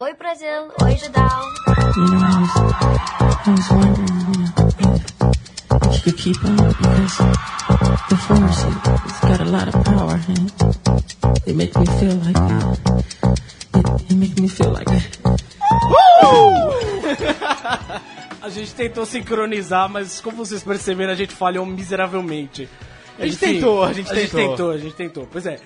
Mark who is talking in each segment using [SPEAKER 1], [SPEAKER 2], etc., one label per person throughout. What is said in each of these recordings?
[SPEAKER 1] Oi, Brasil. Oi, Judal.
[SPEAKER 2] You know, I was, I was wondering, you know, if, if you could keep on because the force it, has got a lot of power, and it makes me feel like it, it makes me feel like
[SPEAKER 3] A gente tentou sincronizar, mas como vocês perceberam, a gente falhou miseravelmente.
[SPEAKER 4] A gente tentou, a gente
[SPEAKER 3] A gente
[SPEAKER 4] tentou.
[SPEAKER 3] tentou, a gente tentou. Pois é.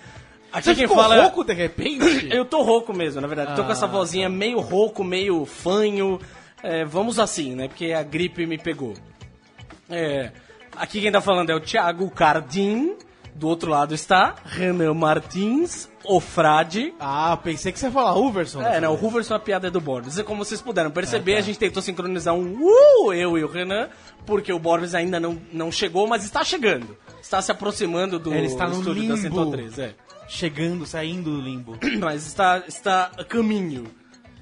[SPEAKER 3] Aqui
[SPEAKER 4] Você
[SPEAKER 3] quem
[SPEAKER 4] ficou
[SPEAKER 3] fala.
[SPEAKER 4] rouco de repente? Ah, tá.
[SPEAKER 3] Eu tô rouco mesmo, na verdade. Tô com essa vozinha meio rouco, meio fanho. É, vamos assim, né? Porque a gripe me pegou. É, aqui quem tá falando é o Thiago Cardim. Do outro lado está Renan Martins, o Frade.
[SPEAKER 4] Ah, pensei que você ia falar Uverson.
[SPEAKER 3] É, não, o Hooverson a piada é do Borbs. E Como vocês puderam
[SPEAKER 4] Ah, tá.
[SPEAKER 3] perceber, a gente tentou sincronizar um uh, eu e o Renan, porque o Borbs ainda não, não chegou, mas está chegando. Está se aproximando do
[SPEAKER 4] Ele está no
[SPEAKER 3] estúdio da
[SPEAKER 4] limbo.
[SPEAKER 3] 103, é.
[SPEAKER 4] Chegando, saindo do limbo.
[SPEAKER 3] Mas está, está a caminho.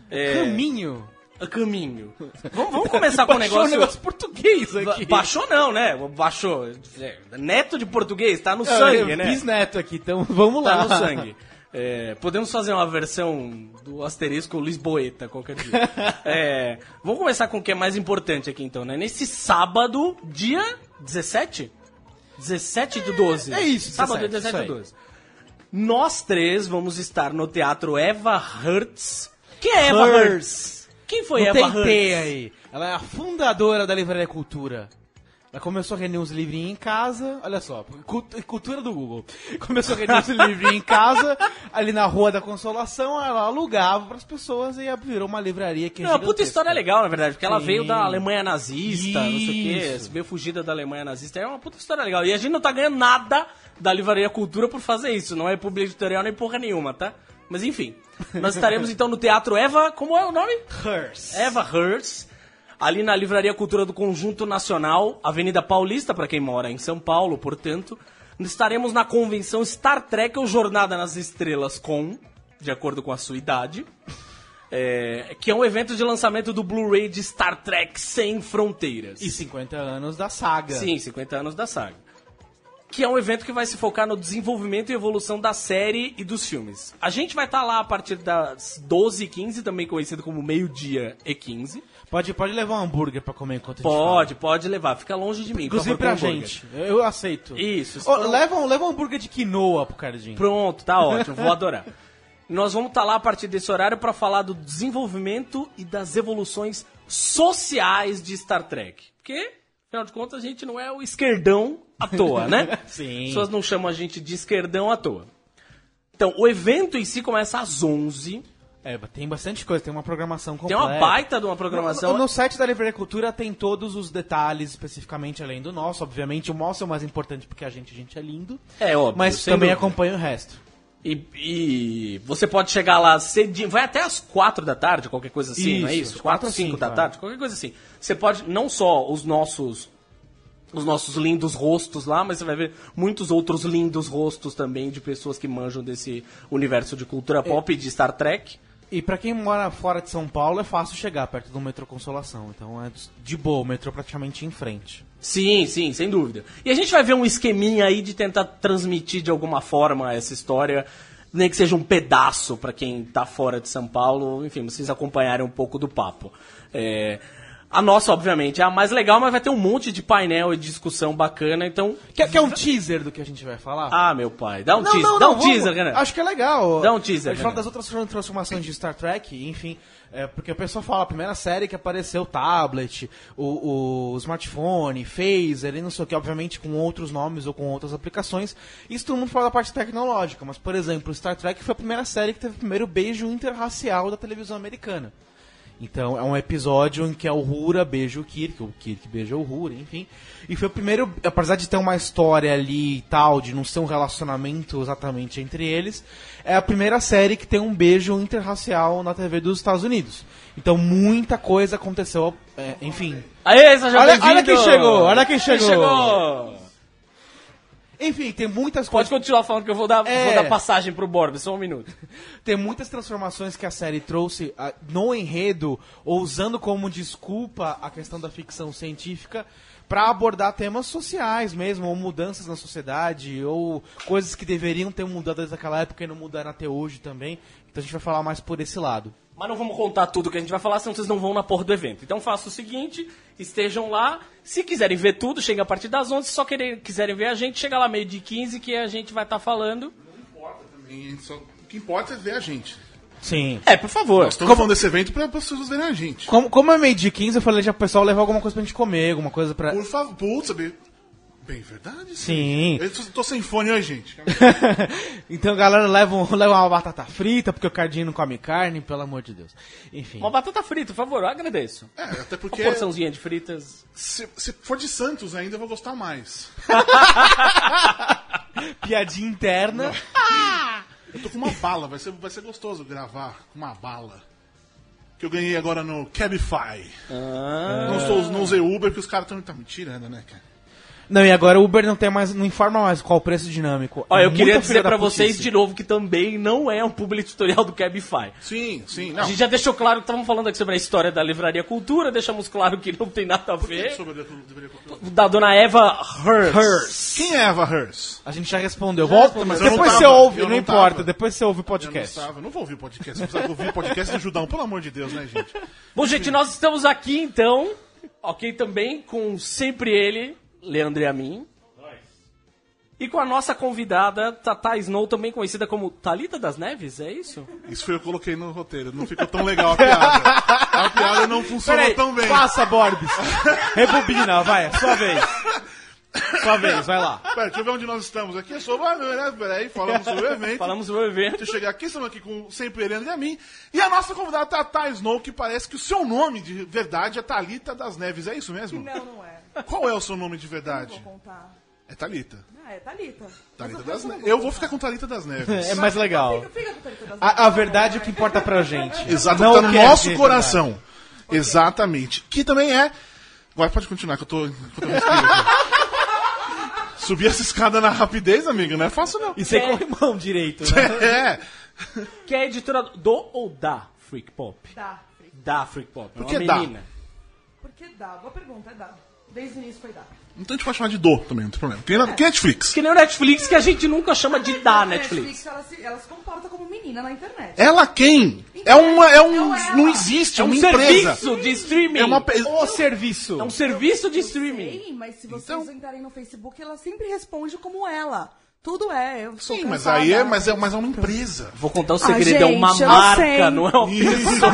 [SPEAKER 3] É,
[SPEAKER 4] Caminho.
[SPEAKER 3] A caminho. Vamos, vamos começar com um
[SPEAKER 4] Baixou
[SPEAKER 3] negócio...
[SPEAKER 4] um negócio português aqui.
[SPEAKER 3] Va- Baixou não, né? Baixou. É, Neto de português, tá no
[SPEAKER 4] É,
[SPEAKER 3] sangue, né?
[SPEAKER 4] Bisneto aqui, então vamos lá.
[SPEAKER 3] Tá no sangue. É, podemos fazer uma versão do asterisco Lisboeta qualquer dia. É, vamos começar com o que é mais importante aqui então, né? Nesse sábado, dia 17? 17 do 12.
[SPEAKER 4] é isso,
[SPEAKER 3] Sábado
[SPEAKER 4] 17,
[SPEAKER 3] 17
[SPEAKER 4] isso
[SPEAKER 3] do
[SPEAKER 4] aí.
[SPEAKER 3] 12. Nós três vamos estar no teatro Eva Hertz. Quem é Eva
[SPEAKER 4] Hertz.
[SPEAKER 3] Hertz? Quem foi
[SPEAKER 4] Não
[SPEAKER 3] Eva
[SPEAKER 4] tem T
[SPEAKER 3] Hertz?
[SPEAKER 4] aí. Ela é a fundadora da Livraria Cultura. Ela começou a reunir uns livrinhos em casa. Olha só, cult- cultura do Google. Começou a reunir uns livrinhos em casa, ali na Rua da Consolação. Ela alugava pras pessoas e virou uma livraria que é
[SPEAKER 3] Não, a puta
[SPEAKER 4] gigantesca.
[SPEAKER 3] história legal, na verdade, porque ela
[SPEAKER 4] Sim.
[SPEAKER 3] veio da Alemanha nazista, não sei o quê,
[SPEAKER 4] Isso.
[SPEAKER 3] veio fugida da Alemanha nazista, é uma puta história legal. E a gente não tá ganhando nada da Livraria Cultura por fazer isso, não é publi editorial nem porra nenhuma, tá? Mas enfim, nós estaremos então no Teatro Eva, como é o nome?
[SPEAKER 4] Hearst.
[SPEAKER 3] Eva Hertz, ali na Livraria Cultura do Conjunto Nacional, Avenida Paulista, pra quem mora em São Paulo, portanto. Estaremos na convenção Star Trek ou Jornada nas Estrelas com, de acordo com a sua idade, é, que é um evento de lançamento do Blu-ray de Star Trek Sem Fronteiras.
[SPEAKER 4] E 50 anos da saga.
[SPEAKER 3] Sim, 50 anos da saga. Que é um evento que vai se focar no desenvolvimento e evolução da série e dos filmes. A gente vai estar lá a partir das 12h15, também conhecido como meio-dia e 15.
[SPEAKER 4] Pode, pode levar um hambúrguer pra comer enquanto a gente fala.
[SPEAKER 3] Pode, pode levar. Fica longe de mim. por
[SPEAKER 4] Inclusive
[SPEAKER 3] favor,
[SPEAKER 4] pra
[SPEAKER 3] com hambúrguer.
[SPEAKER 4] gente. Eu aceito.
[SPEAKER 3] Isso.
[SPEAKER 4] Ó, leva, um, leva um hambúrguer de quinoa pro Cardinho.
[SPEAKER 3] Pronto, tá ótimo. Vou adorar. Nós vamos estar lá a partir desse horário para falar do desenvolvimento e das evoluções sociais de Star Trek. Porque, afinal de contas, a gente não é o esquerdão à toa, né?
[SPEAKER 4] Sim.
[SPEAKER 3] As pessoas não chamam a gente de esquerdão à toa. Então, o evento em si começa às 11.
[SPEAKER 4] É, tem bastante coisa, tem uma programação
[SPEAKER 3] Tem
[SPEAKER 4] completa.
[SPEAKER 3] uma baita de uma programação.
[SPEAKER 4] No, no site da Livraria Cultura tem todos os detalhes, especificamente além do nosso. Obviamente, o nosso é o mais importante porque a gente, a gente é lindo.
[SPEAKER 3] É óbvio,
[SPEAKER 4] Mas
[SPEAKER 3] sem
[SPEAKER 4] também
[SPEAKER 3] dúvida.
[SPEAKER 4] acompanha o resto.
[SPEAKER 3] E, e você pode chegar lá cedinho, vai até às quatro da tarde, qualquer coisa assim, não é
[SPEAKER 4] Isso,
[SPEAKER 3] isso? Quatro,
[SPEAKER 4] quatro,
[SPEAKER 3] cinco
[SPEAKER 4] cinco,
[SPEAKER 3] da
[SPEAKER 4] vai.
[SPEAKER 3] tarde, qualquer coisa assim. Você pode, não só os nossos os nossos lindos rostos lá, mas você vai ver muitos outros lindos rostos também de pessoas que manjam desse universo de cultura pop e de Star Trek.
[SPEAKER 4] E pra quem mora fora de São Paulo, é fácil chegar perto do metrô Consolação. Então é de boa, o metrô praticamente em frente.
[SPEAKER 3] Sim, sim, sem dúvida. E a gente vai ver um esqueminha aí de tentar transmitir de alguma forma essa história, nem que seja um pedaço pra quem tá fora de São Paulo, enfim, vocês acompanharem um pouco do papo. É, A nossa, obviamente, é a mais legal, mas vai ter um monte de painel e discussão bacana, então.
[SPEAKER 4] Quer, quer um teaser do que a gente vai falar?
[SPEAKER 3] Ah, meu pai, dá um teaser, dá um
[SPEAKER 4] vamos.
[SPEAKER 3] teaser, Renan.
[SPEAKER 4] Acho que é legal.
[SPEAKER 3] Dá um teaser,
[SPEAKER 4] A gente fala
[SPEAKER 3] Renan.
[SPEAKER 4] das outras tran- transformações de Star Trek, enfim. é, porque a pessoa fala, a primeira série que apareceu, tablet, o, o smartphone, phaser e não sei o que, obviamente com outros nomes ou com outras aplicações. Isso todo mundo fala da parte tecnológica, mas, por exemplo, Star Trek foi a primeira série que teve o primeiro beijo interracial da televisão americana. Então é um episódio em que a Uhura beija o Kirk, o Kirk beija a Uhura, enfim. E foi o primeiro, apesar de ter uma história ali e tal, de não ser um relacionamento exatamente entre eles, é a primeira série que tem um beijo interracial na TV dos Estados Unidos. Então muita coisa aconteceu, é, enfim.
[SPEAKER 3] Aê, seja
[SPEAKER 4] Olha-
[SPEAKER 3] bem-vindo!
[SPEAKER 4] olha quem chegou, olha quem chegou.
[SPEAKER 3] chegou!
[SPEAKER 4] Enfim, tem muitas
[SPEAKER 3] Pode
[SPEAKER 4] coisas.
[SPEAKER 3] continuar falando que eu vou dar,
[SPEAKER 4] É.
[SPEAKER 3] vou dar passagem pro Borbs, só um minuto.
[SPEAKER 4] Tem muitas transformações que a série trouxe ah, no enredo, ou usando como desculpa a questão da ficção científica, para abordar temas sociais mesmo, ou mudanças na sociedade, ou coisas que deveriam ter mudado desde aquela época e não mudaram até hoje também. Então a gente vai falar mais por esse lado.
[SPEAKER 3] Mas não vamos contar tudo que a gente vai falar, senão vocês não vão na porra do evento. Então faça o seguinte, estejam lá. Se quiserem ver tudo, chega a partir das 11. Se só querer- quiserem ver a gente, chega lá meio de 15 que a gente vai estar falando.
[SPEAKER 5] E só- o que importa é ver a gente.
[SPEAKER 4] Sim.
[SPEAKER 3] É, por favor.
[SPEAKER 5] Nós estamos falando desse evento para as pessoas verem a gente.
[SPEAKER 4] Como, como é meio de 15, eu falei já pro pessoal levar alguma coisa pra gente comer, alguma coisa pra.
[SPEAKER 5] Por favor, putz, sabe? Bem verdade,
[SPEAKER 4] Sim.
[SPEAKER 5] Eu tô- tô sem fone hoje, gente.
[SPEAKER 4] então, galera, leva, um- leva uma batata frita, porque o Cardinho não come carne, pelo amor de Deus. Enfim.
[SPEAKER 3] Uma batata frita, por favor, eu agradeço.
[SPEAKER 5] É, até porque
[SPEAKER 3] Uma porçãozinha de fritas.
[SPEAKER 5] se, se for de Santos ainda eu vou gostar mais.
[SPEAKER 4] Piadinha interna.
[SPEAKER 5] Eu tô com uma bala, vai ser, vai ser gostoso gravar com uma bala. Que eu ganhei agora no Cabify.
[SPEAKER 3] Ah.
[SPEAKER 5] Não, sou, não usei Uber porque os caras estão tá me tirando, né, cara?
[SPEAKER 4] Não, e agora o Uber não tem mais, não informa mais qual o preço dinâmico.
[SPEAKER 3] Olha,
[SPEAKER 4] É
[SPEAKER 3] eu queria
[SPEAKER 4] muita filha
[SPEAKER 3] dizer
[SPEAKER 4] da
[SPEAKER 3] pra vocês
[SPEAKER 4] putice.
[SPEAKER 3] de novo que também não é um publi tutorial do Cabify.
[SPEAKER 5] Sim, sim. Não,
[SPEAKER 3] A gente já deixou claro que estamos falando aqui sobre a história da Livraria Cultura, deixamos claro que não tem nada a ver.
[SPEAKER 5] sobre a- deveria continuar.
[SPEAKER 3] Da dona Eva Hearst.
[SPEAKER 5] Quem é Eva Hers?
[SPEAKER 4] A gente já respondeu. Volta,
[SPEAKER 5] respondeu, mas eu não
[SPEAKER 4] depois
[SPEAKER 5] tava,
[SPEAKER 4] você ouve,
[SPEAKER 5] eu
[SPEAKER 4] não,
[SPEAKER 5] não
[SPEAKER 4] importa.
[SPEAKER 5] tava.
[SPEAKER 4] Depois você ouve o
[SPEAKER 5] Eu não
[SPEAKER 4] podcast.
[SPEAKER 5] estava, não vou ouvir o podcast. Não precisa ouvir o podcast do Judão, pelo amor de Deus, né, gente?
[SPEAKER 3] Bom, gente, nós estamos aqui então, ok, também com sempre ele, Leandro e a mim. E com a nossa convidada, Tata Snow, também conhecida como Talita das Neves, é isso?
[SPEAKER 5] Isso foi eu coloquei no roteiro. Não ficou tão legal a piada. A piada não funcionou
[SPEAKER 4] Peraí,
[SPEAKER 5] tão bem.
[SPEAKER 4] passa, Borbes. Rebobina, vai, sua vez. Sua vez, vai lá.
[SPEAKER 5] Pera, deixa eu ver onde nós estamos aqui. É sobre, né? Peraí, falamos sobre o evento.
[SPEAKER 3] Falamos sobre o evento.
[SPEAKER 5] Deixa eu chegar aqui, estamos aqui com sempre Helena e a mim. E a nossa convidada Tata Snow, que parece que o seu nome de verdade é Thalita das Neves, é isso mesmo?
[SPEAKER 6] Não, não é.
[SPEAKER 5] Qual é o seu nome de verdade?
[SPEAKER 6] Vou contar.
[SPEAKER 5] É Thalita.
[SPEAKER 6] Ah, é Thalita.
[SPEAKER 5] Thalita
[SPEAKER 6] Mas
[SPEAKER 5] das
[SPEAKER 6] eu não
[SPEAKER 5] Neves. Eu vou Ah, ficar com Thalita das Neves.
[SPEAKER 4] É mais legal.
[SPEAKER 6] Fica, fica com Thalita das Neves.
[SPEAKER 4] A, a verdade é o que importa pra gente.
[SPEAKER 5] Exato,
[SPEAKER 4] Não é
[SPEAKER 5] tá no
[SPEAKER 4] quero
[SPEAKER 5] nosso
[SPEAKER 4] dizer
[SPEAKER 5] coração. Exatamente. Que também é. Agora pode continuar, que eu tô. enquanto eu respiro aqui. Subir essa escada na rapidez, amigo, não é fácil não.
[SPEAKER 4] E sem corrimão direito, né?
[SPEAKER 5] É,
[SPEAKER 3] Que é editora do ou da Freak Pop?
[SPEAKER 6] Dá.
[SPEAKER 3] Da Freak Pop.
[SPEAKER 5] Por
[SPEAKER 3] é
[SPEAKER 5] que
[SPEAKER 3] uma
[SPEAKER 5] da?
[SPEAKER 3] menina.
[SPEAKER 6] Por que dá? Boa pergunta, é dá. Desde o início foi dá.
[SPEAKER 5] então a gente pode chamar de do também, não tem problema. Que é Netflix.
[SPEAKER 3] Que nem o Netflix, que a gente nunca chama de da Netflix.
[SPEAKER 6] ela, se, ela se comporta como menina na internet.
[SPEAKER 5] Ela quem? É uma. É um.
[SPEAKER 6] Não é ela.
[SPEAKER 5] Não existe, é
[SPEAKER 3] É um
[SPEAKER 5] uma empresa.
[SPEAKER 3] serviço de streaming.
[SPEAKER 5] É uma. pe-
[SPEAKER 4] O serviço.
[SPEAKER 3] É um serviço de
[SPEAKER 6] Eu sei,
[SPEAKER 3] streaming.
[SPEAKER 6] mas se vocês
[SPEAKER 5] Então-
[SPEAKER 6] entrarem no Facebook, ela sempre responde como ela. Tudo é. Eu sou
[SPEAKER 5] Sim, mas
[SPEAKER 6] cansada.
[SPEAKER 5] aí é. Mas é, mas é uma empresa.
[SPEAKER 3] Vou contar o
[SPEAKER 6] Ah,
[SPEAKER 3] segredo, é uma
[SPEAKER 6] gente, eu
[SPEAKER 3] marca,
[SPEAKER 6] sei.
[SPEAKER 3] não é uma
[SPEAKER 5] Isso.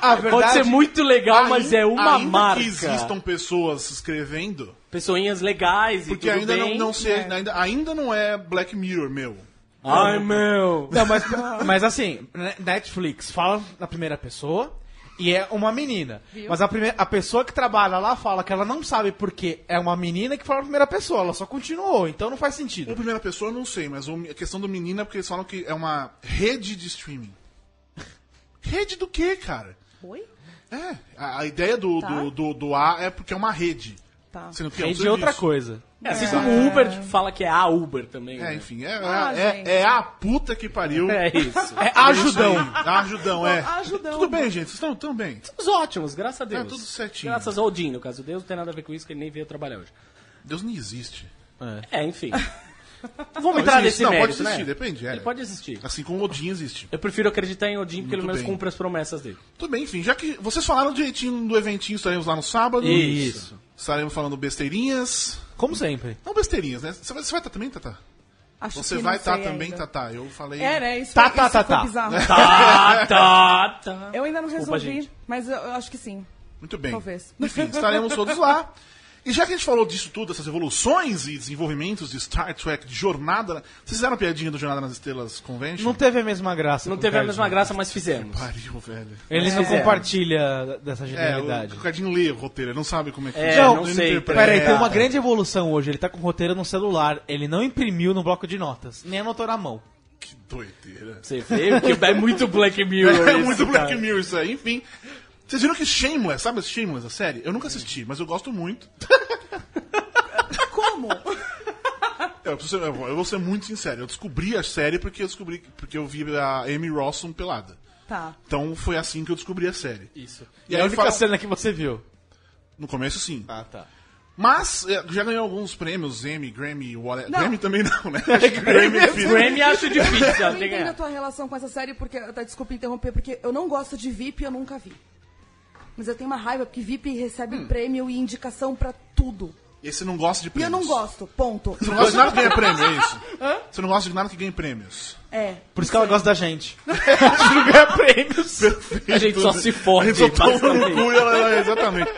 [SPEAKER 4] A é
[SPEAKER 3] Pode ser muito legal, mas é uma
[SPEAKER 5] Ainda
[SPEAKER 3] marca.
[SPEAKER 5] Que existam pessoas se escrevendo.
[SPEAKER 3] Pessoinhas legais e
[SPEAKER 5] Porque
[SPEAKER 3] tudo
[SPEAKER 5] ainda não,
[SPEAKER 3] bem.
[SPEAKER 5] não se,
[SPEAKER 6] né?
[SPEAKER 5] ainda, ainda não é Black Mirror, meu.
[SPEAKER 3] Ai, meu.
[SPEAKER 4] Não, mas, mas assim, ne- Netflix fala na primeira pessoa e é uma menina. Mas a, primeira, a pessoa que trabalha lá fala que ela não sabe porque é uma menina que fala na primeira pessoa. Ela só continuou, então não faz
[SPEAKER 5] Em
[SPEAKER 4] sentido.
[SPEAKER 5] primeira pessoa eu não sei, mas o- a questão do menino é porque eles falam que é uma rede de streaming. Rede do quê, cara?
[SPEAKER 6] Oi?
[SPEAKER 5] É, a, a ideia do,
[SPEAKER 6] Tá.
[SPEAKER 5] do, do, do A é porque é uma rede.
[SPEAKER 6] Tá.
[SPEAKER 5] Sendo que é um
[SPEAKER 4] Rede é outra
[SPEAKER 5] serviço.
[SPEAKER 4] coisa.
[SPEAKER 3] É, assim como o Uber fala que é a Uber também.
[SPEAKER 5] É,
[SPEAKER 3] né?
[SPEAKER 5] enfim, é,
[SPEAKER 6] Ah,
[SPEAKER 5] é,
[SPEAKER 6] gente.
[SPEAKER 5] é a puta que pariu.
[SPEAKER 3] É isso.
[SPEAKER 4] É
[SPEAKER 5] Ajudão.
[SPEAKER 4] ajudão.
[SPEAKER 5] Ajudão, é.
[SPEAKER 6] Ajudão.
[SPEAKER 5] Tudo bem, gente? Vocês estão tão bem?
[SPEAKER 3] Estamos ótimos, graças a Deus.
[SPEAKER 5] É, tudo certinho.
[SPEAKER 3] Graças a Odin, no caso. Deus não tem nada a ver com isso, que ele nem veio trabalhar hoje.
[SPEAKER 5] Deus não existe.
[SPEAKER 3] É, enfim. Não vamos
[SPEAKER 5] Não,
[SPEAKER 3] entrar
[SPEAKER 5] existe.
[SPEAKER 3] nesse
[SPEAKER 5] Não,
[SPEAKER 3] mérito,
[SPEAKER 5] pode existir,
[SPEAKER 3] né?
[SPEAKER 5] depende, é.
[SPEAKER 3] Ele pode existir.
[SPEAKER 5] Assim como Odin existe.
[SPEAKER 3] Eu prefiro acreditar em Odin, porque ele
[SPEAKER 5] Muito
[SPEAKER 3] menos
[SPEAKER 5] bem.
[SPEAKER 3] cumpre as promessas dele.
[SPEAKER 5] Tudo bem, enfim, já que vocês falaram direitinho do eventinho, estaremos lá no sábado.
[SPEAKER 3] Isso.
[SPEAKER 5] Estaremos falando besteirinhas.
[SPEAKER 4] Como sempre.
[SPEAKER 5] Não besteirinhas, né? Você vai, você vai estar também, Tata?
[SPEAKER 6] Acho
[SPEAKER 5] Você
[SPEAKER 6] que
[SPEAKER 5] vai
[SPEAKER 6] não sei
[SPEAKER 5] estar também, tá
[SPEAKER 6] ainda.
[SPEAKER 5] Tata? Eu falei.
[SPEAKER 6] É, né? Isso,
[SPEAKER 4] Tá,
[SPEAKER 6] foi-
[SPEAKER 4] tá,
[SPEAKER 6] isso
[SPEAKER 4] tá,
[SPEAKER 6] foi
[SPEAKER 4] tá.
[SPEAKER 6] bizarro.
[SPEAKER 3] Tá, tá, tá.
[SPEAKER 6] Eu ainda não
[SPEAKER 3] Desculpa,
[SPEAKER 6] resolvi,
[SPEAKER 3] gente.
[SPEAKER 6] mas eu, eu acho que sim.
[SPEAKER 5] Muito bem.
[SPEAKER 6] Talvez.
[SPEAKER 5] Enfim, estaremos todos lá. E já que a gente falou disso tudo, essas evoluções e desenvolvimentos de Star Trek, de jornada. Vocês fizeram a piadinha do Jornada nas Estrelas Convention?
[SPEAKER 4] Não teve a mesma graça.
[SPEAKER 3] Não
[SPEAKER 4] com o
[SPEAKER 3] teve a
[SPEAKER 4] Cardinho.
[SPEAKER 3] mesma
[SPEAKER 5] né?
[SPEAKER 3] graça, mas fizemos.
[SPEAKER 5] Pariu, velho.
[SPEAKER 4] Ele não
[SPEAKER 3] É.
[SPEAKER 4] compartilha dessa
[SPEAKER 5] É,
[SPEAKER 4] genialidade.
[SPEAKER 5] o, o Cardinho lê o roteiro, ele não sabe como é que
[SPEAKER 3] É,
[SPEAKER 5] funciona,
[SPEAKER 4] não
[SPEAKER 5] ele
[SPEAKER 3] sei,
[SPEAKER 5] interpreta. Ah,
[SPEAKER 4] Peraí, tem
[SPEAKER 3] cara.
[SPEAKER 4] uma grande evolução hoje. Ele tá com o roteiro no celular. Ele não imprimiu no bloco de notas, nem anotou na mão.
[SPEAKER 5] Que doideira.
[SPEAKER 3] Você vê que é muito Black Mirror.
[SPEAKER 5] É muito
[SPEAKER 3] isso,
[SPEAKER 5] Black
[SPEAKER 3] cara.
[SPEAKER 5] Mirror isso aí, enfim. Vocês viram que Shameless, sabe Shameless, a série? Eu nunca assisti, mas eu gosto muito.
[SPEAKER 6] Tá Como?
[SPEAKER 5] Eu, preciso ser- eu vou- eu vou ser muito sincero, eu descobri a série porque eu descobri porque eu vi a Amy Rossum pelada.
[SPEAKER 6] tá.
[SPEAKER 5] Então foi assim que eu descobri a série.
[SPEAKER 3] Isso.
[SPEAKER 5] E
[SPEAKER 4] é a
[SPEAKER 5] aí
[SPEAKER 4] única
[SPEAKER 5] fala...
[SPEAKER 4] cena que você viu.
[SPEAKER 5] No começo sim.
[SPEAKER 4] Ah, tá.
[SPEAKER 5] Mas é, já ganhou alguns prêmios, Emmy, Grammy, whatever.
[SPEAKER 6] Não.
[SPEAKER 5] Grammy também não, né? Acho que Grammy, é filho.
[SPEAKER 3] Grammy um acho difícil
[SPEAKER 6] Eu
[SPEAKER 3] ela ter
[SPEAKER 6] não entendo a
[SPEAKER 3] ganhado.
[SPEAKER 6] tua relação com essa série, porque. Tá, desculpa interromper, porque eu não gosto de VIP e eu nunca vi. Mas eu tenho uma raiva, porque VIP recebe
[SPEAKER 5] Hum.
[SPEAKER 6] prêmio e indicação pra tudo.
[SPEAKER 5] E você não gosta de
[SPEAKER 6] E eu
[SPEAKER 5] prêmios.
[SPEAKER 6] não gosto, ponto.
[SPEAKER 5] Você não gosta de nada que ganha prêmio, é isso? Você não gosta de nada que ganha prêmios.
[SPEAKER 6] É.
[SPEAKER 4] Por isso que ela gosta da gente.
[SPEAKER 3] não ganha prêmios. A gente só se
[SPEAKER 5] A
[SPEAKER 3] fode.
[SPEAKER 5] gente só toma no
[SPEAKER 3] basicamente.
[SPEAKER 5] cu e ela- ela- exatamente.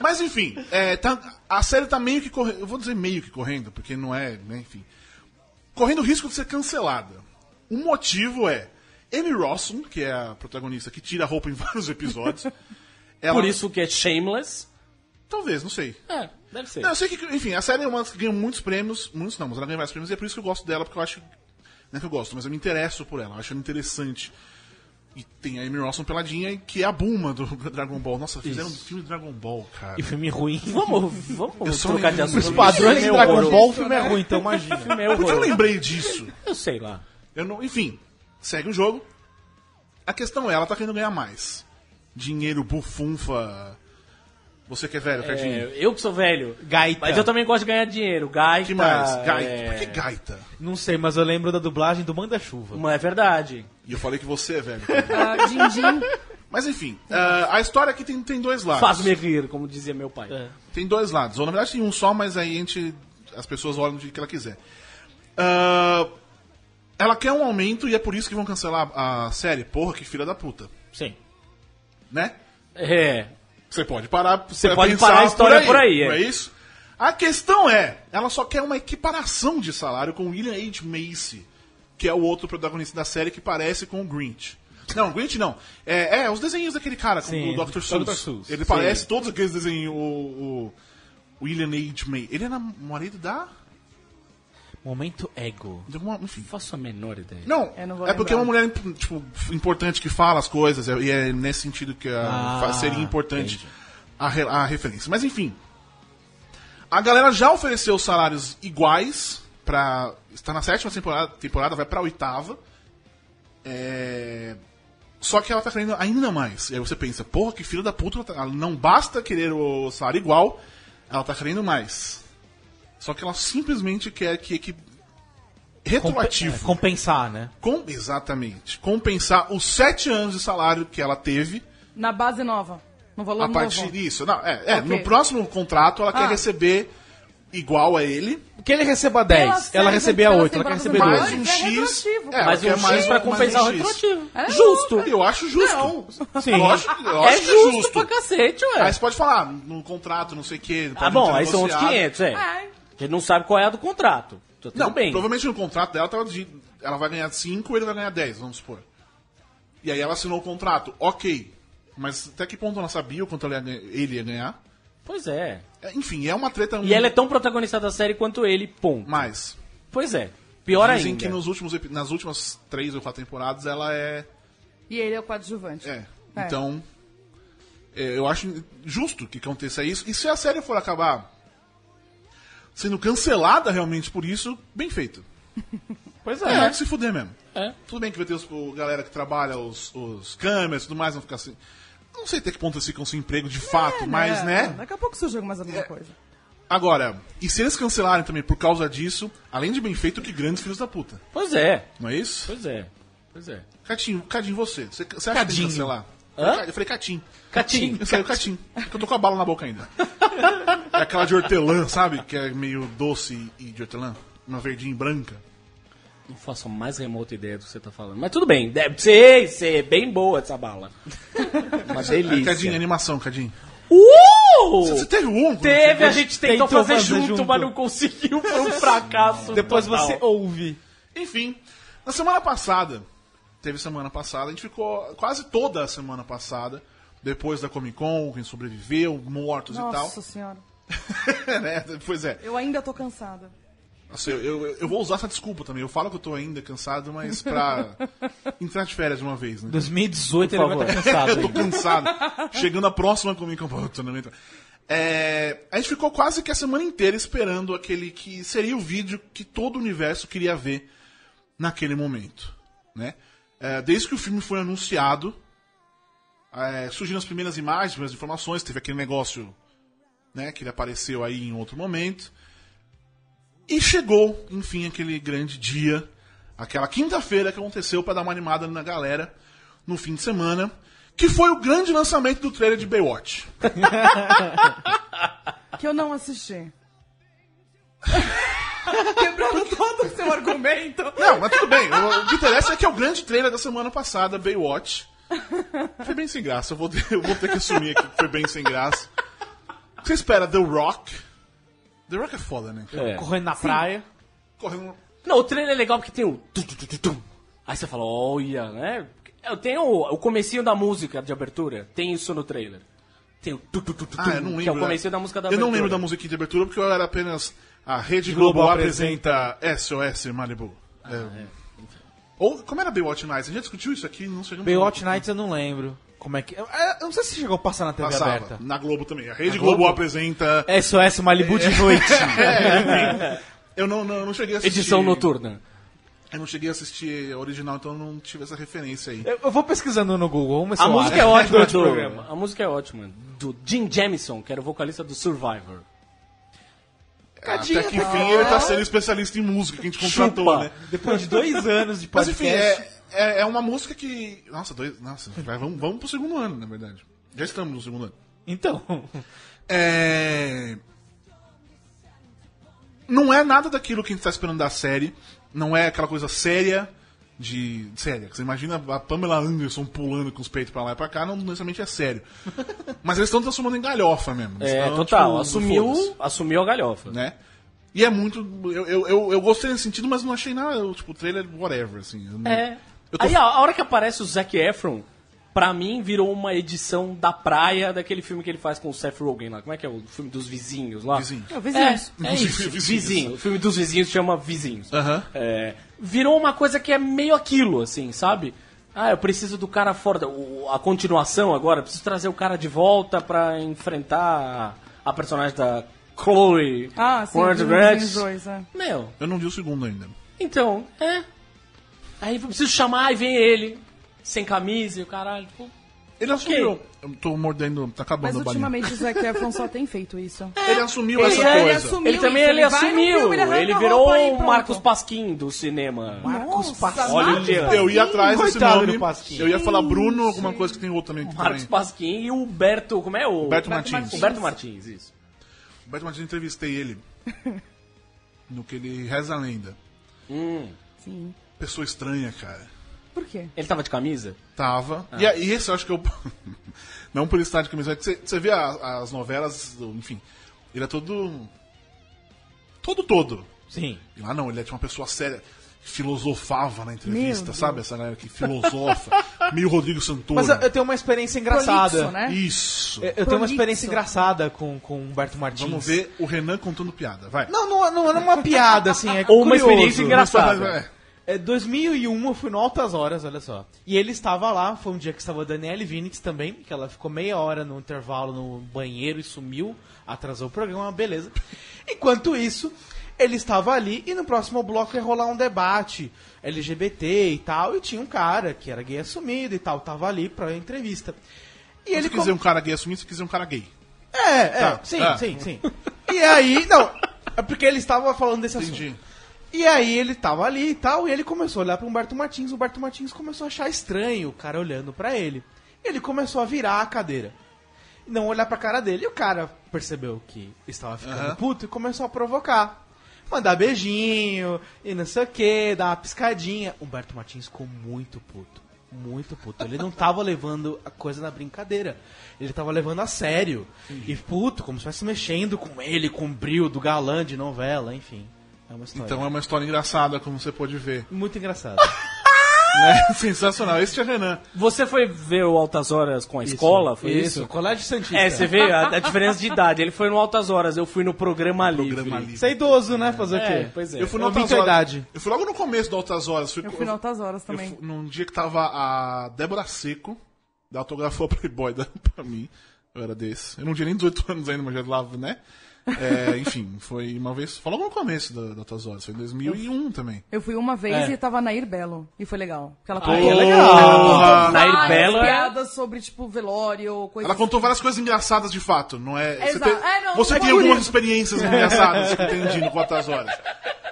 [SPEAKER 5] Mas enfim, é, tá- a série tá meio que correndo. Eu vou dizer meio que correndo, porque não é, né, enfim. Correndo o risco de ser cancelada. O motivo é Amy Rossum, que é a protagonista que tira a roupa em vários episódios. ela-
[SPEAKER 3] Por isso que é shameless.
[SPEAKER 5] Talvez, não sei.
[SPEAKER 3] É, deve ser.
[SPEAKER 5] Não, eu sei que, enfim, a série é uma das que ganha muitos prêmios, muitos não, mas ela ganha vários prêmios e é por isso que eu gosto dela, porque eu acho. Não é que eu gosto, mas eu me interesso por ela, eu acho ela interessante. E tem a Amy Rossum peladinha, que é a Bulma do Dragon Ball. Nossa, fizeram um filme de Dragon Ball, cara. Ah,
[SPEAKER 4] E filme ruim.
[SPEAKER 3] Vamos,
[SPEAKER 5] Eu
[SPEAKER 3] vamos
[SPEAKER 5] só
[SPEAKER 3] trocar de
[SPEAKER 5] lembro-
[SPEAKER 3] assunto.
[SPEAKER 5] Os
[SPEAKER 4] Padrões de
[SPEAKER 3] Meu
[SPEAKER 4] Dragon
[SPEAKER 3] horror.
[SPEAKER 4] Ball, o filme é ruim, então imagina.
[SPEAKER 3] Filme é
[SPEAKER 5] Por que eu
[SPEAKER 3] horroroso.
[SPEAKER 5] lembrei disso?
[SPEAKER 3] Eu sei lá.
[SPEAKER 5] Eu não, enfim, segue o jogo. A questão é, ela tá querendo ganhar mais. Dinheiro, bufunfa. Você que é velho, quer dinheiro.
[SPEAKER 3] É, eu que sou velho.
[SPEAKER 4] Gaita.
[SPEAKER 3] Mas eu também gosto de ganhar dinheiro. Gaita.
[SPEAKER 5] que mais? Gaita.
[SPEAKER 3] é-
[SPEAKER 5] Por que gaita?
[SPEAKER 4] Não sei, mas eu lembro da dublagem do Manda Chuva.
[SPEAKER 3] Mas é verdade.
[SPEAKER 5] E eu falei que você é velho. cara.
[SPEAKER 6] Ah, din, din.
[SPEAKER 5] Mas enfim, ah, a história aqui tem, tem dois lados.
[SPEAKER 3] Faz-me rir, como dizia meu pai.
[SPEAKER 5] Tem dois lados. Ou na verdade tem um só, mas aí a gente, as pessoas olham do jeito que ela quiser. Ah, ela quer um aumento e é por isso que vão cancelar a série. Porra, que filha da puta.
[SPEAKER 4] Sim.
[SPEAKER 5] Né?
[SPEAKER 3] É.
[SPEAKER 5] Você pode parar.
[SPEAKER 3] Você
[SPEAKER 5] pra
[SPEAKER 3] pode
[SPEAKER 5] pensar
[SPEAKER 3] parar a história por aí,
[SPEAKER 5] Não
[SPEAKER 3] é.
[SPEAKER 5] é isso? A questão é, ela só quer uma equiparação de salário com William H. Macy, que é o outro protagonista da série que parece com o Grinch. Não, Grinch não. É, é, os desenhos daquele cara, com
[SPEAKER 4] Sim,
[SPEAKER 5] o Dr.
[SPEAKER 4] Dr.
[SPEAKER 5] Seuss.
[SPEAKER 4] Seuss,
[SPEAKER 5] Ele
[SPEAKER 4] sim.
[SPEAKER 5] parece todos aqueles desenhos. O, o William H. Macy. Ele é nam- marido da.
[SPEAKER 4] Momento ego.
[SPEAKER 5] de alguma- enfim.
[SPEAKER 3] Faço a menor ideia.
[SPEAKER 5] Não,
[SPEAKER 6] Eu não vou
[SPEAKER 5] é porque é uma
[SPEAKER 6] lembrar.
[SPEAKER 5] mulher imp- tipo, importante que fala as coisas, é- e é nesse sentido que a-
[SPEAKER 4] Ah,
[SPEAKER 5] fa- seria importante a, re- a referência. Mas enfim, a galera já ofereceu salários iguais para está na sétima temporada, temporada vai pra oitava. É, Só que ela tá querendo ainda mais. E aí você pensa, porra, que filha da puta, ela tá- ela não basta querer o salário igual, ela tá querendo mais. Só que ela simplesmente quer que, que
[SPEAKER 4] Compe-
[SPEAKER 5] retroativo.
[SPEAKER 4] é, compensar, né?
[SPEAKER 5] Com- exatamente. Compensar os sete anos de salário que ela teve
[SPEAKER 6] Na base nova. No valor
[SPEAKER 5] a partir
[SPEAKER 6] novo.
[SPEAKER 5] disso. Não, é, é,
[SPEAKER 6] Ok.
[SPEAKER 5] No próximo contrato, ela
[SPEAKER 6] Ah.
[SPEAKER 5] quer receber igual a ele,
[SPEAKER 4] Que ele receba
[SPEAKER 6] Pelas
[SPEAKER 4] 10, ela
[SPEAKER 6] séries
[SPEAKER 4] recebia
[SPEAKER 6] pelas
[SPEAKER 4] 8, ela quer
[SPEAKER 6] temporadas
[SPEAKER 4] receber
[SPEAKER 5] mais
[SPEAKER 6] anteriores.
[SPEAKER 4] 12.
[SPEAKER 5] um X.
[SPEAKER 6] Mas é retroativo.
[SPEAKER 5] ela
[SPEAKER 3] Mas
[SPEAKER 5] quer
[SPEAKER 3] um X pra compensar o
[SPEAKER 5] X. Ah,
[SPEAKER 3] retroativo.
[SPEAKER 6] É
[SPEAKER 3] Justo.
[SPEAKER 5] Eu acho justo.
[SPEAKER 3] Sim.
[SPEAKER 5] Eu acho, eu
[SPEAKER 3] é
[SPEAKER 5] acho que
[SPEAKER 3] justo,
[SPEAKER 5] é justo.
[SPEAKER 3] pra cacete,
[SPEAKER 5] Aí
[SPEAKER 3] ué.
[SPEAKER 5] você pode falar, no contrato, não sei o que.
[SPEAKER 3] Ah, bom, aí são outros 500, é.
[SPEAKER 6] É.
[SPEAKER 3] A gente não sabe qual é a do contrato. Tá tudo
[SPEAKER 5] Não,
[SPEAKER 3] bem.
[SPEAKER 5] provavelmente no contrato dela tava de, ela vai ganhar 5 ele vai ganhar 10, vamos supor. E aí ela assinou o contrato, ok. Mas até que ponto ela sabia o quanto ela ia ganha- ele ia ganhar?
[SPEAKER 3] Pois é.
[SPEAKER 5] É, Enfim, é uma treta
[SPEAKER 3] E ela é tão protagonista da série quanto ele, ponto.
[SPEAKER 5] mais.
[SPEAKER 3] Pois é. Pior
[SPEAKER 5] Dizem
[SPEAKER 3] ainda.
[SPEAKER 5] que nos últimos, epi- nas últimas três ou quatro temporadas ela é.
[SPEAKER 6] E ele é o coadjuvante.
[SPEAKER 5] É.
[SPEAKER 6] É.
[SPEAKER 5] Então. é, eu acho justo que aconteça isso. E se a série for acabar sendo cancelada realmente por isso, bem feito.
[SPEAKER 3] Pois
[SPEAKER 5] É, é
[SPEAKER 3] é.
[SPEAKER 5] que se fuder mesmo.
[SPEAKER 3] É.
[SPEAKER 5] Tudo bem que vai ter os, o galera que trabalha, os, os câmeras e tudo mais, vão ficar assim. Não sei até que ponto eles ficam sem emprego de fato,
[SPEAKER 6] É,
[SPEAKER 5] mas né? É.
[SPEAKER 6] Daqui a pouco surge mais alguma coisa.
[SPEAKER 5] Agora, e se eles cancelarem também por causa disso, além de bem feito, que grandes filhos da puta,
[SPEAKER 3] Pois é.
[SPEAKER 5] não é isso?
[SPEAKER 3] Pois é. Pois é.
[SPEAKER 5] Catinho, Cadinho, você. Você, você acha que tem que
[SPEAKER 4] Cadinho.
[SPEAKER 5] cancelar?
[SPEAKER 3] Hã?
[SPEAKER 5] Eu falei Catinho.
[SPEAKER 3] Catinho.
[SPEAKER 5] Eu falei Catinho. Porque eu tô com a bala na boca ainda. É aquela de hortelã, sabe? Que é meio doce e de hortelã. Uma verdinha e branca.
[SPEAKER 3] Não faço a mais remota ideia do que você tá falando. Mas tudo bem. Deve ser, ser bem boa essa bala. Uma
[SPEAKER 5] É, Cadinho,
[SPEAKER 3] delícia.
[SPEAKER 5] animação, Cadinho.
[SPEAKER 3] Uh!
[SPEAKER 5] Você teve um?
[SPEAKER 3] Teve, a gente tentou,
[SPEAKER 4] Tentou
[SPEAKER 3] fazer,
[SPEAKER 4] fazer
[SPEAKER 3] junto,
[SPEAKER 4] junto.
[SPEAKER 3] mas não conseguiu. Foi um fracasso.
[SPEAKER 4] Depois
[SPEAKER 3] total.
[SPEAKER 4] você ouve.
[SPEAKER 5] Enfim, na semana passada, teve semana passada, a gente ficou quase toda a semana passada, depois da Comic Con, quem sobreviveu, mortos
[SPEAKER 6] Nossa senhora.
[SPEAKER 5] e tal. né? Pois é.
[SPEAKER 6] Eu ainda tô cansada.
[SPEAKER 5] Nossa, eu, eu, eu vou usar essa desculpa também. Eu falo que eu tô ainda cansado, mas pra entrar de férias de uma vez, né?
[SPEAKER 4] 2018 ele vai estar cansado.
[SPEAKER 5] Eu tô
[SPEAKER 4] ainda.
[SPEAKER 5] cansado. Chegando a próxima comigo, eu falo, tô na minha- é, a gente ficou quase que a semana inteira esperando aquele que seria o vídeo que todo o universo queria ver naquele momento, né? É, desde que o filme foi anunciado, é, surgiram as primeiras imagens, as primeiras informações, teve aquele negócio né? Que ele apareceu aí em outro momento. E chegou, enfim, aquele grande dia, aquela quinta-feira que aconteceu pra dar uma animada na galera no fim de semana, que foi o grande lançamento do trailer de Baywatch.
[SPEAKER 6] Que eu não assisti. Quebrando todo o seu argumento.
[SPEAKER 5] Não, mas tudo bem. O, o que interessa é que é o grande trailer da semana passada, Baywatch. Foi bem sem graça. Eu vou ter, eu vou ter que assumir aqui que foi bem sem graça. O que você espera? The Rock? The Rock é foda, né?
[SPEAKER 3] É.
[SPEAKER 4] Correndo na praia.
[SPEAKER 5] Correndo.
[SPEAKER 3] Não, o trailer é legal porque tem o. tu, tu, tu, tu, tu. Aí você fala, olha, né? Eu tenho o, o comecinho da música de abertura, tem isso no trailer. Tem o. Tu, tu, tu, tu,
[SPEAKER 5] Ah,
[SPEAKER 3] tu,
[SPEAKER 5] eu não lembro.
[SPEAKER 3] que é o comecinho da música da
[SPEAKER 5] Eu
[SPEAKER 3] abertura.
[SPEAKER 5] não lembro da musiquinha de abertura porque eu era apenas. A Rede
[SPEAKER 4] Globo
[SPEAKER 5] Globo, apresenta SOS Malibu.
[SPEAKER 3] Ah,
[SPEAKER 5] É. Ou como era Baywatch Nights? A gente discutiu isso aqui, não chegamos
[SPEAKER 4] Baywatch Nights eu não lembro. Como é que. Eu, eu não sei se chegou a passar na TV
[SPEAKER 5] passava.
[SPEAKER 4] é aberta.
[SPEAKER 5] Na Globo também. A Rede
[SPEAKER 4] Na
[SPEAKER 5] Globo?
[SPEAKER 4] Globo?
[SPEAKER 5] apresenta.
[SPEAKER 4] SOS Malibu de noite.
[SPEAKER 5] Eu não, não, eu não cheguei a assistir.
[SPEAKER 3] Edição noturna.
[SPEAKER 5] Eu não cheguei a assistir a original, então eu não tive essa referência
[SPEAKER 3] É
[SPEAKER 5] aí.
[SPEAKER 4] Eu, eu vou pesquisando no Google. Vamos ver se
[SPEAKER 3] A
[SPEAKER 4] eu
[SPEAKER 3] música
[SPEAKER 4] acho.
[SPEAKER 3] é ótima
[SPEAKER 4] Durante o
[SPEAKER 3] do.
[SPEAKER 4] programa.
[SPEAKER 3] A música é ótima. Do Jim Jamison, que era o vocalista do Survivor.
[SPEAKER 5] Até que enfim ele tá sendo especialista em música que a gente contratou,
[SPEAKER 3] Chupa.
[SPEAKER 5] né?
[SPEAKER 4] Depois de dois anos de
[SPEAKER 5] Mas enfim,
[SPEAKER 4] podcast.
[SPEAKER 5] é, é, é uma música que. Nossa, dois. Nossa, vai- vamos, vamos pro segundo ano, na verdade. Já estamos no segundo ano.
[SPEAKER 4] Então.
[SPEAKER 5] É. Não é nada daquilo que a gente tá esperando da série. Não é aquela coisa séria de. séria. Você imagina a Pamela Anderson pulando com os peitos pra lá e pra cá, não necessariamente é sério. Mas eles estão transformando em galhofa mesmo. Eles
[SPEAKER 3] É,
[SPEAKER 5] tão,
[SPEAKER 3] total.
[SPEAKER 5] tipo, foda-se,
[SPEAKER 3] assumiu, assumiu a galhofa.
[SPEAKER 5] né? E é muito. Eu, eu, eu, eu gostei nesse sentido, mas não achei nada. eu, tipo, trailer, whatever, assim. Eu não-
[SPEAKER 3] É.
[SPEAKER 5] Eu tô-
[SPEAKER 3] Aí a, a hora que aparece o Zac Efron, pra mim virou uma edição da praia daquele filme que ele faz com o Seth Rogen lá. Como é que é o filme dos vizinhos lá?
[SPEAKER 5] Vizinho.
[SPEAKER 6] Eu
[SPEAKER 3] É,
[SPEAKER 6] isso.
[SPEAKER 3] é isso.
[SPEAKER 5] Vizinhos.
[SPEAKER 3] Vizinho. O filme dos vizinhos chama Vizinhos.
[SPEAKER 5] Aham.
[SPEAKER 3] É, virou uma coisa que é meio aquilo, assim, sabe? Ah, eu preciso do cara fora. o- a continuação agora, eu preciso trazer o cara de volta pra enfrentar a, a personagem da Chloe.
[SPEAKER 6] Ah, sim.
[SPEAKER 3] Ward
[SPEAKER 6] dos
[SPEAKER 3] Ratch.
[SPEAKER 6] Vizinhos dois, é.
[SPEAKER 3] Meu,
[SPEAKER 5] Eu não vi o segundo ainda.
[SPEAKER 3] então, é. Aí eu preciso chamar e vem ele, sem camisa e o caralho. Tipo,
[SPEAKER 5] Ele assumiu. Eu tô mordendo. Tá acabando
[SPEAKER 6] Mas
[SPEAKER 5] a balinha.
[SPEAKER 6] ultimamente o Zac Efron só tem feito isso.
[SPEAKER 5] Ele assumiu
[SPEAKER 3] Ele
[SPEAKER 5] essa
[SPEAKER 3] é, ele
[SPEAKER 5] coisa.
[SPEAKER 6] assumiu.
[SPEAKER 3] ele também
[SPEAKER 6] isso,
[SPEAKER 3] ele
[SPEAKER 6] ele vai no
[SPEAKER 3] assumiu,
[SPEAKER 6] filme, ele
[SPEAKER 3] ele,
[SPEAKER 6] arranca a
[SPEAKER 3] virou
[SPEAKER 6] roupa e
[SPEAKER 3] o
[SPEAKER 6] pronto.
[SPEAKER 3] Marcos Pasquim do cinema.
[SPEAKER 4] Marcos
[SPEAKER 6] Nossa,
[SPEAKER 4] Pasquim.
[SPEAKER 3] Olha
[SPEAKER 6] Marcos
[SPEAKER 3] o Leandro.
[SPEAKER 5] Eu ia atrás desse
[SPEAKER 4] Coitado
[SPEAKER 5] nome.
[SPEAKER 4] do Pasquim.
[SPEAKER 5] Eu ia falar Bruno, alguma coisa que tem outro também. Que
[SPEAKER 3] Marcos
[SPEAKER 5] também.
[SPEAKER 3] Pasquim e o Humberto, como é o?
[SPEAKER 5] Humberto Martins.
[SPEAKER 3] Humberto Martins, isso.
[SPEAKER 5] Humberto Martins, eu entrevistei ele. no que ele reza a lenda.
[SPEAKER 6] Sim.
[SPEAKER 5] Pessoa estranha, cara.
[SPEAKER 6] Por quê?
[SPEAKER 3] Ele tava de camisa?
[SPEAKER 5] Tava. E, a- e esse eu acho que eu. Não por estar de É camiseta. Você, você vê a- as novelas, enfim. Ele é todo. Todo, todo.
[SPEAKER 4] Sim.
[SPEAKER 5] E lá não, ele é tipo uma pessoa séria. que Filosofava na entrevista,
[SPEAKER 6] Deus.
[SPEAKER 5] sabe? Essa galera que filosofa. meio Rodrigo Santoro.
[SPEAKER 4] Mas eu, eu tenho uma experiência engraçada.
[SPEAKER 6] Prolixo, né?
[SPEAKER 5] Isso.
[SPEAKER 4] Eu, eu tenho uma
[SPEAKER 6] Prolixo.
[SPEAKER 4] experiência engraçada com, com o Humberto Martins.
[SPEAKER 5] Vamos ver o Renan contando piada. Vai.
[SPEAKER 4] Não, não, não era uma piada, assim. É
[SPEAKER 3] Ou uma
[SPEAKER 4] curioso.
[SPEAKER 3] experiência engraçada.
[SPEAKER 5] Mas, é.
[SPEAKER 4] É, 2001 eu fui no Altas Horas, olha só. E ele estava lá, foi um dia que estava a Daniele Vinitz também, que ela ficou meia hora no intervalo no banheiro e sumiu, atrasou o programa, beleza. Enquanto isso, ele estava ali e no próximo bloco ia rolar um debate LGBT e tal, e tinha um cara que era gay assumido e tal, tava ali pra entrevista. E
[SPEAKER 5] Se
[SPEAKER 4] ele
[SPEAKER 5] quiser um cara gay assumir, se quiser um cara gay.
[SPEAKER 4] é, é,
[SPEAKER 5] Tá.
[SPEAKER 4] sim,
[SPEAKER 5] Ah.
[SPEAKER 4] sim, sim. E aí, não, é porque ele estava falando desse assunto.
[SPEAKER 5] Entendi.
[SPEAKER 4] E aí ele tava ali e tal, e ele começou a olhar pro Humberto Martins, o Humberto Martins começou a achar estranho o cara olhando pra ele. Ele começou a virar a cadeira. Não olhar pra cara dele. E o cara percebeu que estava ficando
[SPEAKER 5] Aham.
[SPEAKER 4] puto e começou a provocar. Mandar beijinho e não sei o que, dar uma piscadinha. Humberto Martins ficou muito puto. Muito puto. Ele não tava levando a coisa na brincadeira. Ele tava levando a sério. E puto, como se estivesse mexendo com ele, com o brilho do galã de novela, enfim. É uma história.
[SPEAKER 5] Então é uma história engraçada, como você pode ver.
[SPEAKER 4] Muito engraçado.
[SPEAKER 5] Né? Sensacional. Esse é Renan.
[SPEAKER 3] Você foi ver o Altas Horas com a escola, foi isso?
[SPEAKER 4] Colégio Santista.
[SPEAKER 3] É, você vê a, a diferença de idade. Ele foi no Altas Horas, eu fui no Programa,
[SPEAKER 5] Programa
[SPEAKER 3] Livre.
[SPEAKER 5] livre.
[SPEAKER 4] Você é idoso, né? Fazer
[SPEAKER 3] É,
[SPEAKER 4] o quê?
[SPEAKER 3] pois é.
[SPEAKER 5] Eu fui
[SPEAKER 4] Eu
[SPEAKER 5] no
[SPEAKER 4] vi
[SPEAKER 5] Altas
[SPEAKER 4] tua
[SPEAKER 5] Horas.
[SPEAKER 4] idade.
[SPEAKER 5] Eu fui logo no começo do Altas Horas. Fui,
[SPEAKER 6] Eu fui no Altas Horas também.
[SPEAKER 5] eu fui num dia que tava a Débora Seco, da autografou a Playboy da, pra mim. Eu era desse. Eu não tinha nem 18 anos ainda, mas já lá, né? É, enfim, foi uma vez. Falou no começo da, da Tuas Horas, foi em 2001 também.
[SPEAKER 6] Eu fui uma vez e tava Nair Belo. E foi legal. Porque ela
[SPEAKER 3] Aí é
[SPEAKER 6] contou
[SPEAKER 3] legal. Nair
[SPEAKER 6] várias
[SPEAKER 3] Belo é...
[SPEAKER 6] piadas sobre, tipo, velório, coisas
[SPEAKER 5] Ela contou várias coisas engraçadas de fato, não é? Você
[SPEAKER 6] Exato.
[SPEAKER 5] tem,
[SPEAKER 6] É, não,
[SPEAKER 5] você
[SPEAKER 6] não
[SPEAKER 5] tem
[SPEAKER 6] é
[SPEAKER 5] algumas
[SPEAKER 6] bonito.
[SPEAKER 5] experiências engraçadas que eu entendi no Quantas Horas.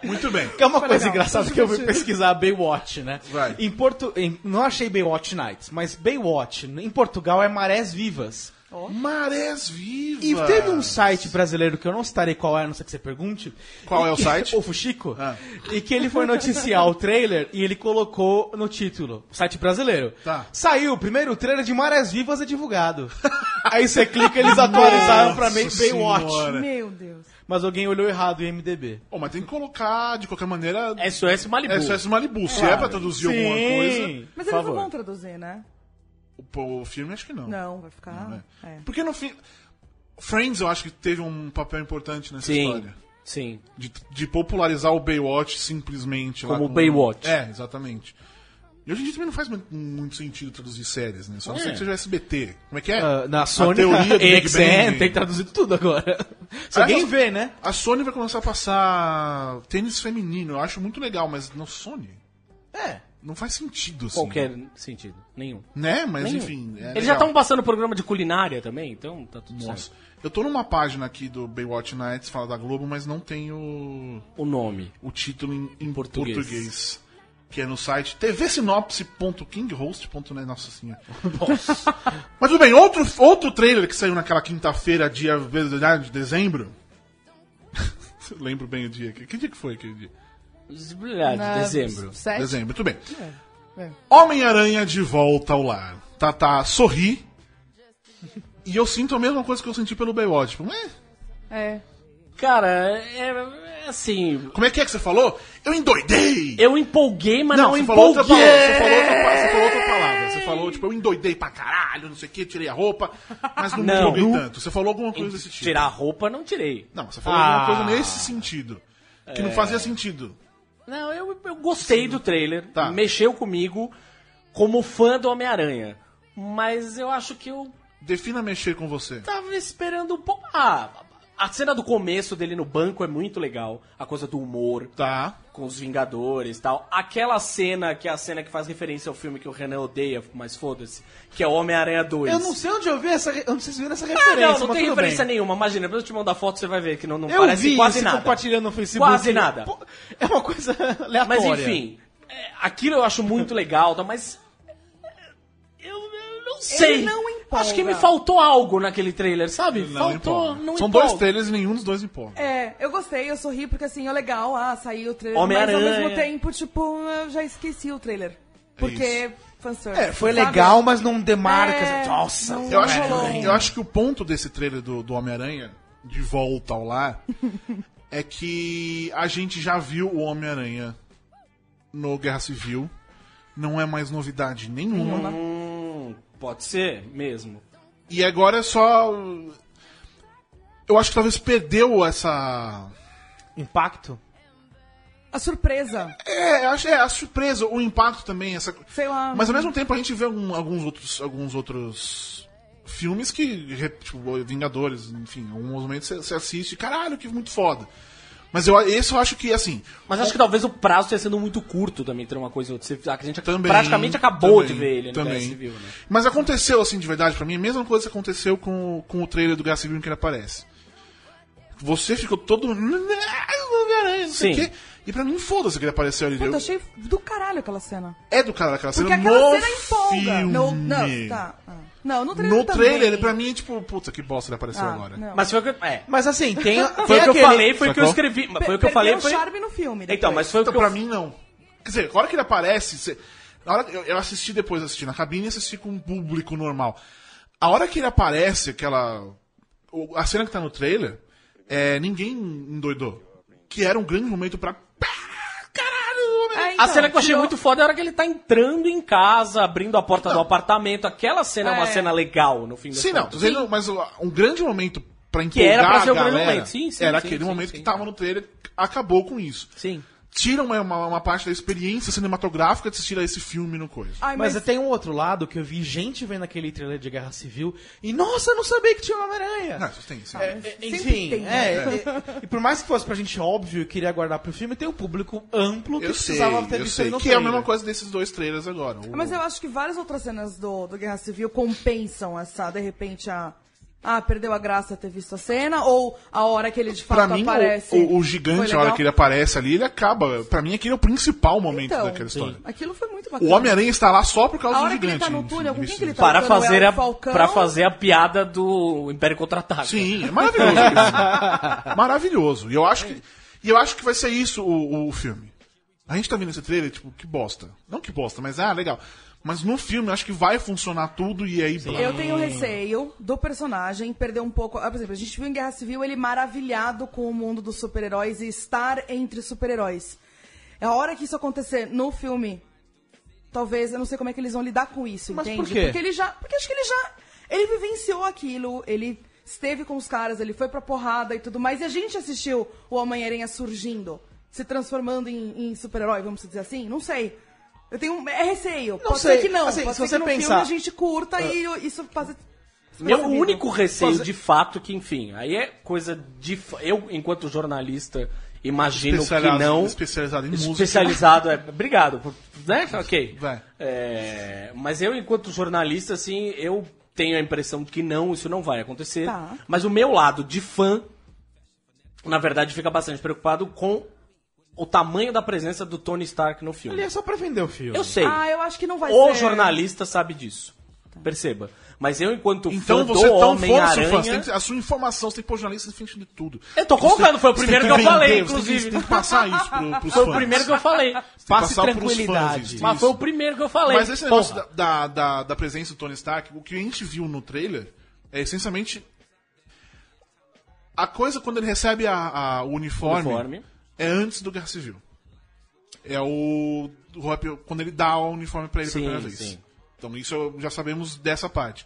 [SPEAKER 5] Muito bem.
[SPEAKER 4] Que é uma coisa
[SPEAKER 6] legal,
[SPEAKER 4] engraçada
[SPEAKER 6] foi
[SPEAKER 4] que eu fui
[SPEAKER 6] divertido.
[SPEAKER 4] pesquisar Baywatch, né?
[SPEAKER 5] Vai.
[SPEAKER 4] Em Porto... em- Não achei Baywatch Nights, mas Baywatch em Portugal é Marés Vivas.
[SPEAKER 5] Marés Vivas.
[SPEAKER 4] E teve um site brasileiro que eu não citarei qual é, a não sei que você pergunte.
[SPEAKER 5] Qual
[SPEAKER 4] E
[SPEAKER 5] é o
[SPEAKER 4] que-
[SPEAKER 5] site?
[SPEAKER 4] O Fuxico.
[SPEAKER 5] Ah.
[SPEAKER 4] E que ele foi noticiar o trailer e ele colocou no título. Site brasileiro.
[SPEAKER 5] Tá.
[SPEAKER 4] Saiu, o primeiro trailer de Marés Vivas é divulgado. Aí você clica eles atualizaram pra
[SPEAKER 5] Nossa
[SPEAKER 4] meio Baywatch.
[SPEAKER 5] Senhora.
[SPEAKER 6] Meu Deus.
[SPEAKER 4] Mas alguém olhou errado o MDB.
[SPEAKER 5] Oh, mas tem que colocar, de qualquer maneira,
[SPEAKER 3] SOS
[SPEAKER 4] É
[SPEAKER 3] Malibu.
[SPEAKER 5] SOS Malibu. Se é pra traduzir alguma coisa,
[SPEAKER 6] Mas
[SPEAKER 4] Por
[SPEAKER 6] eles não
[SPEAKER 4] favor.
[SPEAKER 6] vão traduzir, né?
[SPEAKER 5] o- pô, o filme acho que não.
[SPEAKER 6] Não, vai ficar. é.
[SPEAKER 5] Porque no fim. Friends eu acho que teve um papel importante nessa
[SPEAKER 3] Sim,
[SPEAKER 5] história.
[SPEAKER 3] sim.
[SPEAKER 5] De, de popularizar o Baywatch simplesmente. lá
[SPEAKER 3] Como
[SPEAKER 5] com-
[SPEAKER 3] Baywatch.
[SPEAKER 5] É, exatamente. E hoje em dia também não faz mu- muito sentido traduzir séries, né? Só não sei que seja SBT. Como é que é?
[SPEAKER 4] Ah, na Sony,
[SPEAKER 5] teoria do Big Bang.
[SPEAKER 3] é,
[SPEAKER 5] Ah,
[SPEAKER 4] XN, tem traduzido tudo agora. Se alguém
[SPEAKER 5] Aliás,
[SPEAKER 4] vê, né?
[SPEAKER 5] A Sony vai começar a passar tênis feminino. Eu acho muito legal, mas não Sony.
[SPEAKER 4] É.
[SPEAKER 5] Não faz sentido, assim.
[SPEAKER 3] Qualquer sentido. Nenhum.
[SPEAKER 5] Né? Mas
[SPEAKER 3] Nenhum.
[SPEAKER 5] enfim. é
[SPEAKER 3] Eles já
[SPEAKER 5] legal.
[SPEAKER 3] estão passando programa de culinária também, então tá tudo
[SPEAKER 5] Nossa.
[SPEAKER 3] certo.
[SPEAKER 5] Eu tô numa página aqui do Baywatch Nights, fala da Globo, mas não tem o,
[SPEAKER 3] O nome.
[SPEAKER 5] o título em, em português.
[SPEAKER 3] Português.
[SPEAKER 5] Que é no site tvsinopse.kinghost.net. Nossa senhora. mas tudo bem, outro, outro trailer que saiu naquela quinta-feira, dia né, de dezembro. Lembro bem o dia. Que, que dia que foi aquele dia?
[SPEAKER 3] É, De dezembro.
[SPEAKER 6] Sete.
[SPEAKER 5] Dezembro, tudo bem.
[SPEAKER 6] é.
[SPEAKER 5] Homem-Aranha de volta ao lar. Tata sorri. e eu sinto a mesma coisa que eu senti pelo Baywatch. Tipo, "Ué,
[SPEAKER 6] É.
[SPEAKER 3] Cara, é, é assim.
[SPEAKER 5] Como é que é que você falou? Eu endoidei!
[SPEAKER 3] Eu empolguei, mas não,
[SPEAKER 5] você falou,
[SPEAKER 3] empolguei.
[SPEAKER 5] outra palavra, você, falou outra, pa- você falou outra palavra. Você falou, tipo, eu endoidei pra caralho, não sei o que, tirei a roupa, mas não, me
[SPEAKER 3] Não.
[SPEAKER 5] empolguei tanto. Você falou alguma coisa desse tipo.
[SPEAKER 3] Tirar a roupa, não tirei.
[SPEAKER 5] Não, você falou
[SPEAKER 4] Ah.
[SPEAKER 5] alguma coisa nesse sentido. Que
[SPEAKER 3] É.
[SPEAKER 5] não fazia sentido.
[SPEAKER 3] Não, eu, eu gostei do trailer.
[SPEAKER 5] Tá.
[SPEAKER 3] Mexeu comigo como fã do Homem-Aranha. Mas eu acho que eu
[SPEAKER 5] Defina mexer com você.
[SPEAKER 3] tava esperando um pouco. Ah, a cena do começo dele no banco é muito legal. A coisa do humor.
[SPEAKER 5] Tá.
[SPEAKER 3] com os Vingadores e tal. Aquela cena, que é a cena que faz referência ao filme que o Renan odeia, mas foda-se, que é o Homem-Aranha 2.
[SPEAKER 4] Eu não sei onde eu vi essa. re- Eu não sei se viram essa
[SPEAKER 3] Ah,
[SPEAKER 4] referência.
[SPEAKER 3] não, não
[SPEAKER 4] mas tudo
[SPEAKER 3] tem referência
[SPEAKER 4] bem.
[SPEAKER 3] nenhuma. Imagina, depois eu te mandar foto, você vai ver que não, não
[SPEAKER 4] Eu
[SPEAKER 3] parece
[SPEAKER 4] vi
[SPEAKER 3] quase
[SPEAKER 4] se
[SPEAKER 3] nada.
[SPEAKER 4] compartilhando no Facebook.
[SPEAKER 3] Quase nada.
[SPEAKER 4] Pô, É uma coisa aleatória.
[SPEAKER 3] Mas enfim, é, aquilo eu acho muito legal, tá, mas. é, Eu, eu não sei.
[SPEAKER 6] não empolga.
[SPEAKER 3] Acho que me faltou algo naquele trailer, sabe? faltou.
[SPEAKER 5] empolga.
[SPEAKER 3] Não
[SPEAKER 5] São
[SPEAKER 3] empolga.
[SPEAKER 5] dois trailers e nenhum dos dois empolga.
[SPEAKER 6] É, eu gostei, eu sorri porque assim, é legal, ah, saiu o trailer, mas
[SPEAKER 3] Homem-Aranha.
[SPEAKER 6] ao mesmo tempo, tipo, eu já esqueci o trailer. Porque fanservice.
[SPEAKER 4] É, foi
[SPEAKER 6] sabe?
[SPEAKER 4] legal, mas não demarca.
[SPEAKER 6] É,
[SPEAKER 4] assim, Nossa,
[SPEAKER 6] não-
[SPEAKER 5] Eu acho,
[SPEAKER 6] Homem-Aranha.
[SPEAKER 5] eu acho que o ponto desse trailer do, do Homem-Aranha, de volta ao lar, é que a gente já viu o Homem-Aranha no Guerra Civil. Não é mais novidade nenhuma.
[SPEAKER 3] Hum, pode ser mesmo.
[SPEAKER 5] E agora é só. Eu acho que talvez perdeu essa.
[SPEAKER 4] impacto.
[SPEAKER 6] A surpresa,
[SPEAKER 5] É, eu acho, é a surpresa, o impacto também. Essa...
[SPEAKER 6] sei lá.
[SPEAKER 5] Mas ao mesmo tempo a gente vê algum- alguns outros. Alguns outros filmes que. re- Tipo, Vingadores, enfim, em alguns momentos você- você assiste. Caralho, que muito foda. Mas eu, esse eu acho que, assim.
[SPEAKER 3] Mas acho que talvez o prazo tenha sido muito curto também, entre uma coisa e outra. Você- A gente
[SPEAKER 5] Também,
[SPEAKER 3] praticamente acabou
[SPEAKER 5] também,
[SPEAKER 3] de ver ele no
[SPEAKER 5] também.
[SPEAKER 3] Guerra Civil, né?
[SPEAKER 5] Mas aconteceu, assim, de verdade, pra mim, a mesma coisa que aconteceu com, com o trailer do Guerra Civil em que ele aparece. Você ficou todo. Não sei
[SPEAKER 3] Sim.
[SPEAKER 5] o quê. E pra mim, foda-se que ele apareceu ali.
[SPEAKER 6] Puta,
[SPEAKER 5] Eu-
[SPEAKER 6] eu achei do caralho aquela cena.
[SPEAKER 5] É do cara aquela
[SPEAKER 6] Porque
[SPEAKER 5] cena
[SPEAKER 6] aquela
[SPEAKER 5] no
[SPEAKER 6] cena empolga.
[SPEAKER 5] filme.
[SPEAKER 6] No, não, tá. ah. Não, no trailer
[SPEAKER 5] No
[SPEAKER 6] também.
[SPEAKER 5] trailer, ele, pra mim, é tipo, puta, que bosta ele apareceu
[SPEAKER 6] Ah,
[SPEAKER 5] agora.
[SPEAKER 6] não.
[SPEAKER 3] Mas foi o que eu, é,
[SPEAKER 4] Mas assim, tem.
[SPEAKER 3] foi
[SPEAKER 4] tem
[SPEAKER 3] o que eu
[SPEAKER 4] aquele-
[SPEAKER 3] falei, foi o que eu
[SPEAKER 5] Sacou?
[SPEAKER 3] escrevi. mas
[SPEAKER 6] Pe-
[SPEAKER 3] Foi o que eu falei,
[SPEAKER 6] perdeu
[SPEAKER 3] foi...
[SPEAKER 6] o charme no filme. depois.
[SPEAKER 3] Então, mas foi o que
[SPEAKER 5] Então, pra
[SPEAKER 3] eu...
[SPEAKER 5] mim, não. Quer dizer, a hora que ele aparece. Você... Na hora eu, eu assisti depois, assisti na cabine e assisti com um público normal. A hora que ele aparece, aquela. o- A cena que tá no trailer, é, ninguém endoidou. Que era um grande momento pra. Pá, Caralho!
[SPEAKER 6] É,
[SPEAKER 5] Homem-Aranha.
[SPEAKER 6] então,
[SPEAKER 3] a cena que eu achei
[SPEAKER 6] tirou-
[SPEAKER 3] muito foda é a hora que ele tá entrando em casa, abrindo a porta do apartamento. Aquela cena é, uma
[SPEAKER 6] É.
[SPEAKER 3] cena legal, no fim do
[SPEAKER 5] Sim, não, tô dizendo, mas o- um grande momento pra empolgar
[SPEAKER 3] era pra ser
[SPEAKER 5] a
[SPEAKER 3] o grande
[SPEAKER 5] galera
[SPEAKER 3] momento, sim, sim,
[SPEAKER 5] era
[SPEAKER 3] sim,
[SPEAKER 5] aquele
[SPEAKER 3] sim,
[SPEAKER 5] momento
[SPEAKER 3] sim.
[SPEAKER 5] que tava no trailer, acabou com isso.
[SPEAKER 3] Sim.
[SPEAKER 5] tira uma, uma, uma parte da experiência cinematográfica de assistir a esse filme no coisa.
[SPEAKER 3] Ah.
[SPEAKER 6] Ai,
[SPEAKER 4] Mas
[SPEAKER 6] mas,
[SPEAKER 4] tem um outro lado que eu vi gente vendo aquele trailer de Guerra Civil e, nossa, eu não sabia que tinha uma Homem-Aranha.
[SPEAKER 5] Não, isso tem, sim.
[SPEAKER 4] É, é,
[SPEAKER 6] Sempre
[SPEAKER 4] enfim,
[SPEAKER 6] tem,
[SPEAKER 4] é, é, e por mais que fosse pra gente óbvio e queria guardar pro filme, tem um público amplo que
[SPEAKER 5] eu sei,
[SPEAKER 4] precisava ter
[SPEAKER 5] eu
[SPEAKER 4] visto
[SPEAKER 5] sei.
[SPEAKER 4] ele no
[SPEAKER 5] Que é a
[SPEAKER 4] trailer.
[SPEAKER 5] mesma coisa desses dois trailers agora. O-
[SPEAKER 6] mas eu acho que várias outras cenas do, do Guerra Civil compensam essa, de repente, a. Ah, perdeu a graça ter visto a cena, ou a hora que ele de fato
[SPEAKER 5] Pra mim, o-
[SPEAKER 6] aparece.
[SPEAKER 5] o, o
[SPEAKER 6] foi
[SPEAKER 5] gigante, a
[SPEAKER 6] legal?
[SPEAKER 5] hora que ele aparece ali, ele acaba. Pra mim, aquele é o principal momento
[SPEAKER 6] Então,
[SPEAKER 5] daquela história.
[SPEAKER 6] Aquilo foi muito bacana.
[SPEAKER 5] O Homem-Aranha está lá só por causa
[SPEAKER 6] A
[SPEAKER 5] do
[SPEAKER 6] hora que
[SPEAKER 5] gigante.
[SPEAKER 6] ele tá no túnel, com quem
[SPEAKER 5] enfim,
[SPEAKER 6] que ele tá?
[SPEAKER 3] Para
[SPEAKER 6] Então, é o
[SPEAKER 3] fazer, a,
[SPEAKER 6] Falcão.
[SPEAKER 3] para fazer a piada do Império Contra-Ataque.
[SPEAKER 5] Sim, é maravilhoso. aquele filme. maravilhoso. E eu acho que, e eu acho que vai ser isso o, o filme. A gente tá vendo esse trailer, tipo, que bosta. Não que bosta, mas ah, legal. Mas no filme eu acho que vai funcionar tudo e aí blá.
[SPEAKER 6] Eu tenho receio do personagem perder um pouco. Ah, por exemplo, a gente viu em Guerra Civil ele maravilhado com o mundo dos super-heróis e estar entre super-heróis. A hora que isso acontecer no filme, talvez, eu não sei como é que eles vão lidar com isso,
[SPEAKER 4] Mas
[SPEAKER 6] entende?
[SPEAKER 4] por quê?
[SPEAKER 6] Porque ele já. Porque acho que ele já. Ele vivenciou aquilo, ele esteve com os caras, ele foi pra porrada e tudo mais. E a gente assistiu o Homem-Aranha surgindo, se transformando em, em super-herói, vamos dizer assim? Não sei. Eu tenho. um- É receio. pode
[SPEAKER 4] sei.
[SPEAKER 6] ser que não.
[SPEAKER 4] Assim,
[SPEAKER 6] pode
[SPEAKER 4] se
[SPEAKER 6] ser
[SPEAKER 4] você
[SPEAKER 6] que no
[SPEAKER 4] pensar-
[SPEAKER 6] filme a gente
[SPEAKER 5] Ah.
[SPEAKER 6] curta e isso passa.
[SPEAKER 3] Meu
[SPEAKER 6] despercebido.
[SPEAKER 3] único receio, de fato, que, enfim, aí é coisa de. fa- Eu, enquanto jornalista, imagino que
[SPEAKER 5] Especializado-
[SPEAKER 3] não.
[SPEAKER 5] Especializado em música.
[SPEAKER 3] Especializado, é. Obrigado. por- Né? Ok.
[SPEAKER 5] Vai.
[SPEAKER 3] É, mas eu, enquanto jornalista, assim, eu tenho a impressão de que não, isso não vai acontecer.
[SPEAKER 6] Tá.
[SPEAKER 3] Mas o meu lado de fã, na verdade, fica bastante preocupado com o tamanho da presença do Tony Stark no filme.
[SPEAKER 4] Ele é só pra vender o filme.
[SPEAKER 3] Eu sei.
[SPEAKER 6] Ah, eu acho que não vai
[SPEAKER 3] O
[SPEAKER 6] ser.
[SPEAKER 3] jornalista sabe disso. Perceba. Mas eu, enquanto
[SPEAKER 5] Então
[SPEAKER 3] fã
[SPEAKER 5] você
[SPEAKER 3] do
[SPEAKER 5] tão fosse
[SPEAKER 3] Homem-Aranha...
[SPEAKER 5] fã, você tem que- a sua informação, você tem que pôr jornalista em frente de tudo.
[SPEAKER 3] Eu tô
[SPEAKER 5] Você tem-
[SPEAKER 3] colocando, foi o
[SPEAKER 5] você
[SPEAKER 3] primeiro
[SPEAKER 5] tem
[SPEAKER 3] que eu falei,
[SPEAKER 5] vender, você tem que-
[SPEAKER 3] inclusive.
[SPEAKER 5] Você tem que passar isso pro, ah, pros
[SPEAKER 3] Foi o
[SPEAKER 5] fãs.
[SPEAKER 3] primeiro que eu falei.
[SPEAKER 5] Tem que
[SPEAKER 4] Passe
[SPEAKER 5] passar pros
[SPEAKER 4] tranquilidade.
[SPEAKER 5] fãs isso,
[SPEAKER 3] Mas foi
[SPEAKER 5] isso.
[SPEAKER 3] o primeiro que eu falei.
[SPEAKER 5] Mas esse é negócio
[SPEAKER 3] Porra.
[SPEAKER 5] da, da, da- da presença do Tony Stark, o que a gente viu no trailer é essencialmente. A coisa quando ele recebe a, a- o uniforme,
[SPEAKER 3] Uniforme.
[SPEAKER 5] é antes do Guerra Civil. É o. o Rap- quando ele dá o uniforme pra ele
[SPEAKER 3] Sim,
[SPEAKER 5] pela primeira vez.
[SPEAKER 3] sim.
[SPEAKER 5] Então isso já sabemos dessa parte.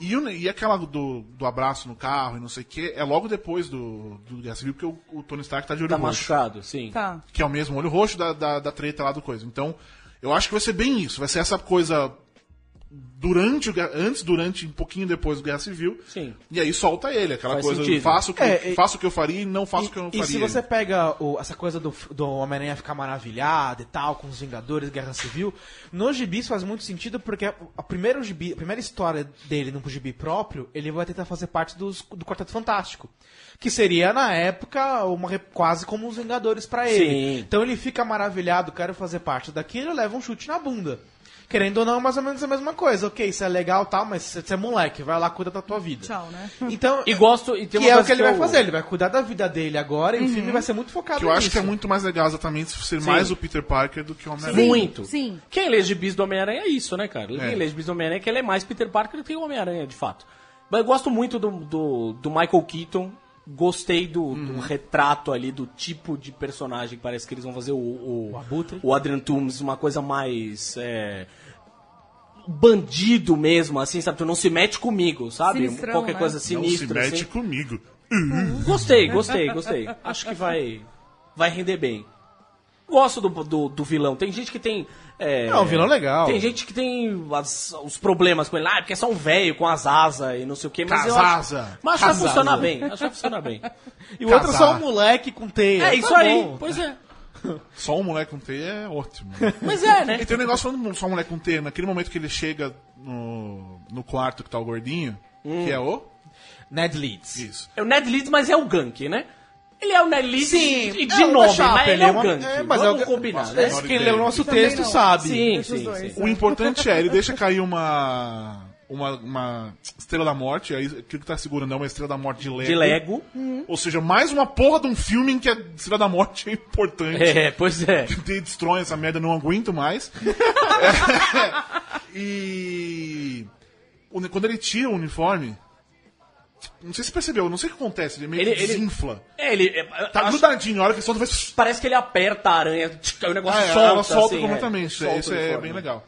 [SPEAKER 5] E, o ne- e aquela do, do abraço no carro e não sei o que, é logo depois do, do Guerra Civil, porque o, o Tony Stark tá de olho
[SPEAKER 3] Tá
[SPEAKER 5] roxo
[SPEAKER 3] machucado, sim.
[SPEAKER 6] Tá.
[SPEAKER 5] que é o mesmo olho roxo da, da, da treta lá do coisa. Então, eu acho que vai ser bem isso. Vai ser essa coisa durante o, Guerra- antes, durante, um pouquinho depois do Guerra Civil.
[SPEAKER 3] Sim.
[SPEAKER 5] E aí solta ele, aquela
[SPEAKER 3] Faz
[SPEAKER 5] coisa,
[SPEAKER 3] sentido.
[SPEAKER 5] faço o que,
[SPEAKER 4] É, e-
[SPEAKER 5] faço o que eu faria e não faço o que eu não
[SPEAKER 4] E,
[SPEAKER 5] faria.
[SPEAKER 4] e se você pega o- essa coisa do, do Homem-Aranha ficar maravilhado e tal, com os Vingadores, Guerra Civil, no gibi isso faz muito sentido porque a, a primeira, gibi, a primeira história dele no gibi próprio, ele vai tentar fazer parte dos- do Quarteto Fantástico. Que seria, na época, uma, re- quase como os Vingadores pra ele.
[SPEAKER 3] Sim.
[SPEAKER 4] Então ele fica maravilhado, quero fazer parte daquilo, leva um chute na bunda. Querendo ou não, é mais ou menos a mesma coisa. Ok, isso é legal e tal, mas você é moleque, vai lá, cuida da tua vida.
[SPEAKER 6] Tchau, né?
[SPEAKER 4] Então,
[SPEAKER 3] E gosto... E tem
[SPEAKER 4] que
[SPEAKER 3] uma
[SPEAKER 4] é o
[SPEAKER 3] coisa
[SPEAKER 4] que ele vai
[SPEAKER 3] eu-
[SPEAKER 4] fazer, ele vai cuidar da vida dele agora e o filme vai ser muito focado
[SPEAKER 5] Que eu acho
[SPEAKER 4] nisso.
[SPEAKER 5] que é muito mais legal exatamente ser mais o Peter Parker do que o Homem-Aranha.
[SPEAKER 3] Muito.
[SPEAKER 6] sim.
[SPEAKER 3] Quem lê gibis do Homem-Aranha é isso, né, cara?
[SPEAKER 5] É.
[SPEAKER 3] Quem lê gibis do Homem-Aranha é que ele é mais Peter Parker do que o Homem-Aranha, de fato. Mas eu gosto muito do, do, do Michael Keaton. Gostei do,
[SPEAKER 4] Uhum.
[SPEAKER 3] do retrato ali, do tipo de personagem que parece que eles vão fazer. O, o,
[SPEAKER 4] O Abutre.
[SPEAKER 3] o Adrian Toomes, uma coisa mais... é, bandido mesmo, assim, sabe? Tu não se mete comigo, sabe?
[SPEAKER 6] Sinistrão,
[SPEAKER 3] Qualquer
[SPEAKER 6] né?
[SPEAKER 3] coisa
[SPEAKER 5] Não
[SPEAKER 3] sinistra.
[SPEAKER 5] se mete
[SPEAKER 3] assim.
[SPEAKER 5] comigo.
[SPEAKER 3] Gostei, gostei, gostei. Acho que vai, vai render bem. Gosto do, do, do vilão. Tem gente que tem. É,
[SPEAKER 4] Não, o vilão é legal.
[SPEAKER 3] Tem gente que tem as- os problemas com ele. Ah, porque é só um velho com as asas e não sei o quê. Mas eu acho,
[SPEAKER 5] Casasa.
[SPEAKER 3] mas acho que vai
[SPEAKER 4] Casasa.
[SPEAKER 3] funcionar bem. Acho que vai funcionar bem.
[SPEAKER 4] E o outro é só
[SPEAKER 5] Casar.
[SPEAKER 4] um moleque com teia.
[SPEAKER 3] É
[SPEAKER 4] Tá
[SPEAKER 3] isso aí.
[SPEAKER 4] bom.
[SPEAKER 3] Pois é.
[SPEAKER 5] Só um moleque com T é ótimo.
[SPEAKER 3] Mas é, né?
[SPEAKER 5] E tem um negócio falando só um moleque com T, naquele momento que ele chega no, no quarto que tá o gordinho,
[SPEAKER 3] Hum.
[SPEAKER 5] que é o.
[SPEAKER 4] Ned Leeds.
[SPEAKER 5] Isso.
[SPEAKER 3] É o Ned Leeds, mas é o Gank, né? Ele é o Ned Leeds
[SPEAKER 4] Sim,
[SPEAKER 3] de,
[SPEAKER 4] é
[SPEAKER 3] de
[SPEAKER 4] uma
[SPEAKER 3] nome,
[SPEAKER 4] chapa,
[SPEAKER 3] mas ele
[SPEAKER 4] ele
[SPEAKER 3] é
[SPEAKER 4] é
[SPEAKER 3] o
[SPEAKER 4] uma-
[SPEAKER 3] Gank.
[SPEAKER 4] é, mas
[SPEAKER 3] mas
[SPEAKER 4] é o
[SPEAKER 3] vamos
[SPEAKER 4] Gank.
[SPEAKER 3] combinar, né?
[SPEAKER 5] Nossa,
[SPEAKER 4] Esse quem leu é o nosso
[SPEAKER 6] Também
[SPEAKER 4] texto
[SPEAKER 6] não.
[SPEAKER 4] sabe.
[SPEAKER 3] Sim,
[SPEAKER 6] Esses
[SPEAKER 3] sim,
[SPEAKER 6] dois.
[SPEAKER 3] sim.
[SPEAKER 5] O importante é, ele deixa cair uma. Uma, uma estrela da morte, aí aquilo que tá segurando é uma estrela da morte de Lego.
[SPEAKER 3] De Lego.
[SPEAKER 5] Ou seja, mais uma porra de um filme em que a estrela da morte é importante.
[SPEAKER 3] É, pois é.
[SPEAKER 5] De- Destroem essa merda, não aguento mais. É, e. o- Quando ele tira o uniforme. Não sei se percebeu, não sei o que acontece, ele meio
[SPEAKER 3] Ele-
[SPEAKER 5] que
[SPEAKER 3] ele-
[SPEAKER 5] desinfla.
[SPEAKER 3] É, ele.
[SPEAKER 5] Tá
[SPEAKER 3] acho-
[SPEAKER 5] grudadinho, a hora que solta vai.
[SPEAKER 3] Parece que ele aperta a aranha, tchic, aí o negócio
[SPEAKER 5] Ah, é,
[SPEAKER 3] solta.
[SPEAKER 5] ela solta
[SPEAKER 3] assim,
[SPEAKER 5] completamente.
[SPEAKER 3] é. Solta
[SPEAKER 5] isso
[SPEAKER 3] o
[SPEAKER 5] é
[SPEAKER 3] uniforme.
[SPEAKER 5] bem legal.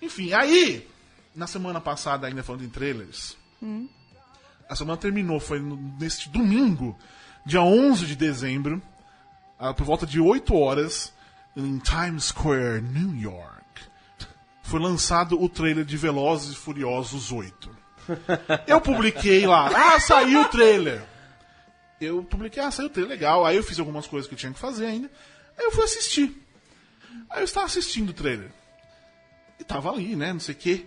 [SPEAKER 5] Enfim, aí, na semana passada, ainda falando em trailers, a semana terminou, foi no- neste domingo, dia 11 de dezembro, ah, por volta de 8 horas, em Times Square, New York, foi lançado o trailer de Velozes e Furiosos 8. Eu publiquei lá, ah, saiu o trailer. Eu publiquei, ah, saiu o trailer, legal. Aí eu fiz algumas coisas que eu tinha que fazer ainda. Aí eu fui assistir. Aí eu estava assistindo o trailer. E tava ali, né, não sei o quê.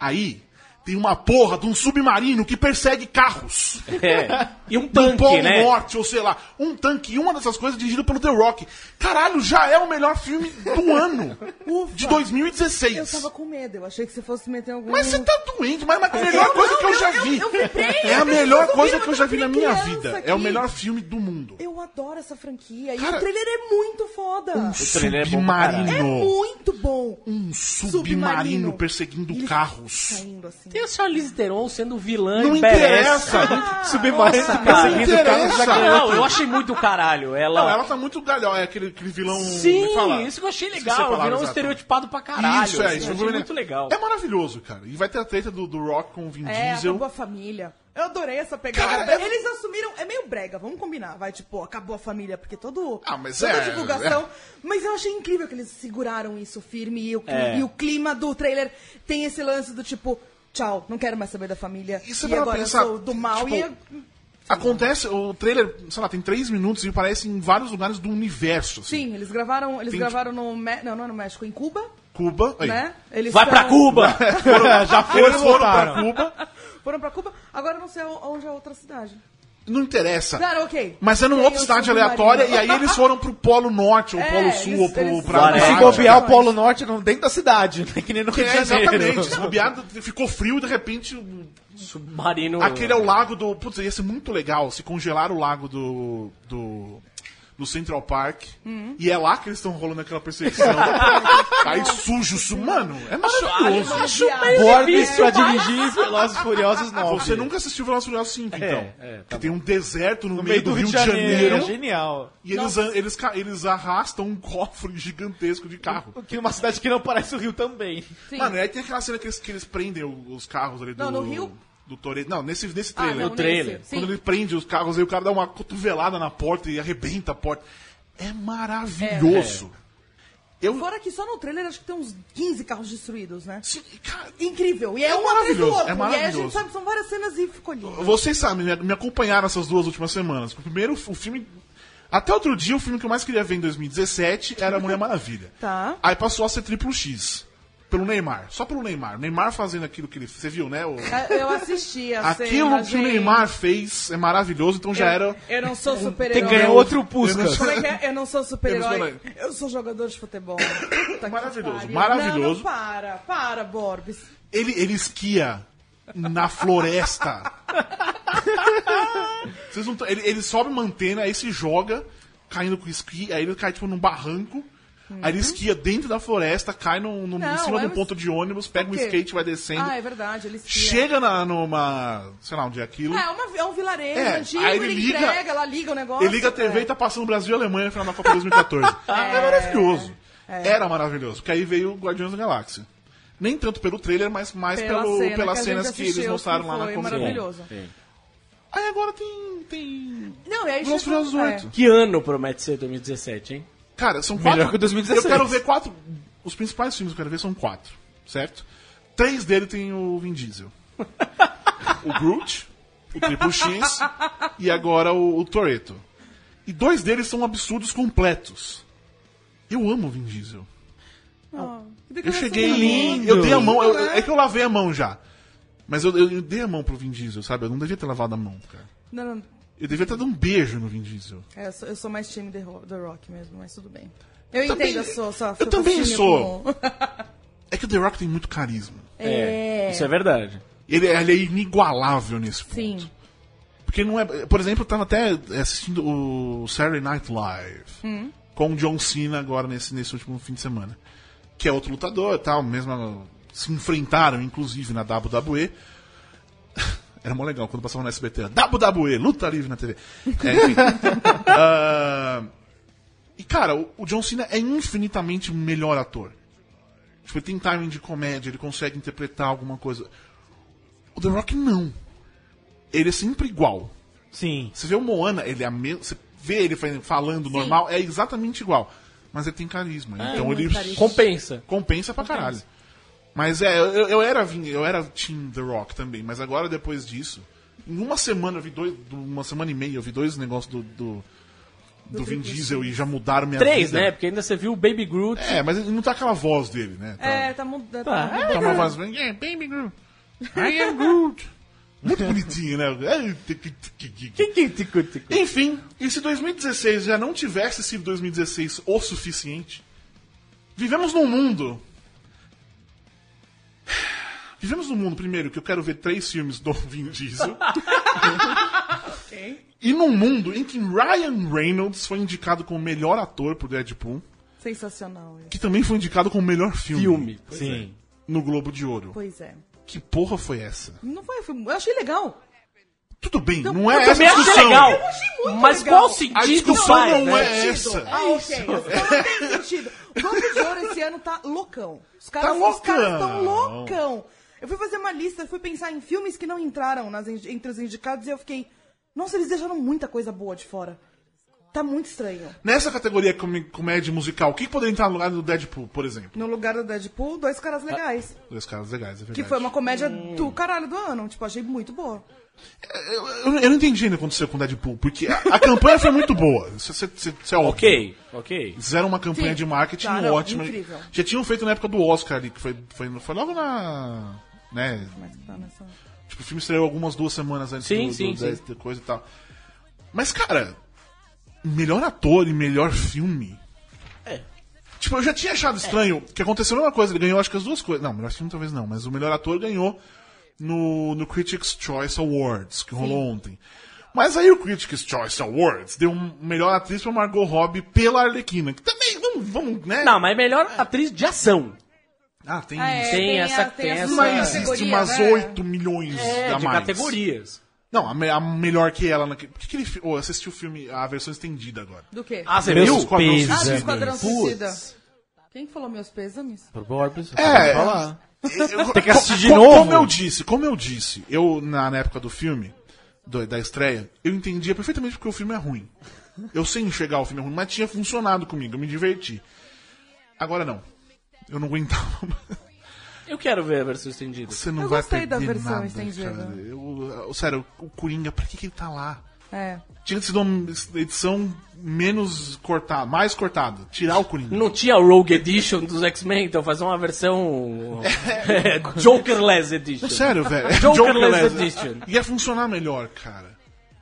[SPEAKER 5] Aí tem uma porra de um submarino que persegue carros
[SPEAKER 3] É. E um
[SPEAKER 5] do Polo
[SPEAKER 3] tanque, né?
[SPEAKER 5] Norte, ou sei lá, um tanque e uma dessas coisas dirigido pelo The Rock. Caralho, já é o melhor filme do ano de
[SPEAKER 6] Eu
[SPEAKER 5] 2016.
[SPEAKER 6] tava com medo, eu achei que você fosse meter algum...
[SPEAKER 5] Mas você tá doente, mas mas é a melhor
[SPEAKER 6] Eu
[SPEAKER 5] coisa
[SPEAKER 6] não,
[SPEAKER 5] que eu, já
[SPEAKER 6] eu-
[SPEAKER 5] vi.
[SPEAKER 6] eu- eu vibrei,
[SPEAKER 5] é a
[SPEAKER 6] eu
[SPEAKER 5] melhor coisa
[SPEAKER 6] preciso ouvir,
[SPEAKER 5] que eu já
[SPEAKER 6] eu
[SPEAKER 5] vi na
[SPEAKER 6] tava
[SPEAKER 5] minha
[SPEAKER 6] criança
[SPEAKER 5] vida.
[SPEAKER 6] aqui.
[SPEAKER 5] É o melhor filme do mundo.
[SPEAKER 6] Eu adoro essa franquia.
[SPEAKER 5] Cara- um
[SPEAKER 6] e o trailer é muito foda.
[SPEAKER 3] trailer é bom pra
[SPEAKER 5] submarino.
[SPEAKER 6] É muito bom.
[SPEAKER 5] um submarino perseguindo
[SPEAKER 6] Ele
[SPEAKER 5] carros.
[SPEAKER 6] Saindo assim.
[SPEAKER 3] Tem a Charlize Theron sendo vilã
[SPEAKER 5] Não
[SPEAKER 3] em Badass.
[SPEAKER 5] interessa.
[SPEAKER 7] Submarino
[SPEAKER 6] nossa,
[SPEAKER 3] cara.
[SPEAKER 7] perseguindo o carro já
[SPEAKER 5] Interessa.
[SPEAKER 7] ganhou.
[SPEAKER 3] Não, eu achei muito caralho. Ela...
[SPEAKER 5] Não, ela tá muito galhão, é aquele, aquele vilão. me fala.
[SPEAKER 3] Sim, isso que eu achei
[SPEAKER 5] Esqueci a
[SPEAKER 3] legal. O
[SPEAKER 5] palavra
[SPEAKER 3] vilão
[SPEAKER 5] exata.
[SPEAKER 3] estereotipado pra caralho.
[SPEAKER 5] Isso, é,
[SPEAKER 3] assim,
[SPEAKER 5] isso
[SPEAKER 3] eu
[SPEAKER 5] foi
[SPEAKER 3] achei
[SPEAKER 5] brilhante.
[SPEAKER 3] muito legal.
[SPEAKER 5] É maravilhoso, cara. E vai ter a treta do, do Rock com o Vin
[SPEAKER 6] É,
[SPEAKER 5] Diesel.
[SPEAKER 6] acabou a família. Eu adorei essa pegada.
[SPEAKER 5] Cara, eu-
[SPEAKER 6] Eles assumiram. É meio brega, vamos combinar. Vai, tipo, acabou a família, porque todo.
[SPEAKER 5] Ah, mas
[SPEAKER 6] toda
[SPEAKER 5] é,
[SPEAKER 6] divulgação. Mas eu achei incrível que eles seguraram isso firme e o,
[SPEAKER 3] É.
[SPEAKER 6] e o clima do trailer tem esse lance do tipo. Tchau, não quero mais saber da família.
[SPEAKER 5] E você
[SPEAKER 6] e
[SPEAKER 5] vai
[SPEAKER 6] agora
[SPEAKER 5] pensar,
[SPEAKER 6] eu sou do mal
[SPEAKER 5] tipo,
[SPEAKER 6] e eu-
[SPEAKER 5] Acontece, o trailer, sei lá, tem três minutos e aparece em vários lugares do universo. Assim.
[SPEAKER 6] Sim, eles gravaram. Eles
[SPEAKER 5] Tem-
[SPEAKER 6] gravaram no. Me- Não, não é no México, em Cuba,
[SPEAKER 5] Cuba. Aí.
[SPEAKER 6] né? Eles
[SPEAKER 3] Vai pra
[SPEAKER 5] é
[SPEAKER 6] são-
[SPEAKER 3] Cuba!
[SPEAKER 5] um-
[SPEAKER 7] Já foram,
[SPEAKER 5] Eles foram pra
[SPEAKER 7] voltaram.
[SPEAKER 5] Cuba.
[SPEAKER 6] Foram pra Cuba, agora eu não sei onde é a outra cidade.
[SPEAKER 5] Não interessa.
[SPEAKER 6] Cara, ok.
[SPEAKER 5] Mas é numa
[SPEAKER 6] Tem
[SPEAKER 5] outra
[SPEAKER 6] o
[SPEAKER 5] cidade
[SPEAKER 6] submarino.
[SPEAKER 5] aleatória e aí eles foram pro Polo Norte ou
[SPEAKER 6] É,
[SPEAKER 5] Polo Sul
[SPEAKER 6] eles-
[SPEAKER 5] ou pro,
[SPEAKER 6] eles-
[SPEAKER 5] pra
[SPEAKER 3] Claro,
[SPEAKER 7] Se
[SPEAKER 5] Antártica.
[SPEAKER 3] Vai,
[SPEAKER 7] bobear o Polo Norte não, dentro da cidade, né? que nem no
[SPEAKER 5] É,
[SPEAKER 7] Rio de Janeiro.
[SPEAKER 5] exatamente. É Se bobear, ficou frio e de repente o-
[SPEAKER 3] Submarino.
[SPEAKER 5] Aquele é o lago do. Putz, ia ser muito legal se congelar o lago do. do. do Central Park.
[SPEAKER 6] Uhum.
[SPEAKER 5] E é lá que eles estão rolando aquela perseguição. Aí sujo isso, mano. É maravilhoso.
[SPEAKER 6] Acho- acho
[SPEAKER 7] Borges
[SPEAKER 6] difícil,
[SPEAKER 7] pra
[SPEAKER 6] mas-
[SPEAKER 7] dirigir Velozes e Furiosos 9.
[SPEAKER 5] Ah, Você nunca assistiu Velozes e Furiosos 5, então.
[SPEAKER 7] é, tá
[SPEAKER 5] que tem um deserto no, meio do, Rio de Janeiro.
[SPEAKER 7] É genial.
[SPEAKER 5] E eles, an- eles, ca- eles arrastam um cofre gigantesco de carro.
[SPEAKER 7] Que uma cidade que não parece o Rio também.
[SPEAKER 6] Sim.
[SPEAKER 5] Mano, aí tem aquela cena que eles, que eles prendem o- os carros ali do.
[SPEAKER 6] Não, no Rio?
[SPEAKER 5] Do Toreto. Não, nesse, nesse
[SPEAKER 6] Ah,
[SPEAKER 5] trailer.
[SPEAKER 6] não,
[SPEAKER 3] No trailer.
[SPEAKER 6] nesse. Sim.
[SPEAKER 5] Quando ele prende os carros, aí o cara dá uma cotovelada na porta e arrebenta a porta. É maravilhoso.
[SPEAKER 6] Fora que só no trailer acho que tem uns 15 carros destruídos, né?
[SPEAKER 5] Sim, cara,
[SPEAKER 6] Incrível. E é,
[SPEAKER 5] É
[SPEAKER 6] um atrás do
[SPEAKER 5] maravilhoso, é
[SPEAKER 6] outro. E aí a gente
[SPEAKER 5] maravilhoso.
[SPEAKER 6] sabe, são várias cenas e ficou lindo.
[SPEAKER 5] vocês sabem, né? me- me acompanharam essas duas últimas semanas. O primeiro, o filme. Até outro dia, o filme que eu mais queria ver em 2017 era Mulher Maravilha.
[SPEAKER 6] Tá.
[SPEAKER 5] Aí passou a ser triplo X. Pelo Neymar. Só pelo Neymar. Neymar fazendo aquilo que ele. Você viu, né? o-
[SPEAKER 6] É, Eu assisti a
[SPEAKER 5] Aquilo
[SPEAKER 6] cena,
[SPEAKER 5] que o
[SPEAKER 6] gente.
[SPEAKER 5] Neymar fez é maravilhoso, então já era.
[SPEAKER 6] Eu não sou
[SPEAKER 7] Tem que
[SPEAKER 6] super-herói.
[SPEAKER 7] ganhar outro Puskas.
[SPEAKER 6] Como é que é? Eu não sou
[SPEAKER 5] Eu não
[SPEAKER 6] super-herói.
[SPEAKER 5] sou
[SPEAKER 6] Eu sou jogador de futebol. Puta que
[SPEAKER 5] Maravilhoso,
[SPEAKER 6] pariu. Não,
[SPEAKER 5] maravilhoso.
[SPEAKER 6] não, para, para, Borbes.
[SPEAKER 5] Ele, ele esquia na floresta. Vocês não tão- ele, ele sobe uma antena, aí se joga, caindo com esqui, aí ele cai tipo num barranco. Aí ele esquia dentro da floresta, cai num, num- em
[SPEAKER 6] Uhum. Não,
[SPEAKER 5] cima
[SPEAKER 6] é
[SPEAKER 5] de um
[SPEAKER 6] um-
[SPEAKER 5] ponto de ônibus, pega um
[SPEAKER 6] quê?
[SPEAKER 5] skate, vai descendo.
[SPEAKER 6] Ah, é verdade, ele esquia.
[SPEAKER 5] chega na, numa. sei lá onde é aquilo.
[SPEAKER 6] É, uma- é um vilarejo
[SPEAKER 5] É,
[SPEAKER 6] antigo,
[SPEAKER 5] aí
[SPEAKER 6] ele,
[SPEAKER 5] ele liga-
[SPEAKER 6] entrega, ela liga o negócio.
[SPEAKER 5] Ele liga a TV
[SPEAKER 6] é.
[SPEAKER 5] e tá passando Brasil e Alemanha no final da Copa 2014. é maravilhoso.
[SPEAKER 6] É.
[SPEAKER 5] Era maravilhoso. Porque aí veio o Guardiões da Galáxia. Nem tanto pelo trailer, mas mais
[SPEAKER 6] É. Pela
[SPEAKER 5] pelo,
[SPEAKER 6] cena
[SPEAKER 5] pelas
[SPEAKER 6] que a
[SPEAKER 5] cenas
[SPEAKER 6] gente
[SPEAKER 5] que eles
[SPEAKER 6] assistiu,
[SPEAKER 5] mostraram lá na
[SPEAKER 6] foi
[SPEAKER 5] conferência.
[SPEAKER 6] maravilhoso.
[SPEAKER 5] Aí agora tem. tem...
[SPEAKER 6] Não, e aí
[SPEAKER 5] Velozes e Furiosos
[SPEAKER 6] é.
[SPEAKER 5] 8.
[SPEAKER 3] Que ano promete ser 2017, hein?
[SPEAKER 5] Cara, são
[SPEAKER 7] Melhor
[SPEAKER 5] quatro.
[SPEAKER 7] que 2016.
[SPEAKER 5] Eu quero ver quatro. Os principais filmes que eu quero ver são quatro, certo? Três dele tem o Vin Diesel: o Groot, o Triple X e agora o, o Toreto. E dois deles são absurdos completos. Eu amo o Vin Diesel.
[SPEAKER 6] Ó, que
[SPEAKER 5] Eu
[SPEAKER 6] decoração
[SPEAKER 5] cheguei.
[SPEAKER 6] bonita.
[SPEAKER 5] Eu dei a mão. eu- é que eu lavei a mão já. Mas eu, eu- eu dei a mão pro Vin Diesel, sabe? Eu não devia ter lavado a mão, cara.
[SPEAKER 6] Não, não,
[SPEAKER 5] Eu devia ter dado um beijo no Vin Diesel.
[SPEAKER 6] é, eu, sou, eu sou mais time The Ro- The Rock mesmo, mas tudo bem. Eu
[SPEAKER 5] Também-
[SPEAKER 6] entendo a sua, sua
[SPEAKER 5] eu
[SPEAKER 6] seu
[SPEAKER 5] também
[SPEAKER 6] fascínio
[SPEAKER 5] sou.
[SPEAKER 6] com-
[SPEAKER 5] É que o The Rock tem muito carisma.
[SPEAKER 6] É.
[SPEAKER 3] Isso é verdade.
[SPEAKER 5] Ele, ele é inigualável nesse ponto.
[SPEAKER 6] Sim.
[SPEAKER 5] Porque não é. Por exemplo, eu tava até é, assistindo o Saturday Night Live com o John Cena agora nesse, nesse último fim de semana. Que é outro lutador e tal, mesmo. Se enfrentaram, inclusive, na WWE. Era mó legal quando passava na SBT. era WWE, luta livre na TV. É, enfim. Ah, e, cara, o, o John Cena é infinitamente melhor ator. Tipo, ele tem timing de comédia, ele consegue interpretar alguma coisa. O The Rock não. Ele é sempre igual.
[SPEAKER 7] Sim.
[SPEAKER 5] Você vê o Moana, ele é a mesma. Você vê ele fa- falando normal, é exatamente igual. mas ele tem carisma. então
[SPEAKER 6] muito
[SPEAKER 5] ele
[SPEAKER 6] carisma.
[SPEAKER 3] Compensa.
[SPEAKER 5] compensa pra caralho. Mas é, eu, eu era vin- eu era Team The Rock também, mas agora depois disso, em uma semana eu vi dois, uma semana e meia eu vi dois negócios do do, do Vin Diesel e já mudaram minha
[SPEAKER 3] Três,
[SPEAKER 5] vida.
[SPEAKER 3] né? Porque ainda você viu o Baby Groot.
[SPEAKER 5] É, mas não tá aquela voz dele, né? Tá,
[SPEAKER 6] É, tá mudando.
[SPEAKER 3] Tá.
[SPEAKER 5] tá uma voz, yeah, baby Groot. I am Groot. Muito bonitinho, né? Enfim, e se 2016 já não tivesse sido 2016 o suficiente, vivemos num mundo. Vivemos num mundo, primeiro, que eu quero ver três filmes do Vin Diesel. E num mundo em que Ryan Reynolds foi indicado como melhor ator por Deadpool,
[SPEAKER 6] Sensacional. é.
[SPEAKER 5] que também foi indicado como melhor filme,
[SPEAKER 3] Filme.
[SPEAKER 7] Sim.
[SPEAKER 5] no Globo de Ouro.
[SPEAKER 6] Pois é.
[SPEAKER 5] Que porra foi essa?
[SPEAKER 6] Não foi, foi- eu achei legal.
[SPEAKER 5] Tudo bem, não é
[SPEAKER 3] Eu
[SPEAKER 5] essa
[SPEAKER 3] também
[SPEAKER 5] a
[SPEAKER 3] achei
[SPEAKER 5] discussão.
[SPEAKER 3] legal.
[SPEAKER 6] achei muito
[SPEAKER 3] Mas
[SPEAKER 6] legal.
[SPEAKER 3] qual o
[SPEAKER 5] A
[SPEAKER 3] sentido
[SPEAKER 5] discussão
[SPEAKER 3] faz,
[SPEAKER 5] não
[SPEAKER 3] né?
[SPEAKER 5] é essa.
[SPEAKER 6] Ah, ok. Não tem sentido. O Globo de Ouro esse ano tá loucão. Os caras
[SPEAKER 5] Tá loucão.
[SPEAKER 6] estão loucão. Eu fui fazer uma lista, fui pensar em filmes que não entraram nas in- entre os indicados e eu fiquei... Nossa, eles deixaram muita coisa boa de fora. Tá muito estranho.
[SPEAKER 5] Nessa categoria com- comédia musical, o que poderia entrar no lugar do Deadpool, por exemplo?
[SPEAKER 6] No lugar do Deadpool, dois caras legais.
[SPEAKER 5] Dois caras legais, é verdade.
[SPEAKER 6] Que foi uma comédia do caralho do ano. Tipo, achei muito boa.
[SPEAKER 5] eu, eu- eu não entendi ainda o que aconteceu com o Deadpool, porque a, a campanha foi muito boa. Isso, isso- isso- isso é óbvio.
[SPEAKER 3] Ok, ok.
[SPEAKER 5] Fizeram uma campanha
[SPEAKER 6] Sim.
[SPEAKER 5] de marketing
[SPEAKER 6] Tá, não,
[SPEAKER 5] ótima.
[SPEAKER 6] incrível.
[SPEAKER 5] Já tinham feito na época do Oscar ali, que foi, foi, foi logo na. Né,
[SPEAKER 6] Mas tá nessa...
[SPEAKER 5] Tipo, o filme estreou algumas duas semanas antes
[SPEAKER 3] Sim,
[SPEAKER 5] do,
[SPEAKER 3] sim,
[SPEAKER 5] do- da-
[SPEAKER 3] sim.
[SPEAKER 5] da coisa e tal. Mas, cara, melhor ator e melhor filme. É. Tipo, eu já tinha achado estranho que aconteceu a mesma coisa. Ele ganhou, acho que as duas coisas. Não, melhor filme talvez não, mas o melhor ator ganhou no, no Critics' Choice Awards, que rolou ontem. Mas aí o Critics' Choice Awards deu um melhor atriz pra Margot Robbie pela Arlequina. Que também, vamos, vamos né?
[SPEAKER 3] Não, mas é melhor atriz de ação. né?
[SPEAKER 5] Ah, tem
[SPEAKER 6] Ah, é,
[SPEAKER 5] isso.
[SPEAKER 3] Tem essa-
[SPEAKER 6] a-
[SPEAKER 3] tem
[SPEAKER 6] a
[SPEAKER 3] essa-
[SPEAKER 6] sua
[SPEAKER 5] Mas existe
[SPEAKER 6] categoria,
[SPEAKER 5] umas
[SPEAKER 6] né?
[SPEAKER 5] 8 milhões
[SPEAKER 3] É,
[SPEAKER 5] a
[SPEAKER 3] de
[SPEAKER 5] mais.
[SPEAKER 3] categorias.
[SPEAKER 5] Não, a, me- a melhor que ela. naque- Por que, que ele. fi- Ô, assistiu o filme, a versão estendida agora.
[SPEAKER 6] Do quê?
[SPEAKER 3] Ah, você
[SPEAKER 5] Meus
[SPEAKER 3] viu?
[SPEAKER 5] esquadrões
[SPEAKER 6] Ah, do
[SPEAKER 5] suicidas.
[SPEAKER 6] Esquadrão
[SPEAKER 5] Putz.
[SPEAKER 6] Suicida. Quem que falou meus pêsames?
[SPEAKER 7] Pro Borbs.
[SPEAKER 5] É.
[SPEAKER 7] Falar.
[SPEAKER 5] Eu-
[SPEAKER 7] Tem que assistir de
[SPEAKER 5] co-
[SPEAKER 7] novo.
[SPEAKER 5] Como eu disse, como eu disse, eu, na, na época do filme, do- da estreia, eu entendia perfeitamente porque o filme é ruim. Eu sei enxergar o filme é ruim, mas tinha funcionado comigo, eu me diverti. Agora não. Eu não aguentava.
[SPEAKER 3] Eu quero ver a versão estendida.
[SPEAKER 5] Você não
[SPEAKER 6] Eu
[SPEAKER 5] vai
[SPEAKER 6] gostei da
[SPEAKER 5] perder
[SPEAKER 6] versão
[SPEAKER 5] nada,
[SPEAKER 6] estendida.
[SPEAKER 5] cara. Eu, eu- sério, o Coringa, pra que, que ele tá lá?
[SPEAKER 6] É.
[SPEAKER 5] Tinha sido uma edição menos cortada, mais cortada. Tirar o Coringa.
[SPEAKER 3] Não tinha Rogue Edition dos X-Men, então fazer uma versão é, Jokerless Edition.
[SPEAKER 5] Sério, velho. É
[SPEAKER 3] Jokerless
[SPEAKER 5] Jokerless.
[SPEAKER 3] Edition.
[SPEAKER 5] Ia funcionar melhor, cara.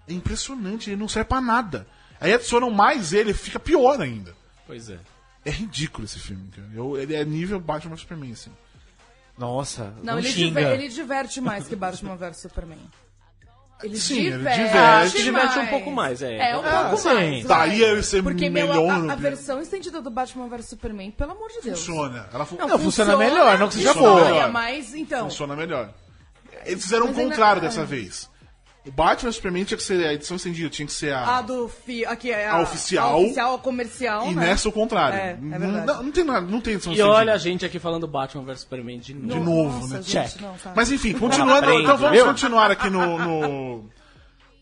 [SPEAKER 5] É impressionante, ele não serve pra nada. Aí adicionam mais ele, fica pior ainda.
[SPEAKER 3] Pois é.
[SPEAKER 5] É ridículo esse filme, cara. Eu- ele é nível Batman vs Superman, assim.
[SPEAKER 7] Nossa,
[SPEAKER 6] Não,
[SPEAKER 7] não,
[SPEAKER 6] ele,
[SPEAKER 7] xinga.
[SPEAKER 6] diver- ele diverte mais que Batman vs Superman. Ele
[SPEAKER 5] Sim, ele
[SPEAKER 6] diverte.
[SPEAKER 5] diverte.
[SPEAKER 3] Ah, acho que diverte um pouco mais, é.
[SPEAKER 6] É, um
[SPEAKER 7] Ah,
[SPEAKER 6] pouco
[SPEAKER 7] sim.
[SPEAKER 6] mais. vai.
[SPEAKER 5] Daí ele ser
[SPEAKER 6] Porque meu,
[SPEAKER 5] melhor
[SPEAKER 6] a-
[SPEAKER 5] no
[SPEAKER 6] a,
[SPEAKER 5] filme.
[SPEAKER 6] versão estendida do Batman vs Superman, pelo amor de Deus.
[SPEAKER 5] Funciona. Ela fu-
[SPEAKER 7] Não, funciona melhor, não que seja
[SPEAKER 6] funciona,
[SPEAKER 5] boa.
[SPEAKER 6] é, Mas, então,
[SPEAKER 5] Funciona melhor. Eles fizeram o
[SPEAKER 6] Mas ainda-
[SPEAKER 5] contrário
[SPEAKER 6] ah.
[SPEAKER 5] dessa vez. O Batman vs Superman tinha que ser a edição estendida, tinha que ser a.
[SPEAKER 6] a do... Fi, aqui é
[SPEAKER 5] A oficial.
[SPEAKER 6] A oficial, a comercial,
[SPEAKER 5] e
[SPEAKER 6] né?
[SPEAKER 5] nessa o contrário.
[SPEAKER 6] É, é verdade.
[SPEAKER 5] não, não tem nada, não tem edição
[SPEAKER 3] E
[SPEAKER 5] estendida.
[SPEAKER 3] olha a gente aqui falando Batman vs Superman de novo.
[SPEAKER 5] de novo,
[SPEAKER 6] Nossa,
[SPEAKER 5] né?
[SPEAKER 6] gente,
[SPEAKER 3] Check.
[SPEAKER 6] não, tá.
[SPEAKER 5] Mas enfim, continuando,
[SPEAKER 3] Aprende,
[SPEAKER 5] então vamos
[SPEAKER 3] viu?
[SPEAKER 5] continuar aqui no, no,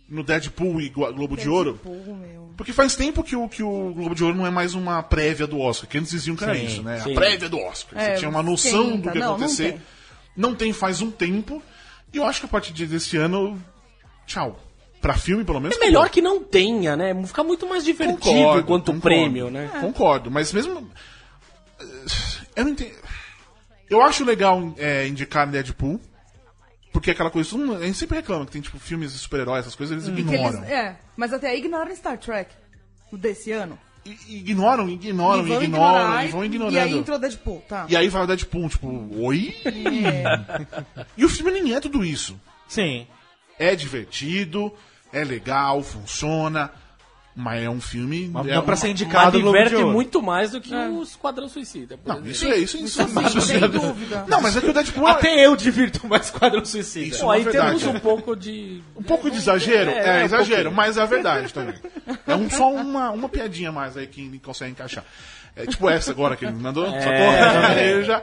[SPEAKER 5] no Deadpool e Glo- Globo de Ouro.
[SPEAKER 6] Deadpool, meu.
[SPEAKER 5] Porque faz tempo que o, que o Globo de Ouro não é mais uma prévia do Oscar, que antes diziam que era
[SPEAKER 7] Sim,
[SPEAKER 5] isso, né?
[SPEAKER 3] sim.
[SPEAKER 5] A prévia do Oscar.
[SPEAKER 6] É,
[SPEAKER 5] Você tinha uma noção
[SPEAKER 6] sim,
[SPEAKER 5] do
[SPEAKER 6] tá,
[SPEAKER 5] que ia
[SPEAKER 6] não, não
[SPEAKER 5] acontecer.
[SPEAKER 6] tem.
[SPEAKER 5] Não tem faz um tempo. E eu acho que a partir de- desse ano, tchau. Pra filme, pelo menos.
[SPEAKER 3] É melhor que não tenha, né? Fica muito mais divertido quanto
[SPEAKER 5] concordo. É.
[SPEAKER 3] prêmio, né?
[SPEAKER 5] Concordo, mas mesmo. eh, Eu não entendo. Eu acho legal é, indicar Deadpool. Porque é aquela coisa. todo mundo- A gente sempre reclama que tem tipo filmes de super-heróis, essas coisas, eles
[SPEAKER 6] Que eles-
[SPEAKER 5] ignoram.
[SPEAKER 6] é, mas até aí ignoram Star Trek desse ano.
[SPEAKER 5] I- Ignoram, ignoram,
[SPEAKER 6] E
[SPEAKER 5] ignoram,
[SPEAKER 6] vão ignorar,
[SPEAKER 5] e vão
[SPEAKER 6] E aí
[SPEAKER 5] ignorando.
[SPEAKER 6] entrou Deadpool, tá.
[SPEAKER 5] E aí vai o Deadpool, tipo, oi? E o filme nem é tudo isso.
[SPEAKER 7] Sim.
[SPEAKER 5] É divertido, é legal, funciona, mas é um filme.
[SPEAKER 7] Mas
[SPEAKER 5] é
[SPEAKER 7] dá pra
[SPEAKER 5] um-
[SPEAKER 7] ser indicado
[SPEAKER 3] Mas
[SPEAKER 7] no Globo de
[SPEAKER 3] diverte
[SPEAKER 7] Ouro.
[SPEAKER 3] muito mais do que o Esquadrão Suicida. por
[SPEAKER 5] Não,
[SPEAKER 3] exemplo.
[SPEAKER 5] isso é isso, isso é
[SPEAKER 6] Sim, sem dúvida.
[SPEAKER 5] Não, mas é que o Deadpool. é-
[SPEAKER 7] Até eu divirto mais Esquadrão Suicida.
[SPEAKER 5] Isso.
[SPEAKER 3] Pô, aí
[SPEAKER 5] é verdade.
[SPEAKER 3] temos um pouco de.
[SPEAKER 5] Um pouco de exagero?
[SPEAKER 3] É,
[SPEAKER 5] É,
[SPEAKER 3] é, um
[SPEAKER 5] exagero,
[SPEAKER 3] pouquinho.
[SPEAKER 5] mas é a verdade também. É um, só uma, uma piadinha a mais aí que ele consegue encaixar. É tipo essa agora que ele me mandou, sacou? Eu já.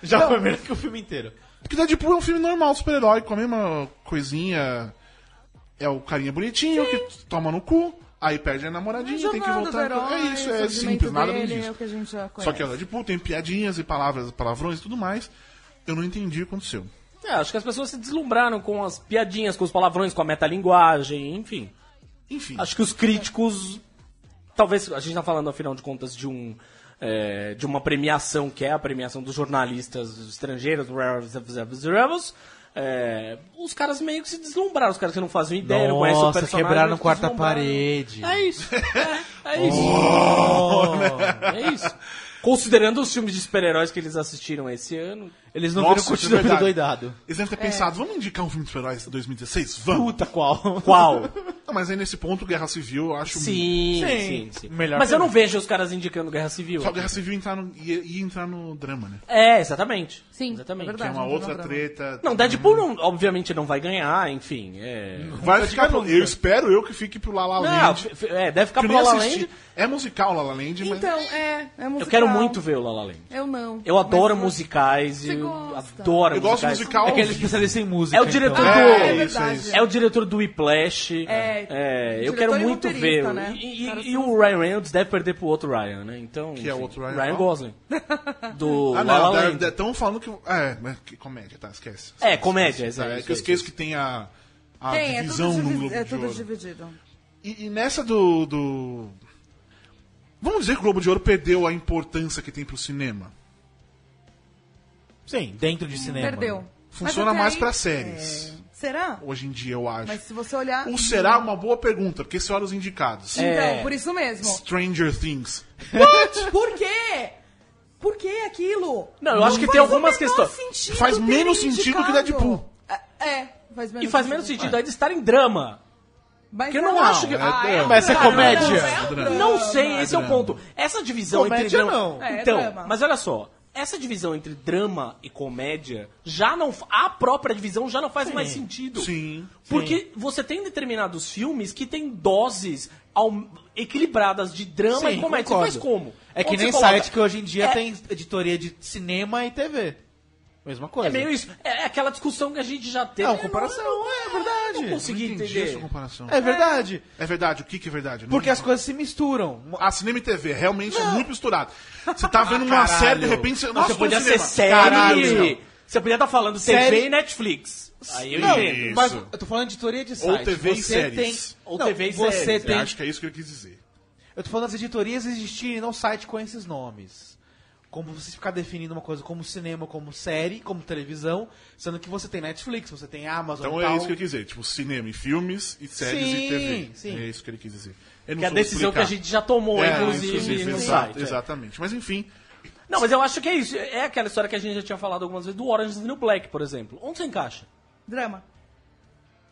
[SPEAKER 7] Já foi melhor que o filme inteiro.
[SPEAKER 5] Porque Deadpool é um filme normal, super-herói, com a mesma coisinha. É o carinha bonitinho que toma no cu. Aí perde a namoradinha,
[SPEAKER 6] A
[SPEAKER 5] tem que
[SPEAKER 6] jornada
[SPEAKER 5] voltar.
[SPEAKER 6] do herói,
[SPEAKER 5] é isso,
[SPEAKER 6] o
[SPEAKER 5] é
[SPEAKER 6] surgimento
[SPEAKER 5] simples, nada
[SPEAKER 6] dele,
[SPEAKER 5] além
[SPEAKER 6] é o
[SPEAKER 5] disso.
[SPEAKER 6] que a gente já
[SPEAKER 5] Só que
[SPEAKER 6] conhece.
[SPEAKER 5] ela, tipo, tem piadinhas e palavras, palavrões e tudo mais. Eu não entendi o que aconteceu.
[SPEAKER 3] É, acho que as pessoas se deslumbraram com as piadinhas, com os palavrões, com a metalinguagem, enfim.
[SPEAKER 5] Enfim.
[SPEAKER 3] Acho que os críticos. Talvez a gente tá falando, afinal de contas, de um. é, de uma premiação que é a premiação dos jornalistas estrangeiros, é, os caras meio que se deslumbraram, os caras que não faziam ideia, não conhecem o
[SPEAKER 4] Nossa,
[SPEAKER 3] personagem.
[SPEAKER 4] quebraram
[SPEAKER 3] se
[SPEAKER 4] quarta
[SPEAKER 3] deslumbraram.
[SPEAKER 4] parede.
[SPEAKER 3] É isso, é, é isso. é isso. Considerando os filmes de super-heróis que eles assistiram esse ano,
[SPEAKER 7] Eles não
[SPEAKER 5] Nossa,
[SPEAKER 7] viram
[SPEAKER 5] isso é
[SPEAKER 7] continuando
[SPEAKER 5] verdade.
[SPEAKER 7] doidado.
[SPEAKER 5] Eles devem ter pensado, vamos indicar um filme de super-heróis de 2016? Vamos!
[SPEAKER 7] Puta qual?
[SPEAKER 3] qual?
[SPEAKER 5] Não, mas aí nesse ponto, Guerra Civil, eu acho.
[SPEAKER 3] Sim, sim,
[SPEAKER 7] Sim,
[SPEAKER 3] sim.
[SPEAKER 7] melhor
[SPEAKER 3] Mas eu
[SPEAKER 7] filme.
[SPEAKER 3] não vejo os caras indicando Guerra Civil.
[SPEAKER 5] Só Guerra Civil entrar no, ia, ia entrar no drama, né?
[SPEAKER 3] É, exatamente.
[SPEAKER 6] Sim,
[SPEAKER 3] exatamente.
[SPEAKER 6] é
[SPEAKER 5] Que é
[SPEAKER 6] verdade.
[SPEAKER 5] uma
[SPEAKER 6] não tem
[SPEAKER 5] outra
[SPEAKER 6] drama.
[SPEAKER 5] treta.
[SPEAKER 3] Não, Deadpool não, obviamente não vai ganhar, enfim. É,
[SPEAKER 5] Vai ficar pro, Eu espero eu que fique pro La La
[SPEAKER 3] Não,
[SPEAKER 5] Land.
[SPEAKER 3] f- f- é, deve
[SPEAKER 6] Tá
[SPEAKER 3] ficar
[SPEAKER 5] que eu
[SPEAKER 3] pro
[SPEAKER 5] nem
[SPEAKER 3] La La
[SPEAKER 5] assisti.
[SPEAKER 3] Land.
[SPEAKER 5] É musical La La Land, mas.
[SPEAKER 6] Então, é, é musical.
[SPEAKER 3] Eu quero muito ver o La La Land.
[SPEAKER 6] Eu não.
[SPEAKER 3] Eu adoro
[SPEAKER 6] Mas-
[SPEAKER 3] musicais.
[SPEAKER 6] Você
[SPEAKER 3] Eu
[SPEAKER 6] gosta?
[SPEAKER 3] adoro
[SPEAKER 5] eu gosto
[SPEAKER 3] musicais.
[SPEAKER 5] musical.
[SPEAKER 7] É que ele especialista em música.
[SPEAKER 3] É o diretor
[SPEAKER 7] então.
[SPEAKER 6] Ah,
[SPEAKER 3] do...
[SPEAKER 5] É,
[SPEAKER 6] é,
[SPEAKER 5] isso,
[SPEAKER 6] verdade.
[SPEAKER 5] isso.
[SPEAKER 3] É o diretor do Whiplash.
[SPEAKER 6] É,
[SPEAKER 3] É, eu
[SPEAKER 6] diretor
[SPEAKER 3] quero
[SPEAKER 6] e
[SPEAKER 3] muito ver.
[SPEAKER 6] roteirista, né?
[SPEAKER 3] E, e-
[SPEAKER 6] Os caras
[SPEAKER 3] e
[SPEAKER 6] são
[SPEAKER 3] o Ryan Reynolds deve perder pro outro Ryan, né? Então,
[SPEAKER 5] Que é o outro Ryan
[SPEAKER 3] Ryan
[SPEAKER 5] qual?
[SPEAKER 3] Gosling. Do
[SPEAKER 5] Ah,
[SPEAKER 3] La La
[SPEAKER 5] não,
[SPEAKER 3] Land.
[SPEAKER 5] estão falando que. É, mas que comédia, tá? Esquece.
[SPEAKER 3] É, comédia,
[SPEAKER 5] Tá,
[SPEAKER 3] exato.
[SPEAKER 5] é que eu esqueço que tem a, a
[SPEAKER 6] Tem, é
[SPEAKER 5] divisão
[SPEAKER 6] tudo,
[SPEAKER 5] no
[SPEAKER 6] divi-
[SPEAKER 5] Globo
[SPEAKER 6] é
[SPEAKER 5] de
[SPEAKER 6] tudo
[SPEAKER 5] Ouro.
[SPEAKER 6] dividido.
[SPEAKER 5] E, e nessa do, do. Vamos dizer que o Globo de Ouro perdeu a importância que tem pro cinema.
[SPEAKER 7] Sim, dentro de cinema. né?
[SPEAKER 6] Perdeu.
[SPEAKER 5] Funciona
[SPEAKER 6] até
[SPEAKER 5] mais
[SPEAKER 6] aí- é,
[SPEAKER 5] pra séries.
[SPEAKER 6] Será?
[SPEAKER 5] Hoje em dia, eu acho.
[SPEAKER 6] Mas se você olhar.
[SPEAKER 5] O será é uma boa pergunta, porque você olha os indicados.
[SPEAKER 6] Então,
[SPEAKER 3] É.
[SPEAKER 6] por isso mesmo.
[SPEAKER 5] Stranger Things.
[SPEAKER 6] Por quê? Por que aquilo?
[SPEAKER 3] Não, eu acho que
[SPEAKER 6] faz
[SPEAKER 3] tem
[SPEAKER 6] o
[SPEAKER 3] algumas
[SPEAKER 6] menor
[SPEAKER 3] questões.
[SPEAKER 6] sentido
[SPEAKER 5] Faz
[SPEAKER 6] ter
[SPEAKER 5] menos sentido que Deadpool.
[SPEAKER 6] É, É, faz menos
[SPEAKER 3] E faz menos sentido
[SPEAKER 6] É.
[SPEAKER 3] ainda estar em drama.
[SPEAKER 6] Mas
[SPEAKER 3] porque eu não acho que-
[SPEAKER 5] Ah, é,
[SPEAKER 6] um
[SPEAKER 5] mas
[SPEAKER 7] é
[SPEAKER 6] drama,
[SPEAKER 7] comédia.
[SPEAKER 6] é um drama.
[SPEAKER 3] Não sei, esse é o
[SPEAKER 5] drama.
[SPEAKER 3] ponto. Essa divisão entre
[SPEAKER 7] Comédia,
[SPEAKER 3] drama.
[SPEAKER 7] não.
[SPEAKER 6] É,
[SPEAKER 3] Então,
[SPEAKER 6] drama.
[SPEAKER 3] mas olha só. Essa divisão entre drama e comédia já não. A própria divisão já não faz mais sentido.
[SPEAKER 5] Sim.
[SPEAKER 3] Porque você tem determinados filmes que tem doses ao- equilibradas de drama
[SPEAKER 7] Sim,
[SPEAKER 3] e comédia.
[SPEAKER 7] concordo.
[SPEAKER 3] Você faz como?
[SPEAKER 7] É que
[SPEAKER 3] Onde
[SPEAKER 7] nem
[SPEAKER 3] você coloca?
[SPEAKER 7] site que hoje em dia
[SPEAKER 3] É-
[SPEAKER 7] tem editoria de cinema e TV. Mesma coisa.
[SPEAKER 3] É meio isso. É aquela discussão que a gente já teve.
[SPEAKER 7] É uma comparação,
[SPEAKER 3] Eu não-
[SPEAKER 7] é verdade.
[SPEAKER 3] eu Não consegui
[SPEAKER 5] Não entendi essa
[SPEAKER 3] entender.
[SPEAKER 5] comparação.
[SPEAKER 7] É verdade.
[SPEAKER 5] É verdade, o que, que é verdade? Não-
[SPEAKER 7] Porque as coisas se misturam.
[SPEAKER 5] Ah, cinema e TV, realmente é muito misturado. Você tá vendo uma
[SPEAKER 7] caralho.
[SPEAKER 5] série, de repente você.
[SPEAKER 3] você
[SPEAKER 5] Nossa, tô no
[SPEAKER 3] Ah, podia ser
[SPEAKER 5] cinema.
[SPEAKER 3] série.
[SPEAKER 5] Caralho.
[SPEAKER 3] Você podia estar falando
[SPEAKER 7] Série-
[SPEAKER 3] TV e Netflix. Aí eu
[SPEAKER 7] Não,
[SPEAKER 3] entendo.
[SPEAKER 7] mas eu tô falando de editoria de site.
[SPEAKER 5] TV e
[SPEAKER 7] você
[SPEAKER 5] séries.
[SPEAKER 7] Tem...
[SPEAKER 3] Ou
[SPEAKER 7] não,
[SPEAKER 3] TV e
[SPEAKER 7] você
[SPEAKER 3] séries,
[SPEAKER 5] Eu
[SPEAKER 7] Tem...
[SPEAKER 5] acho que é isso que eu quis dizer.
[SPEAKER 7] Eu tô falando das editorias existirem, não site com esses nomes. Como você ficar definindo uma coisa como cinema, como série, como televisão, sendo que você tem Netflix, você tem Amazon
[SPEAKER 5] Então
[SPEAKER 7] e tal.
[SPEAKER 5] é isso que ele quis dizer. Tipo, cinema e filmes, e séries e
[SPEAKER 7] Sim,
[SPEAKER 5] TV.
[SPEAKER 7] sim.
[SPEAKER 5] É isso que ele quis dizer. Eu não
[SPEAKER 3] Que é a
[SPEAKER 5] soube
[SPEAKER 3] decisão
[SPEAKER 5] explicar.
[SPEAKER 3] que a gente já tomou,
[SPEAKER 5] É,
[SPEAKER 3] inclusive, no
[SPEAKER 5] exato,
[SPEAKER 3] site. é.
[SPEAKER 5] Exatamente. Mas enfim,
[SPEAKER 3] Não, mas eu acho que é isso. É aquela história que a gente já tinha falado algumas vezes do Orange is the New Black, por exemplo. Onde você encaixa?
[SPEAKER 6] Drama.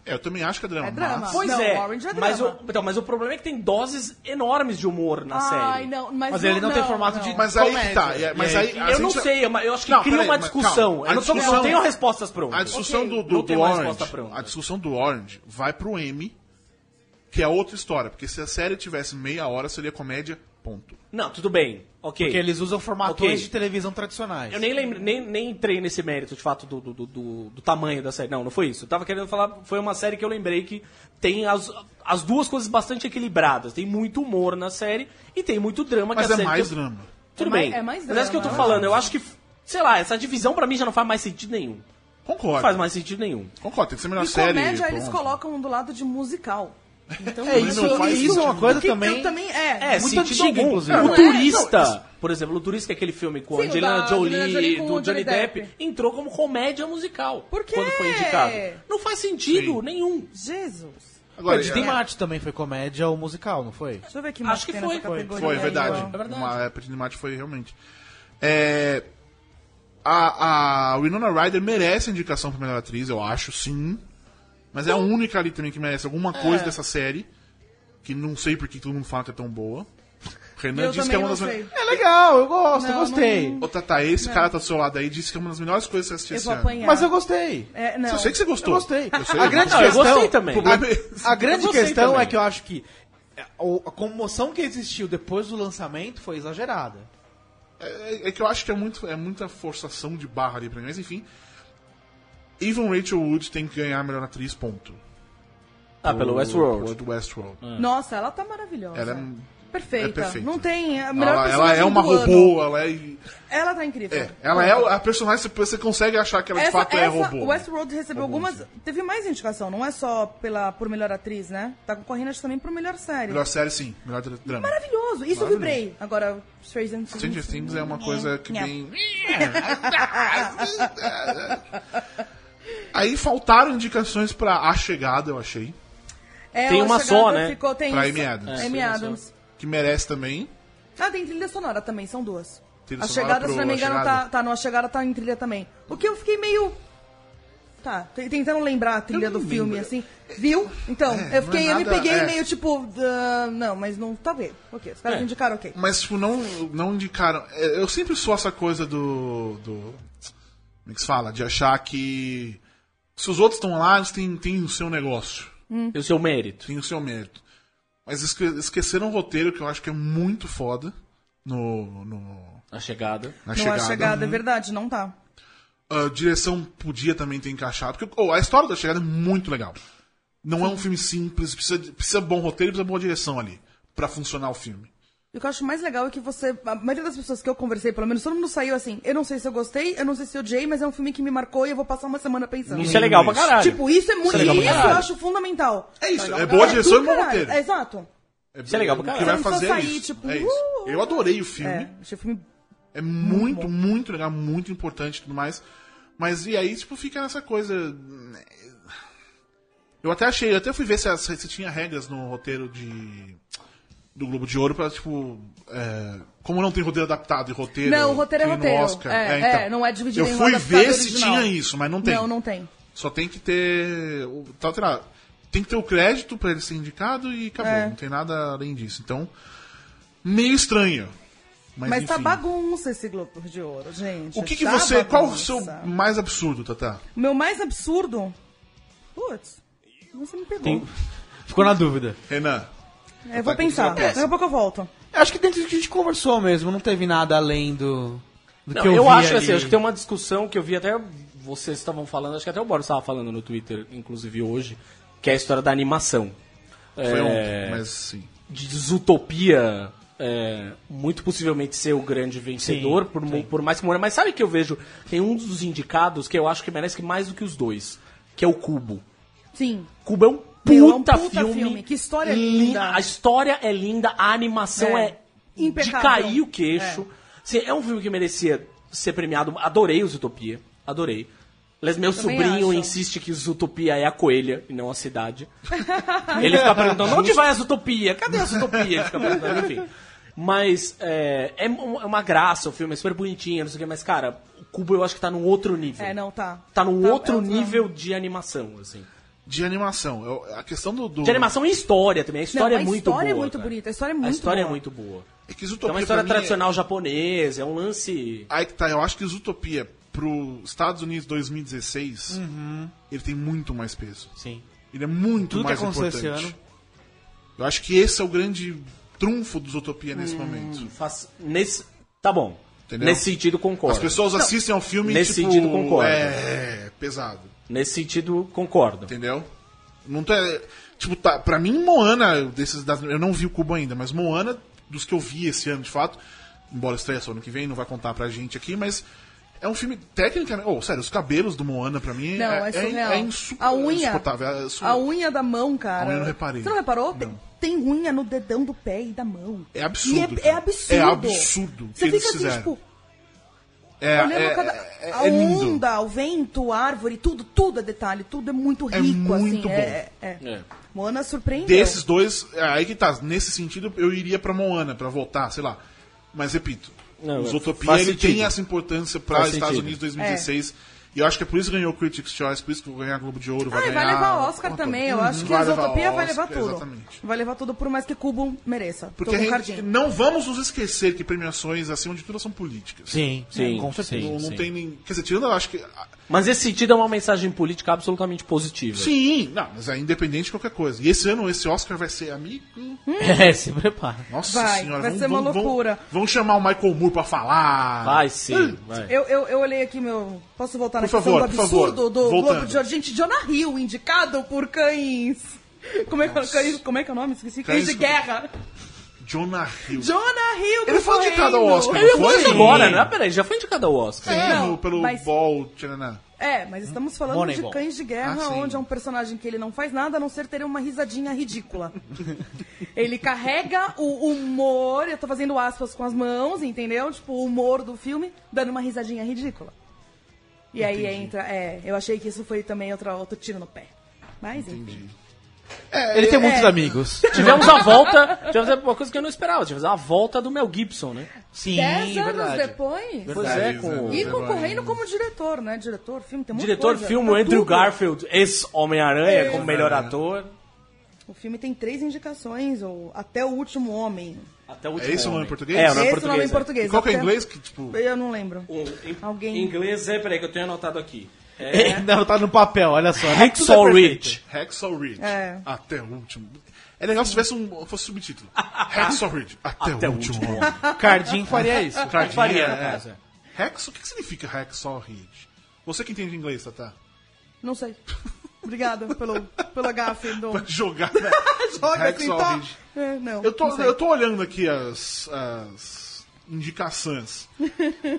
[SPEAKER 5] é, eu também acho que é drama.
[SPEAKER 6] É drama.
[SPEAKER 5] mas-
[SPEAKER 3] Pois
[SPEAKER 6] Não,
[SPEAKER 3] é.
[SPEAKER 6] Orange é
[SPEAKER 3] mas, o,
[SPEAKER 6] drama.
[SPEAKER 3] então, mas o problema é que tem doses enormes de humor na
[SPEAKER 6] Ai,
[SPEAKER 3] série.
[SPEAKER 6] não, mas,
[SPEAKER 7] Mas ele não tem formato de-
[SPEAKER 5] Mas aí que
[SPEAKER 7] Comédia.
[SPEAKER 5] tá. é, Mas
[SPEAKER 7] E aí-
[SPEAKER 5] aí, a
[SPEAKER 3] Eu não
[SPEAKER 5] gente-
[SPEAKER 3] sei, eu, eu acho que
[SPEAKER 5] Não,
[SPEAKER 3] cria
[SPEAKER 5] peraí,
[SPEAKER 3] uma
[SPEAKER 5] mas
[SPEAKER 3] discussão.
[SPEAKER 5] calma,
[SPEAKER 3] eu
[SPEAKER 5] a
[SPEAKER 3] não, tô-
[SPEAKER 5] discussão-
[SPEAKER 3] não tenho respostas
[SPEAKER 5] A
[SPEAKER 3] prontas.
[SPEAKER 5] discussão
[SPEAKER 6] Ok,
[SPEAKER 5] do, do,
[SPEAKER 3] não tem
[SPEAKER 5] do
[SPEAKER 3] mais
[SPEAKER 5] Orange.
[SPEAKER 3] resposta pronta.
[SPEAKER 5] A discussão do Orange vai pro M, que é outra história. Porque se a série tivesse meia hora, seria comédia, ponto.
[SPEAKER 3] Não, tudo bem. Ok.
[SPEAKER 7] Porque eles usam formatões
[SPEAKER 3] Ok.
[SPEAKER 7] de televisão tradicionais.
[SPEAKER 3] Eu nem lembro, nem, nem entrei nesse mérito, de fato, do, do, do- do- do tamanho da série. Não, não foi isso. Eu tava querendo falar, foi uma série que eu lembrei que tem as, as duas coisas bastante equilibradas. Tem muito humor na série e tem muito drama
[SPEAKER 5] Mas
[SPEAKER 3] que a
[SPEAKER 5] é
[SPEAKER 3] série.
[SPEAKER 5] mais
[SPEAKER 3] que-
[SPEAKER 5] drama.
[SPEAKER 3] Tudo
[SPEAKER 6] É
[SPEAKER 3] bem.
[SPEAKER 6] mais- é mais
[SPEAKER 3] Mas é isso que eu tô
[SPEAKER 6] drama.
[SPEAKER 3] falando. Eu acho que, sei lá, essa divisão pra mim já não faz mais sentido nenhum. Não
[SPEAKER 5] Concordo.
[SPEAKER 3] faz mais sentido nenhum.
[SPEAKER 5] Concordo, tem que ser a melhor
[SPEAKER 6] E
[SPEAKER 5] série.
[SPEAKER 6] comédia eles
[SPEAKER 5] ponto.
[SPEAKER 6] colocam um do lado de musical. Então,
[SPEAKER 7] É
[SPEAKER 5] Não
[SPEAKER 7] isso,
[SPEAKER 5] faz
[SPEAKER 7] isso é uma
[SPEAKER 5] sentido.
[SPEAKER 7] coisa
[SPEAKER 6] que
[SPEAKER 7] também.
[SPEAKER 6] eu também
[SPEAKER 3] É,
[SPEAKER 6] é.
[SPEAKER 7] Muito
[SPEAKER 3] sentido
[SPEAKER 7] antiga,
[SPEAKER 3] algum.
[SPEAKER 7] inclusive.
[SPEAKER 3] O
[SPEAKER 6] Não, é,
[SPEAKER 3] Turista, por exemplo, o Turista, que é aquele filme com a
[SPEAKER 6] Sim, o da
[SPEAKER 3] Angelina
[SPEAKER 6] Angelina
[SPEAKER 3] Jolie,
[SPEAKER 6] Jolie com
[SPEAKER 3] do
[SPEAKER 6] o
[SPEAKER 3] Johnny
[SPEAKER 6] Johnny
[SPEAKER 3] Depp,
[SPEAKER 6] Depp.
[SPEAKER 3] entrou como comédia musical.
[SPEAKER 6] Por quê?
[SPEAKER 3] Quando foi indicado. Não faz sentido
[SPEAKER 5] Sim.
[SPEAKER 3] nenhum.
[SPEAKER 6] Jesus.
[SPEAKER 5] Agora,
[SPEAKER 7] Pô, de
[SPEAKER 5] é-
[SPEAKER 7] The Marte também foi comédia ou musical, não foi?
[SPEAKER 6] Deixa eu ver que
[SPEAKER 3] Acho
[SPEAKER 6] mais
[SPEAKER 3] que
[SPEAKER 6] tem
[SPEAKER 3] foi.
[SPEAKER 6] nessa
[SPEAKER 3] Foi,
[SPEAKER 6] categoria
[SPEAKER 5] Foi, é
[SPEAKER 6] aí,
[SPEAKER 5] verdade.
[SPEAKER 6] ó.
[SPEAKER 3] verdade.
[SPEAKER 5] Uma época de Marte foi realmente. É, a, a Winona Ryder merece indicação pra melhor atriz, eu acho, sim. Mas é a única ali também que merece alguma coisa dessa série. Que não sei por que todo mundo fala que é tão boa. O Renan
[SPEAKER 6] Eu
[SPEAKER 5] disse que é
[SPEAKER 6] também
[SPEAKER 5] uma
[SPEAKER 6] não
[SPEAKER 5] das.
[SPEAKER 6] sei.
[SPEAKER 5] me-
[SPEAKER 7] É legal, eu gosto, eu
[SPEAKER 6] Não,
[SPEAKER 7] gostei.
[SPEAKER 5] Ô, Tata, esse cara tá do seu lado aí disse que é uma das melhores coisas que você assistiu
[SPEAKER 6] Eu
[SPEAKER 5] esse
[SPEAKER 6] vou
[SPEAKER 5] ano.
[SPEAKER 6] apanhar.
[SPEAKER 7] Mas eu gostei.
[SPEAKER 6] É, não.
[SPEAKER 5] Eu sei que você gostou.
[SPEAKER 7] Eu gostei.
[SPEAKER 5] Eu sei,
[SPEAKER 7] A grande
[SPEAKER 5] eu
[SPEAKER 3] Não, eu
[SPEAKER 7] questão-
[SPEAKER 3] gostei também.
[SPEAKER 5] problema é-
[SPEAKER 7] A grande
[SPEAKER 3] Eu gostei
[SPEAKER 7] questão
[SPEAKER 3] também.
[SPEAKER 7] é que eu acho que o- a comoção que existiu depois do lançamento foi exagerada.
[SPEAKER 5] É, é que eu acho que é, muito, é muita forçação de barra ali pra mim, mas enfim. Even Rachel Wood tem que ganhar a melhor atriz, ponto.
[SPEAKER 3] Ah, pelo Westworld.
[SPEAKER 5] Por Westworld.
[SPEAKER 6] Nossa, ela tá maravilhosa.
[SPEAKER 5] Ela é.
[SPEAKER 6] Perfeita.
[SPEAKER 5] é perfeita.
[SPEAKER 6] Não tem. A melhor
[SPEAKER 5] Ela, ela
[SPEAKER 6] personagem
[SPEAKER 5] é uma
[SPEAKER 6] do ano.
[SPEAKER 5] robô, ela é.
[SPEAKER 6] Ela tá incrível.
[SPEAKER 5] É, ela é a personagem que você consegue achar que ela de
[SPEAKER 6] Essa,
[SPEAKER 5] fato é
[SPEAKER 6] essa-
[SPEAKER 5] robô.
[SPEAKER 6] Westworld recebeu
[SPEAKER 5] Robôzinho.
[SPEAKER 6] algumas. Teve mais indicação, não é só pela, por melhor atriz, né? Tá concorrendo acho, também por melhor série.
[SPEAKER 5] Melhor série, sim. Melhor dra- drama.
[SPEAKER 6] Maravilhoso. Isso eu vibrei. Agora, Stranger
[SPEAKER 5] Stranger
[SPEAKER 6] Things.
[SPEAKER 5] Things é uma coisa que
[SPEAKER 6] Nha.
[SPEAKER 5] vem. Aí faltaram indicações pra A Chegada, eu achei.
[SPEAKER 6] É,
[SPEAKER 3] Tem
[SPEAKER 6] a
[SPEAKER 3] uma
[SPEAKER 6] chegada
[SPEAKER 3] só, né?
[SPEAKER 6] Ficou, tem
[SPEAKER 5] Pra
[SPEAKER 6] isso. É,
[SPEAKER 5] Amy Adams.
[SPEAKER 6] Amy Adams.
[SPEAKER 5] Que merece também.
[SPEAKER 6] Ah, tem trilha sonora também, são duas.
[SPEAKER 5] Trilha
[SPEAKER 6] a
[SPEAKER 5] sonora
[SPEAKER 6] chegada,
[SPEAKER 5] pro-
[SPEAKER 6] se não me
[SPEAKER 5] a
[SPEAKER 6] engano,
[SPEAKER 5] chegada?
[SPEAKER 6] tá, tá no A Chegada, tá em trilha também. O que eu fiquei meio. Tá, t- tentando lembrar a trilha do filme, assim. Viu? Então,
[SPEAKER 5] não
[SPEAKER 6] eu fiquei,
[SPEAKER 5] é
[SPEAKER 6] eu me
[SPEAKER 5] nada-
[SPEAKER 6] peguei
[SPEAKER 5] é.
[SPEAKER 6] meio tipo. ah, não, mas não. Tá bem. Ok, os caras
[SPEAKER 3] É.
[SPEAKER 6] indicaram, ok.
[SPEAKER 5] Mas, tipo, não, não indicaram. É, Eu sempre sou essa coisa do. do como é que se fala? De achar que. Se os outros estão lá, eles têm, têm o seu negócio.
[SPEAKER 3] Hum. E o seu mérito.
[SPEAKER 5] Tem o seu mérito. Mas esque- esqueceram o roteiro, que eu acho que é muito foda. No. no
[SPEAKER 3] A chegada.
[SPEAKER 5] na
[SPEAKER 6] não
[SPEAKER 5] chegada.
[SPEAKER 6] A Chegada,
[SPEAKER 3] Uhum.
[SPEAKER 6] é verdade, não tá.
[SPEAKER 5] A direção podia também ter encaixado. Porque oh, a história da chegada é muito legal. Não é um filme simples, precisa, de- precisa bom roteiro e precisa boa direção ali. Pra funcionar o filme.
[SPEAKER 6] E o que eu acho mais legal é que você. A maioria das pessoas que eu conversei, pelo menos, todo mundo saiu assim. Eu não sei se eu gostei, eu não sei se eu odiei, mas é um filme que me marcou e eu vou passar uma semana pensando.
[SPEAKER 3] Isso é legal pra caralho.
[SPEAKER 6] Tipo, isso é muito.
[SPEAKER 3] é legal
[SPEAKER 6] Isso,
[SPEAKER 3] pra
[SPEAKER 6] eu
[SPEAKER 3] caralho.
[SPEAKER 6] acho fundamental.
[SPEAKER 5] É isso, é boa direção e bom roteiro.
[SPEAKER 6] É, exato.
[SPEAKER 3] Isso é legal pra
[SPEAKER 5] O que vai
[SPEAKER 3] caralho.
[SPEAKER 6] Você não
[SPEAKER 5] fazer
[SPEAKER 6] precisa
[SPEAKER 5] é
[SPEAKER 6] sair,
[SPEAKER 5] isso.
[SPEAKER 6] tipo,
[SPEAKER 5] é isso.
[SPEAKER 6] uh.
[SPEAKER 5] Eu adorei o filme.
[SPEAKER 6] É, achei o filme.
[SPEAKER 5] É muito, muito legal, muito importante e tudo mais. Mas e aí, tipo, fica nessa coisa. né? Eu até achei, eu até fui ver se, as- se tinha regras no roteiro de. Do Globo de Ouro pra, tipo. é, como não tem roteiro adaptado e roteiro.
[SPEAKER 6] Não, o roteiro é
[SPEAKER 5] que no
[SPEAKER 6] roteiro.
[SPEAKER 5] Oscar. então.
[SPEAKER 6] É, é, não é dividido
[SPEAKER 5] Eu
[SPEAKER 6] em
[SPEAKER 5] fui
[SPEAKER 6] adaptado
[SPEAKER 5] ver
[SPEAKER 6] e
[SPEAKER 5] se
[SPEAKER 6] original.
[SPEAKER 5] tinha isso, mas não tem.
[SPEAKER 6] Não, não tem.
[SPEAKER 5] Só tem que ter. o- Tá, sei lá, tem que ter o crédito pra ele ser indicado e acabou.
[SPEAKER 6] É.
[SPEAKER 5] Não tem nada além disso. Então. Meio estranho. Mas,
[SPEAKER 6] Mas tá
[SPEAKER 5] enfim.
[SPEAKER 6] bagunça esse Globo de Ouro, gente.
[SPEAKER 5] O que, que
[SPEAKER 6] Tá
[SPEAKER 5] você. Qual o
[SPEAKER 6] bagunça.
[SPEAKER 5] seu mais absurdo, Tata?
[SPEAKER 6] O meu mais absurdo. Putz, você me pegou.
[SPEAKER 7] Ficou na dúvida.
[SPEAKER 5] Renan.
[SPEAKER 6] É, eu vou pensar. Daqui a pouco eu volto.
[SPEAKER 7] Acho que dentro do que a gente conversou mesmo, não teve nada além do, do
[SPEAKER 3] Não,
[SPEAKER 7] que
[SPEAKER 3] eu
[SPEAKER 7] eu, vi
[SPEAKER 3] acho
[SPEAKER 7] ali.
[SPEAKER 3] assim, acho que tem uma discussão que eu vi até vocês estavam falando, acho que até o Boris estava falando no Twitter, inclusive hoje, que é a história da animação.
[SPEAKER 5] Foi
[SPEAKER 3] É,
[SPEAKER 5] ontem, mas sim.
[SPEAKER 3] de desutopia é, muito possivelmente ser o grande vencedor, por, mu- por mais que more. Mas sabe que eu vejo? Tem um dos indicados que eu acho que merece que mais do que os dois, que é o Cubo.
[SPEAKER 6] Sim.
[SPEAKER 3] Cubo é um
[SPEAKER 6] Meu, é um
[SPEAKER 3] puta,
[SPEAKER 6] puta
[SPEAKER 3] filme,
[SPEAKER 6] filme. Que história é
[SPEAKER 3] li-
[SPEAKER 6] linda.
[SPEAKER 3] A história é linda, a animação é,
[SPEAKER 6] É. Impecável.
[SPEAKER 3] de cair o queixo. Assim, É. um filme que merecia ser premiado. Adorei os Utopia, adorei. Aliás, meu
[SPEAKER 6] Também
[SPEAKER 3] sobrinho
[SPEAKER 6] acho.
[SPEAKER 3] insiste que Zootopia é a coelha e não a cidade. Ele fica perguntando, onde vai a Zootopia? Cadê a Zootopia? Ele fica perguntando, enfim. Mas é, é um- é uma graça o filme, é super bonitinho, não sei o que, mas, cara, o Cubo eu acho que tá num outro nível.
[SPEAKER 6] É, não, tá.
[SPEAKER 3] Tá num
[SPEAKER 6] Tá-
[SPEAKER 3] outro
[SPEAKER 6] é outro-
[SPEAKER 3] nível de animação, assim.
[SPEAKER 5] De animação. eu- a questão do. do
[SPEAKER 3] De animação e história também. A história
[SPEAKER 6] Não,
[SPEAKER 3] é
[SPEAKER 6] a
[SPEAKER 3] muito boa.
[SPEAKER 6] história é muito
[SPEAKER 3] cara.
[SPEAKER 6] bonita, a história é muito
[SPEAKER 3] A história
[SPEAKER 6] boa.
[SPEAKER 3] é muito boa.
[SPEAKER 5] É que
[SPEAKER 3] É
[SPEAKER 5] Zootopia.
[SPEAKER 3] uma história
[SPEAKER 5] pra mim,
[SPEAKER 3] tradicional japonesa, é um lance.
[SPEAKER 5] Aí que tá, eu acho que Zootopia pro Estados Unidos 2016, ele tem muito mais peso.
[SPEAKER 7] Sim.
[SPEAKER 5] Ele é muito
[SPEAKER 7] Uhum. Tudo que
[SPEAKER 5] mais
[SPEAKER 7] aconteceu
[SPEAKER 5] importante.
[SPEAKER 7] esse ano.
[SPEAKER 5] Eu acho que esse é o grande trunfo do Zootopia nesse
[SPEAKER 7] Hum.
[SPEAKER 5] momento.
[SPEAKER 3] faz- Nesse... Tá bom.
[SPEAKER 5] Entendeu?
[SPEAKER 3] Nesse sentido, concordo.
[SPEAKER 5] As pessoas assistem ao filme
[SPEAKER 3] Nesse
[SPEAKER 5] tipo,
[SPEAKER 3] sentido, concordo.
[SPEAKER 5] É, pesado.
[SPEAKER 3] Nesse sentido, concordo.
[SPEAKER 5] Entendeu? Não tá, tipo, tá, pra mim, Moana, desses, das- eu não vi o Cubo ainda, mas Moana, dos que eu vi esse ano de fato, embora estreia só ano que vem, não vai contar pra gente aqui, mas é um filme tecnicamente. Oh, sério, os cabelos do Moana pra mim
[SPEAKER 6] Não, é,
[SPEAKER 5] é,
[SPEAKER 6] surreal.
[SPEAKER 5] é insu-
[SPEAKER 6] a unha,
[SPEAKER 5] insuportável. é su-
[SPEAKER 6] a unha da mão, cara.
[SPEAKER 5] A unha eu não reparei.
[SPEAKER 6] Você não reparou? Tem-
[SPEAKER 5] Não.
[SPEAKER 6] Tem unha no dedão do pé e da mão.
[SPEAKER 5] É absurdo,
[SPEAKER 6] E é, é
[SPEAKER 5] cara.
[SPEAKER 6] absurdo.
[SPEAKER 5] É absurdo o que
[SPEAKER 6] Você
[SPEAKER 5] eles
[SPEAKER 6] fica assim,
[SPEAKER 5] fizeram.
[SPEAKER 6] tipo,
[SPEAKER 5] é, é,
[SPEAKER 6] olhando cada...
[SPEAKER 5] é-
[SPEAKER 6] a
[SPEAKER 5] é lindo.
[SPEAKER 6] onda, o vento, a árvore, tudo, tudo é detalhe, tudo é muito
[SPEAKER 5] É
[SPEAKER 6] rico, assim.
[SPEAKER 5] muito
[SPEAKER 6] É, é, é.
[SPEAKER 3] É.
[SPEAKER 6] Moana surpreendeu.
[SPEAKER 5] Desses dois, é aí que tá. Nesse sentido, eu iria pra Moana, pra voltar, sei lá. Mas repito,
[SPEAKER 3] Não,
[SPEAKER 5] os
[SPEAKER 3] é,
[SPEAKER 5] Zootopia
[SPEAKER 3] faz
[SPEAKER 5] ele
[SPEAKER 3] sentido.
[SPEAKER 5] tem essa importância pra
[SPEAKER 3] Faz
[SPEAKER 5] Estados
[SPEAKER 3] sentido.
[SPEAKER 5] Unidos
[SPEAKER 6] É.
[SPEAKER 5] 2016. E eu acho que é por isso que ganhou o Critics' Choice, por isso que vai ganhar Globo de Ouro, vai
[SPEAKER 6] Ah, e
[SPEAKER 5] ganhar...
[SPEAKER 6] vai levar
[SPEAKER 5] a
[SPEAKER 6] Oscar
[SPEAKER 5] porra
[SPEAKER 6] também. Eu
[SPEAKER 5] toda.
[SPEAKER 6] acho que
[SPEAKER 5] Vai
[SPEAKER 6] a
[SPEAKER 5] levar
[SPEAKER 6] Zootopia vai levar
[SPEAKER 5] Oscar,
[SPEAKER 6] tudo.
[SPEAKER 5] Exatamente.
[SPEAKER 6] Vai levar tudo, por mais que Cubo mereça.
[SPEAKER 5] Porque
[SPEAKER 6] Tô com
[SPEAKER 5] a gente,
[SPEAKER 6] cardinho.
[SPEAKER 5] não é. vamos nos esquecer que premiações, acima de tudo, são políticas.
[SPEAKER 7] Sim,
[SPEAKER 3] Sim,
[SPEAKER 7] com certeza.
[SPEAKER 3] sim.
[SPEAKER 5] não não tem nem... Quer dizer, tirando, eu acho que...
[SPEAKER 3] Mas esse sentido é uma mensagem política absolutamente positiva.
[SPEAKER 5] Sim, não, mas é independente de qualquer coisa. E esse ano, esse Oscar vai ser amigo...
[SPEAKER 7] É, se prepara.
[SPEAKER 5] Nossa
[SPEAKER 6] Vai,
[SPEAKER 5] senhora,
[SPEAKER 6] vai
[SPEAKER 5] vão-
[SPEAKER 6] ser uma
[SPEAKER 5] vão- vão-
[SPEAKER 6] loucura.
[SPEAKER 5] Vão chamar o Michael Moore pra falar.
[SPEAKER 3] Vai sim,
[SPEAKER 5] Hum.
[SPEAKER 3] vai.
[SPEAKER 6] Eu, eu, eu olhei aqui meu. Posso voltar na
[SPEAKER 5] Por
[SPEAKER 6] questão
[SPEAKER 5] favor,
[SPEAKER 6] do
[SPEAKER 5] por
[SPEAKER 6] absurdo
[SPEAKER 5] favor.
[SPEAKER 6] do
[SPEAKER 5] Voltando.
[SPEAKER 6] Globo de Ouro? Gente, Jonah Hill, indicado por cães. Como é, que, como é que é o nome? Esqueci. Cães de
[SPEAKER 5] Cães-
[SPEAKER 6] guerra.
[SPEAKER 5] Jonah Hill.
[SPEAKER 6] Jonah Hill
[SPEAKER 5] Ele foi indicado ao
[SPEAKER 6] correndo.
[SPEAKER 5] Oscar.
[SPEAKER 3] Ele
[SPEAKER 5] Foi?
[SPEAKER 3] foi agora, né? Peraí, já foi indicado ao Oscar.
[SPEAKER 5] É,
[SPEAKER 6] Não,
[SPEAKER 5] no- pelo
[SPEAKER 6] mas-
[SPEAKER 5] Ball. tchananã.
[SPEAKER 6] É, mas
[SPEAKER 3] Hum.
[SPEAKER 6] estamos falando
[SPEAKER 7] Moneyball.
[SPEAKER 6] de Cães de Guerra,
[SPEAKER 5] Ah, sim.
[SPEAKER 6] onde é um personagem que ele não faz nada a não ser ter uma risadinha ridícula. ele carrega o humor, eu tô fazendo aspas com as mãos, entendeu? Tipo, o humor do filme, dando uma risadinha ridícula. E aí entra, é, eu achei que isso foi também outra, outro tiro no pé. Mas, enfim.
[SPEAKER 7] Ele tem muitos
[SPEAKER 6] é.
[SPEAKER 7] amigos.
[SPEAKER 3] Tivemos a volta. Tivemos uma coisa que eu não esperava. Tivemos a volta do Mel Gibson, né?
[SPEAKER 7] Sim,
[SPEAKER 6] Dez anos
[SPEAKER 7] verdade.
[SPEAKER 6] depois...
[SPEAKER 3] Pois
[SPEAKER 5] Verdade,
[SPEAKER 3] é, com.
[SPEAKER 6] E concorrendo como diretor, né? Diretor, filme, tem muita
[SPEAKER 3] Diretor
[SPEAKER 6] coisa,
[SPEAKER 3] filme,
[SPEAKER 6] tá
[SPEAKER 3] o Andrew
[SPEAKER 6] tudo.
[SPEAKER 3] Garfield, ex-Homem-Aranha, como melhor ator.
[SPEAKER 6] O filme tem três indicações, ou Até o Último Homem.
[SPEAKER 3] Até o
[SPEAKER 5] É
[SPEAKER 3] último
[SPEAKER 5] esse o nome em
[SPEAKER 3] homem.
[SPEAKER 5] português?
[SPEAKER 3] É, o nome
[SPEAKER 6] Esse é o nome em
[SPEAKER 3] português. é.
[SPEAKER 5] E
[SPEAKER 6] português.
[SPEAKER 5] Qual que é o
[SPEAKER 6] até-
[SPEAKER 5] inglês? Que, tipo,
[SPEAKER 6] Eu não lembro.
[SPEAKER 3] O- em-
[SPEAKER 6] Alguém-
[SPEAKER 3] Em inglês é, peraí que eu tenho anotado aqui. É.
[SPEAKER 7] É. Não, tá no papel, olha só.
[SPEAKER 3] Hacksaw
[SPEAKER 7] Tudo é perfeito.
[SPEAKER 3] Ridge.
[SPEAKER 5] Hacksaw Ridge.
[SPEAKER 6] É.
[SPEAKER 5] Até o último. É legal se tivesse um. fosse subtítulo. Hacksaw Ridge. Até, o último. homem.
[SPEAKER 7] Cardinho faria né? isso.
[SPEAKER 3] Cardinho faria, no
[SPEAKER 5] é.
[SPEAKER 3] caso, é.
[SPEAKER 5] Hacksaw, o que que significa Hacksaw Ridge? Você que entende inglês, Tata.
[SPEAKER 6] Não sei. Obrigada pelo, pelo agafe do...
[SPEAKER 5] Pra jogar. né?
[SPEAKER 6] Joga assim,
[SPEAKER 5] Hacksaw
[SPEAKER 6] tá?
[SPEAKER 5] Ridge.
[SPEAKER 6] É, não.
[SPEAKER 5] Eu tô,
[SPEAKER 6] não sei.
[SPEAKER 5] eu tô olhando aqui as, as indicações.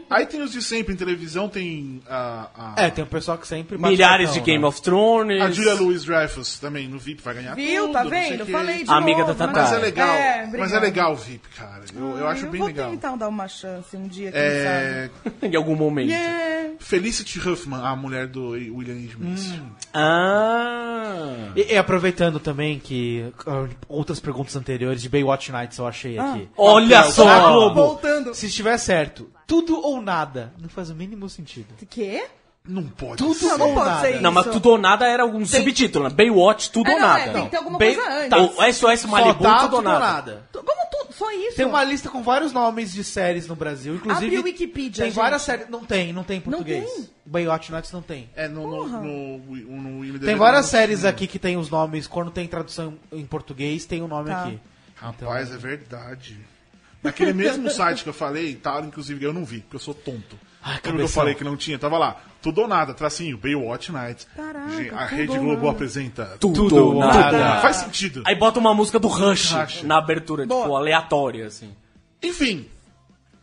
[SPEAKER 5] Aí tem os de sempre, em televisão tem a, a,
[SPEAKER 7] É, tem um pessoal que sempre bate
[SPEAKER 3] Milhares de
[SPEAKER 7] cartão,
[SPEAKER 3] Game
[SPEAKER 7] né?
[SPEAKER 3] of Thrones.
[SPEAKER 5] a Julia Louis-Dreyfus também no VIP, vai ganhar
[SPEAKER 6] Viu?
[SPEAKER 5] tudo,
[SPEAKER 6] Tá
[SPEAKER 5] não sei o
[SPEAKER 6] vendo?
[SPEAKER 5] quê.
[SPEAKER 6] Falei de
[SPEAKER 3] Amiga
[SPEAKER 6] novo,
[SPEAKER 3] da Tatá.
[SPEAKER 5] Mas é legal,
[SPEAKER 6] É,
[SPEAKER 5] mas é
[SPEAKER 6] obrigada. Ah,
[SPEAKER 5] legal o VIP, cara. Eu, eu acho bem
[SPEAKER 6] vou
[SPEAKER 5] legal.
[SPEAKER 6] tentar dar uma chance um dia, quem sabe.
[SPEAKER 5] É,
[SPEAKER 3] Em algum momento.
[SPEAKER 6] É.
[SPEAKER 5] Felicity Huffman, a mulher do William H. Macy.
[SPEAKER 6] Hum.
[SPEAKER 3] Ah.
[SPEAKER 7] E, e aproveitando também que ah, outras perguntas anteriores de Baywatch Nights eu achei aqui.
[SPEAKER 3] Ah. Olha só!
[SPEAKER 7] Na Globo,
[SPEAKER 6] Voltando.
[SPEAKER 7] se estiver certo, tudo ou nada não faz o mínimo sentido.
[SPEAKER 6] Quê?
[SPEAKER 5] Não pode
[SPEAKER 7] Tudo
[SPEAKER 5] ser.
[SPEAKER 6] Não, não
[SPEAKER 7] ou
[SPEAKER 6] pode
[SPEAKER 7] nada.
[SPEAKER 6] ser isso.
[SPEAKER 3] Não, mas tudo ou nada era algum subtítulo, né? Baywatch, tudo
[SPEAKER 6] É,
[SPEAKER 3] ou
[SPEAKER 6] não,
[SPEAKER 3] nada.
[SPEAKER 6] é, tem que ter alguma
[SPEAKER 3] Bay-
[SPEAKER 6] coisa antes.
[SPEAKER 3] Tá, o SOS Malibu,
[SPEAKER 7] Só tá
[SPEAKER 3] tudo ou nada.
[SPEAKER 6] Tu- Como tudo? Só isso?
[SPEAKER 7] Tem uma lista com vários nomes de séries no Brasil, inclusive.
[SPEAKER 6] Abre o
[SPEAKER 7] Tem
[SPEAKER 6] Wikipedia, gente.
[SPEAKER 7] várias séries. Não tem, não tem em
[SPEAKER 6] Não
[SPEAKER 7] português.
[SPEAKER 6] tem?
[SPEAKER 7] Baywatch Nights não tem.
[SPEAKER 5] É, no, no, no, no, no IMDb
[SPEAKER 7] Tem várias
[SPEAKER 5] não-
[SPEAKER 7] séries aqui que tem os nomes, quando tem tradução em português, tem o nome
[SPEAKER 6] Tá.
[SPEAKER 7] aqui.
[SPEAKER 5] Rapaz, é verdade. Naquele mesmo site que eu falei, tá, inclusive eu não vi, porque eu sou tonto.
[SPEAKER 7] Ai,
[SPEAKER 5] Lembra que eu
[SPEAKER 7] Ah, cabeção.
[SPEAKER 5] falei que não tinha? Tava lá, tudo ou nada, tracinho, Baywatch Nights.
[SPEAKER 6] Caraca,
[SPEAKER 5] Gente, a
[SPEAKER 6] tudo
[SPEAKER 5] Rede
[SPEAKER 6] ou
[SPEAKER 5] Globo
[SPEAKER 6] nada.
[SPEAKER 5] apresenta
[SPEAKER 3] Tudo,
[SPEAKER 7] Tudo
[SPEAKER 3] ou
[SPEAKER 7] ou
[SPEAKER 3] nada.
[SPEAKER 7] nada.
[SPEAKER 5] Ah, Faz sentido.
[SPEAKER 3] Aí bota uma música do Rush,
[SPEAKER 5] Rush.
[SPEAKER 3] na abertura, tipo,
[SPEAKER 6] Boa.
[SPEAKER 3] aleatória, assim.
[SPEAKER 5] Enfim,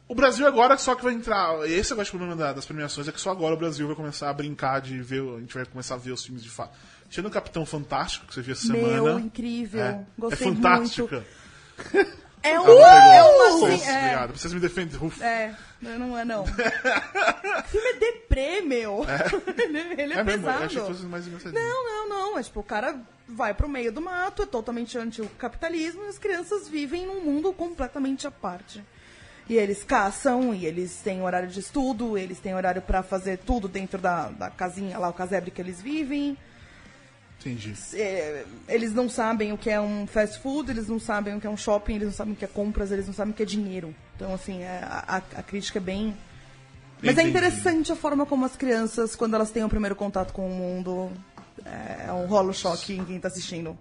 [SPEAKER 5] o Brasil agora só que vai entrar. Esse eu acho que é o problema da- das premiações, é que só agora o Brasil vai começar a brincar de ver. A gente vai começar a ver os filmes de fato. Tirando o Capitão Fantástico, que você viu essa
[SPEAKER 6] Meu,
[SPEAKER 5] semana.
[SPEAKER 6] incrível.
[SPEAKER 5] é,
[SPEAKER 6] Gostei
[SPEAKER 5] é fantástica.
[SPEAKER 6] É
[SPEAKER 5] Ah, não
[SPEAKER 6] um...
[SPEAKER 5] pegou.
[SPEAKER 6] é uma...
[SPEAKER 5] Nossa,
[SPEAKER 6] assim, é.
[SPEAKER 5] Obrigado. tá Vocês me defendem. Ufa.
[SPEAKER 6] É, não é não. o filme é deprê, meu. Ele é- Ele é,
[SPEAKER 5] mesmo,
[SPEAKER 6] pesado.
[SPEAKER 5] eu achei que fosse mais engraçadinho.
[SPEAKER 6] Não, não, não. É tipo, o cara vai pro meio do mato, é totalmente anti o capitalismo, e as crianças vivem num mundo completamente à parte. E eles caçam, e eles têm horário de estudo, eles têm horário pra fazer tudo dentro da, da casinha lá, o casebre que eles vivem.
[SPEAKER 5] Entendi.
[SPEAKER 6] É, eles não sabem o que é um fast food, eles não sabem o que é um shopping, eles não sabem o que é compras, eles não sabem o que é dinheiro. Então, assim, é- a, a- a crítica é bem. Mas é
[SPEAKER 5] Entendi.
[SPEAKER 6] interessante a forma como as crianças, quando elas têm o primeiro contato com o mundo, é é um rolo choque em quem tá assistindo.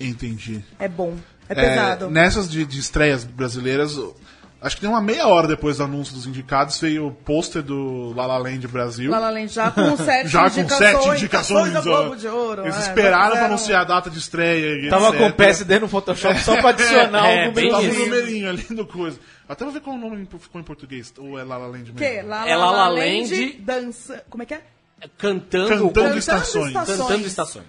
[SPEAKER 5] Entendi.
[SPEAKER 6] É bom, é
[SPEAKER 5] É,
[SPEAKER 6] pesado.
[SPEAKER 5] nessas de, de estreias brasileiras, eu- acho que tem uma meia hora depois do anúncio dos indicados, veio o pôster do La La Land Brasil.
[SPEAKER 6] Lá, lá, lá, já com sete
[SPEAKER 5] já com
[SPEAKER 6] indicações.
[SPEAKER 5] sete indicações.
[SPEAKER 6] da
[SPEAKER 5] ó.
[SPEAKER 6] Globo de Ouro.
[SPEAKER 5] Eles
[SPEAKER 6] é,
[SPEAKER 5] esperaram pra
[SPEAKER 6] fizeram-
[SPEAKER 5] anunciar a data de estreia. e
[SPEAKER 7] Tava
[SPEAKER 5] etc.
[SPEAKER 7] com o PSD no Photoshop só pra adicionar
[SPEAKER 3] É,
[SPEAKER 7] o
[SPEAKER 3] bem
[SPEAKER 5] Tava
[SPEAKER 7] número.
[SPEAKER 5] um
[SPEAKER 3] isso.
[SPEAKER 5] numerinho ali no coisa. Até vou ver qual é o nome ficou em português. Ou é La La Land mesmo?
[SPEAKER 6] Que? Lá, lá,
[SPEAKER 3] É La La
[SPEAKER 6] lá,
[SPEAKER 3] Land,
[SPEAKER 6] Land, dança. Como é que é?
[SPEAKER 3] Cantando,
[SPEAKER 5] Cantando
[SPEAKER 3] cantando,
[SPEAKER 5] estações.
[SPEAKER 3] cantando estações.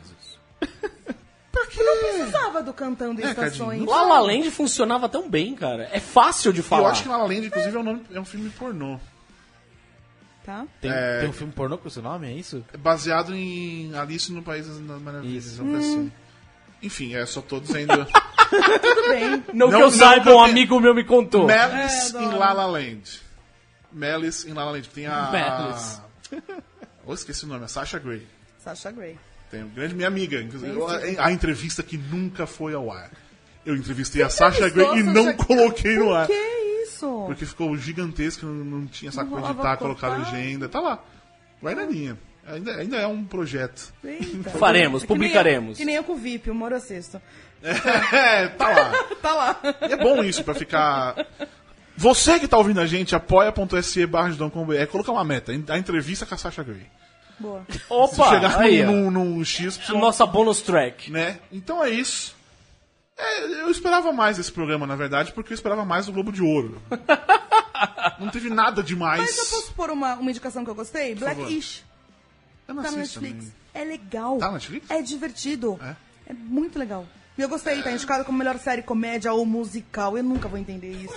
[SPEAKER 6] Não precisava do cantando
[SPEAKER 5] É,
[SPEAKER 6] estações.
[SPEAKER 5] Cadinho,
[SPEAKER 3] La La Land funcionava tão bem, cara. É fácil de
[SPEAKER 5] E eu
[SPEAKER 3] falar.
[SPEAKER 5] acho que La La Land, inclusive, é um, nome- é um filme pornô.
[SPEAKER 6] Tá?
[SPEAKER 7] Tem,
[SPEAKER 5] É.
[SPEAKER 7] tem um filme pornô com esse nome, é isso?
[SPEAKER 5] É baseado em Alice no País das Maravilhas.
[SPEAKER 7] Isso.
[SPEAKER 5] uma
[SPEAKER 6] Hum.
[SPEAKER 5] coisa assim. Enfim, é só todos ainda.
[SPEAKER 6] Tudo bem.
[SPEAKER 3] Não,
[SPEAKER 5] Não,
[SPEAKER 3] que eu
[SPEAKER 5] não,
[SPEAKER 3] saiba,
[SPEAKER 5] não,
[SPEAKER 3] um
[SPEAKER 5] não.
[SPEAKER 3] amigo meu me contou.
[SPEAKER 5] Melis
[SPEAKER 6] É,
[SPEAKER 5] em
[SPEAKER 6] não.
[SPEAKER 5] La La Land. Melis em La La Land. Tem a...
[SPEAKER 3] Melis.
[SPEAKER 5] Oh, esqueci o nome. A Sasha Grey.
[SPEAKER 6] Sasha Grey.
[SPEAKER 5] Tem um grande minha amiga, inclusive. A, a entrevista que nunca foi ao ar. Eu entrevistei a Sasha Grey e
[SPEAKER 6] Nossa,
[SPEAKER 5] não
[SPEAKER 6] Sasha-
[SPEAKER 5] coloquei no ar.
[SPEAKER 6] Por que isso?
[SPEAKER 5] Porque ficou gigantesco, não, não tinha saco
[SPEAKER 6] Não
[SPEAKER 5] pra
[SPEAKER 6] rolava
[SPEAKER 5] editar,
[SPEAKER 6] cortar.
[SPEAKER 5] colocar tá legenda. Tá lá. Guardadinha. Ainda, ainda é um projeto.
[SPEAKER 6] Eita.
[SPEAKER 3] Faremos,
[SPEAKER 6] É que nem eu-
[SPEAKER 3] publicaremos.
[SPEAKER 6] Que nem eu com o VIP, o Moro Sexto.
[SPEAKER 5] É, tá lá.
[SPEAKER 6] Tá lá.
[SPEAKER 5] É bom isso pra ficar. Você que tá ouvindo a gente, apoia.se barra de Dom Combo. é colocar uma meta. A entrevista com a Sasha Grey.
[SPEAKER 6] Boa.
[SPEAKER 3] Opa!
[SPEAKER 5] Se chegar
[SPEAKER 3] aí, ó.
[SPEAKER 5] num, num, num X,
[SPEAKER 3] Nossa bonus track.
[SPEAKER 5] né? Então é isso. É, eu esperava mais esse programa, na verdade, porque eu esperava mais do Globo de Ouro. Não teve nada demais.
[SPEAKER 6] Mas eu posso pôr uma, uma indicação que eu gostei? Blackish.
[SPEAKER 5] Eu não
[SPEAKER 6] Tá na
[SPEAKER 5] assisto
[SPEAKER 6] Netflix.
[SPEAKER 5] também.
[SPEAKER 6] É legal.
[SPEAKER 5] Tá na Netflix?
[SPEAKER 6] É divertido.
[SPEAKER 5] É?
[SPEAKER 6] É, muito legal. E eu gostei, tá indicado como melhor série comédia ou musical. Eu nunca vou entender isso.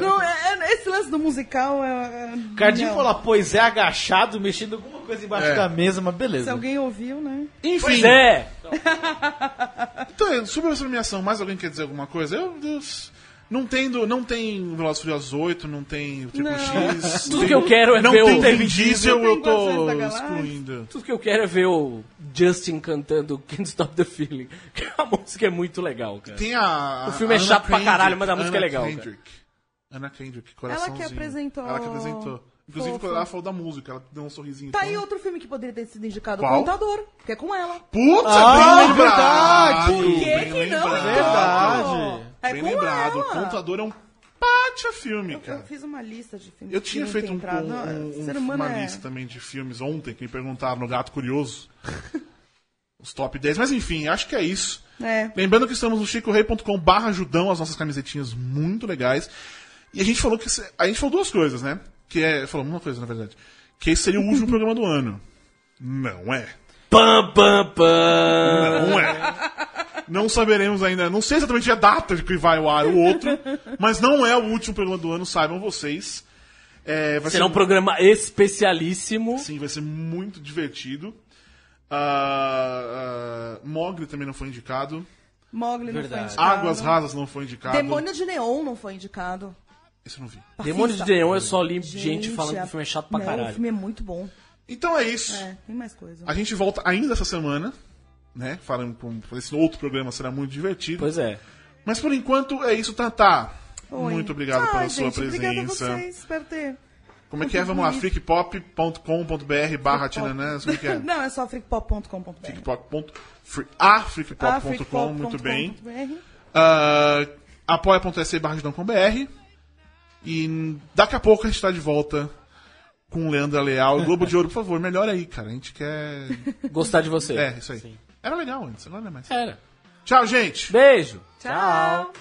[SPEAKER 6] Não, é- é- esse lance do musical é. é-
[SPEAKER 7] Cardinho
[SPEAKER 6] não.
[SPEAKER 7] falou, "Ah, pois é, agachado, mexendo alguma coisa embaixo
[SPEAKER 5] É.
[SPEAKER 7] da mesa, mas
[SPEAKER 6] Se
[SPEAKER 7] beleza.
[SPEAKER 6] alguém ouviu, né?
[SPEAKER 3] Pois é.
[SPEAKER 5] Então, é, sobre essa nomeação, mais alguém quer dizer alguma coisa? Eu, Deus. Não tem, do- não tem Velozes e Furiosos 8, não tem Triple
[SPEAKER 6] Não.
[SPEAKER 5] X.
[SPEAKER 3] Tudo
[SPEAKER 5] tem-
[SPEAKER 3] que eu quero é
[SPEAKER 5] Não
[SPEAKER 3] ver
[SPEAKER 5] tem
[SPEAKER 3] o-
[SPEAKER 5] Vin Diesel,
[SPEAKER 6] Tem
[SPEAKER 5] eu tô
[SPEAKER 6] Guardiões da Galáxia.
[SPEAKER 5] excluindo.
[SPEAKER 3] Tudo que eu quero é ver o Justin cantando Can't Stop the Feeling. Que a música é muito legal, cara.
[SPEAKER 5] Tem a.
[SPEAKER 3] O filme é
[SPEAKER 5] Anna
[SPEAKER 3] chato pra
[SPEAKER 5] Kendrick,
[SPEAKER 3] caralho, mas a música é
[SPEAKER 5] Anna
[SPEAKER 3] legal,
[SPEAKER 5] Kendrick. Ana Kendrick, coraçãozinho.
[SPEAKER 6] apresentou.
[SPEAKER 5] Ela que apresentou. Inclusive,
[SPEAKER 6] Fofa.
[SPEAKER 5] quando ela falou da música, ela deu um sorrisinho.
[SPEAKER 6] Tá aí
[SPEAKER 5] então.
[SPEAKER 6] outro filme que poderia ter sido indicado:
[SPEAKER 5] Qual?
[SPEAKER 6] Contador, que é com ela.
[SPEAKER 5] Puta,
[SPEAKER 6] Ah, é
[SPEAKER 5] bem lembrado!
[SPEAKER 7] verdade!
[SPEAKER 6] Por que que não
[SPEAKER 5] lembrado.
[SPEAKER 6] Verdade. É
[SPEAKER 5] bem
[SPEAKER 6] com
[SPEAKER 5] lembrado.
[SPEAKER 6] ela.
[SPEAKER 5] O Contador é um pátia filme,
[SPEAKER 6] Eu, eu
[SPEAKER 5] cara.
[SPEAKER 6] fiz uma lista de filmes.
[SPEAKER 5] Eu
[SPEAKER 6] que
[SPEAKER 5] tinha
[SPEAKER 6] não
[SPEAKER 5] feito
[SPEAKER 6] tem
[SPEAKER 5] um,
[SPEAKER 6] entrado.
[SPEAKER 5] um,
[SPEAKER 6] Não,
[SPEAKER 5] um-
[SPEAKER 6] ser humano
[SPEAKER 5] uma
[SPEAKER 6] é-
[SPEAKER 5] lista também de filmes ontem que me perguntaram no Gato Curioso. Os top 10, mas enfim, acho que é isso.
[SPEAKER 6] É.
[SPEAKER 5] Lembrando que estamos no chicorei.com barra ajudão, as nossas camisetinhas muito legais. E a gente falou que. se- A gente falou duas coisas, né? Que é. Falou uma coisa, na verdade. Que esse seria o último programa do ano. Não é.
[SPEAKER 3] Pam, pam, pam.
[SPEAKER 5] Não é. Não saberemos ainda. Não sei exatamente a data de que vai ao ar o outro, mas não é o último programa do ano, saibam vocês. É, vai
[SPEAKER 3] Será um programa especialíssimo.
[SPEAKER 5] Sim, vai ser muito divertido. Ah, ah, Mogli também não foi indicado.
[SPEAKER 6] Mogli não foi
[SPEAKER 7] Verdade.
[SPEAKER 6] indicado.
[SPEAKER 5] Águas Rasas não foi indicado.
[SPEAKER 6] Ah. Demônio de Neon não foi indicado.
[SPEAKER 5] Esse eu não vi.
[SPEAKER 3] Demônio um de
[SPEAKER 6] Fascista.
[SPEAKER 3] Neon, eu só li gente, falando
[SPEAKER 6] a-
[SPEAKER 3] que o filme é chato pra
[SPEAKER 6] não, O
[SPEAKER 3] caralho.
[SPEAKER 6] filme é muito bom.
[SPEAKER 5] Então é isso.
[SPEAKER 6] É, tem mais coisa.
[SPEAKER 5] A gente volta ainda essa semana, né? Falando com esse outro programa será muito divertido.
[SPEAKER 3] Pois é.
[SPEAKER 5] Mas por enquanto é isso, Tatá.
[SPEAKER 6] Oi.
[SPEAKER 5] Muito obrigado
[SPEAKER 6] Ah,
[SPEAKER 5] pela
[SPEAKER 6] gente,
[SPEAKER 5] sua
[SPEAKER 6] Obrigada a
[SPEAKER 5] presença.
[SPEAKER 6] vocês, espero ter.
[SPEAKER 5] Como é que é? Vamos lá, freakpop.com.br barra tinanãs, como é que é?
[SPEAKER 6] Não, é só freakpop.com.br.
[SPEAKER 5] Freakpop.com, ah, freakpop.com, muito bem. Ah, apoia.se barra ajudão com BR. E daqui a pouco a gente tá de volta com Leandra Leal e Globo de Ouro, por favor, melhora aí, cara. A gente quer...
[SPEAKER 3] Gostar de você.
[SPEAKER 5] É, isso aí. Era legal antes, agora não é mais.
[SPEAKER 3] Era.
[SPEAKER 5] Tchau, gente!
[SPEAKER 3] Beijo.
[SPEAKER 6] Tchau.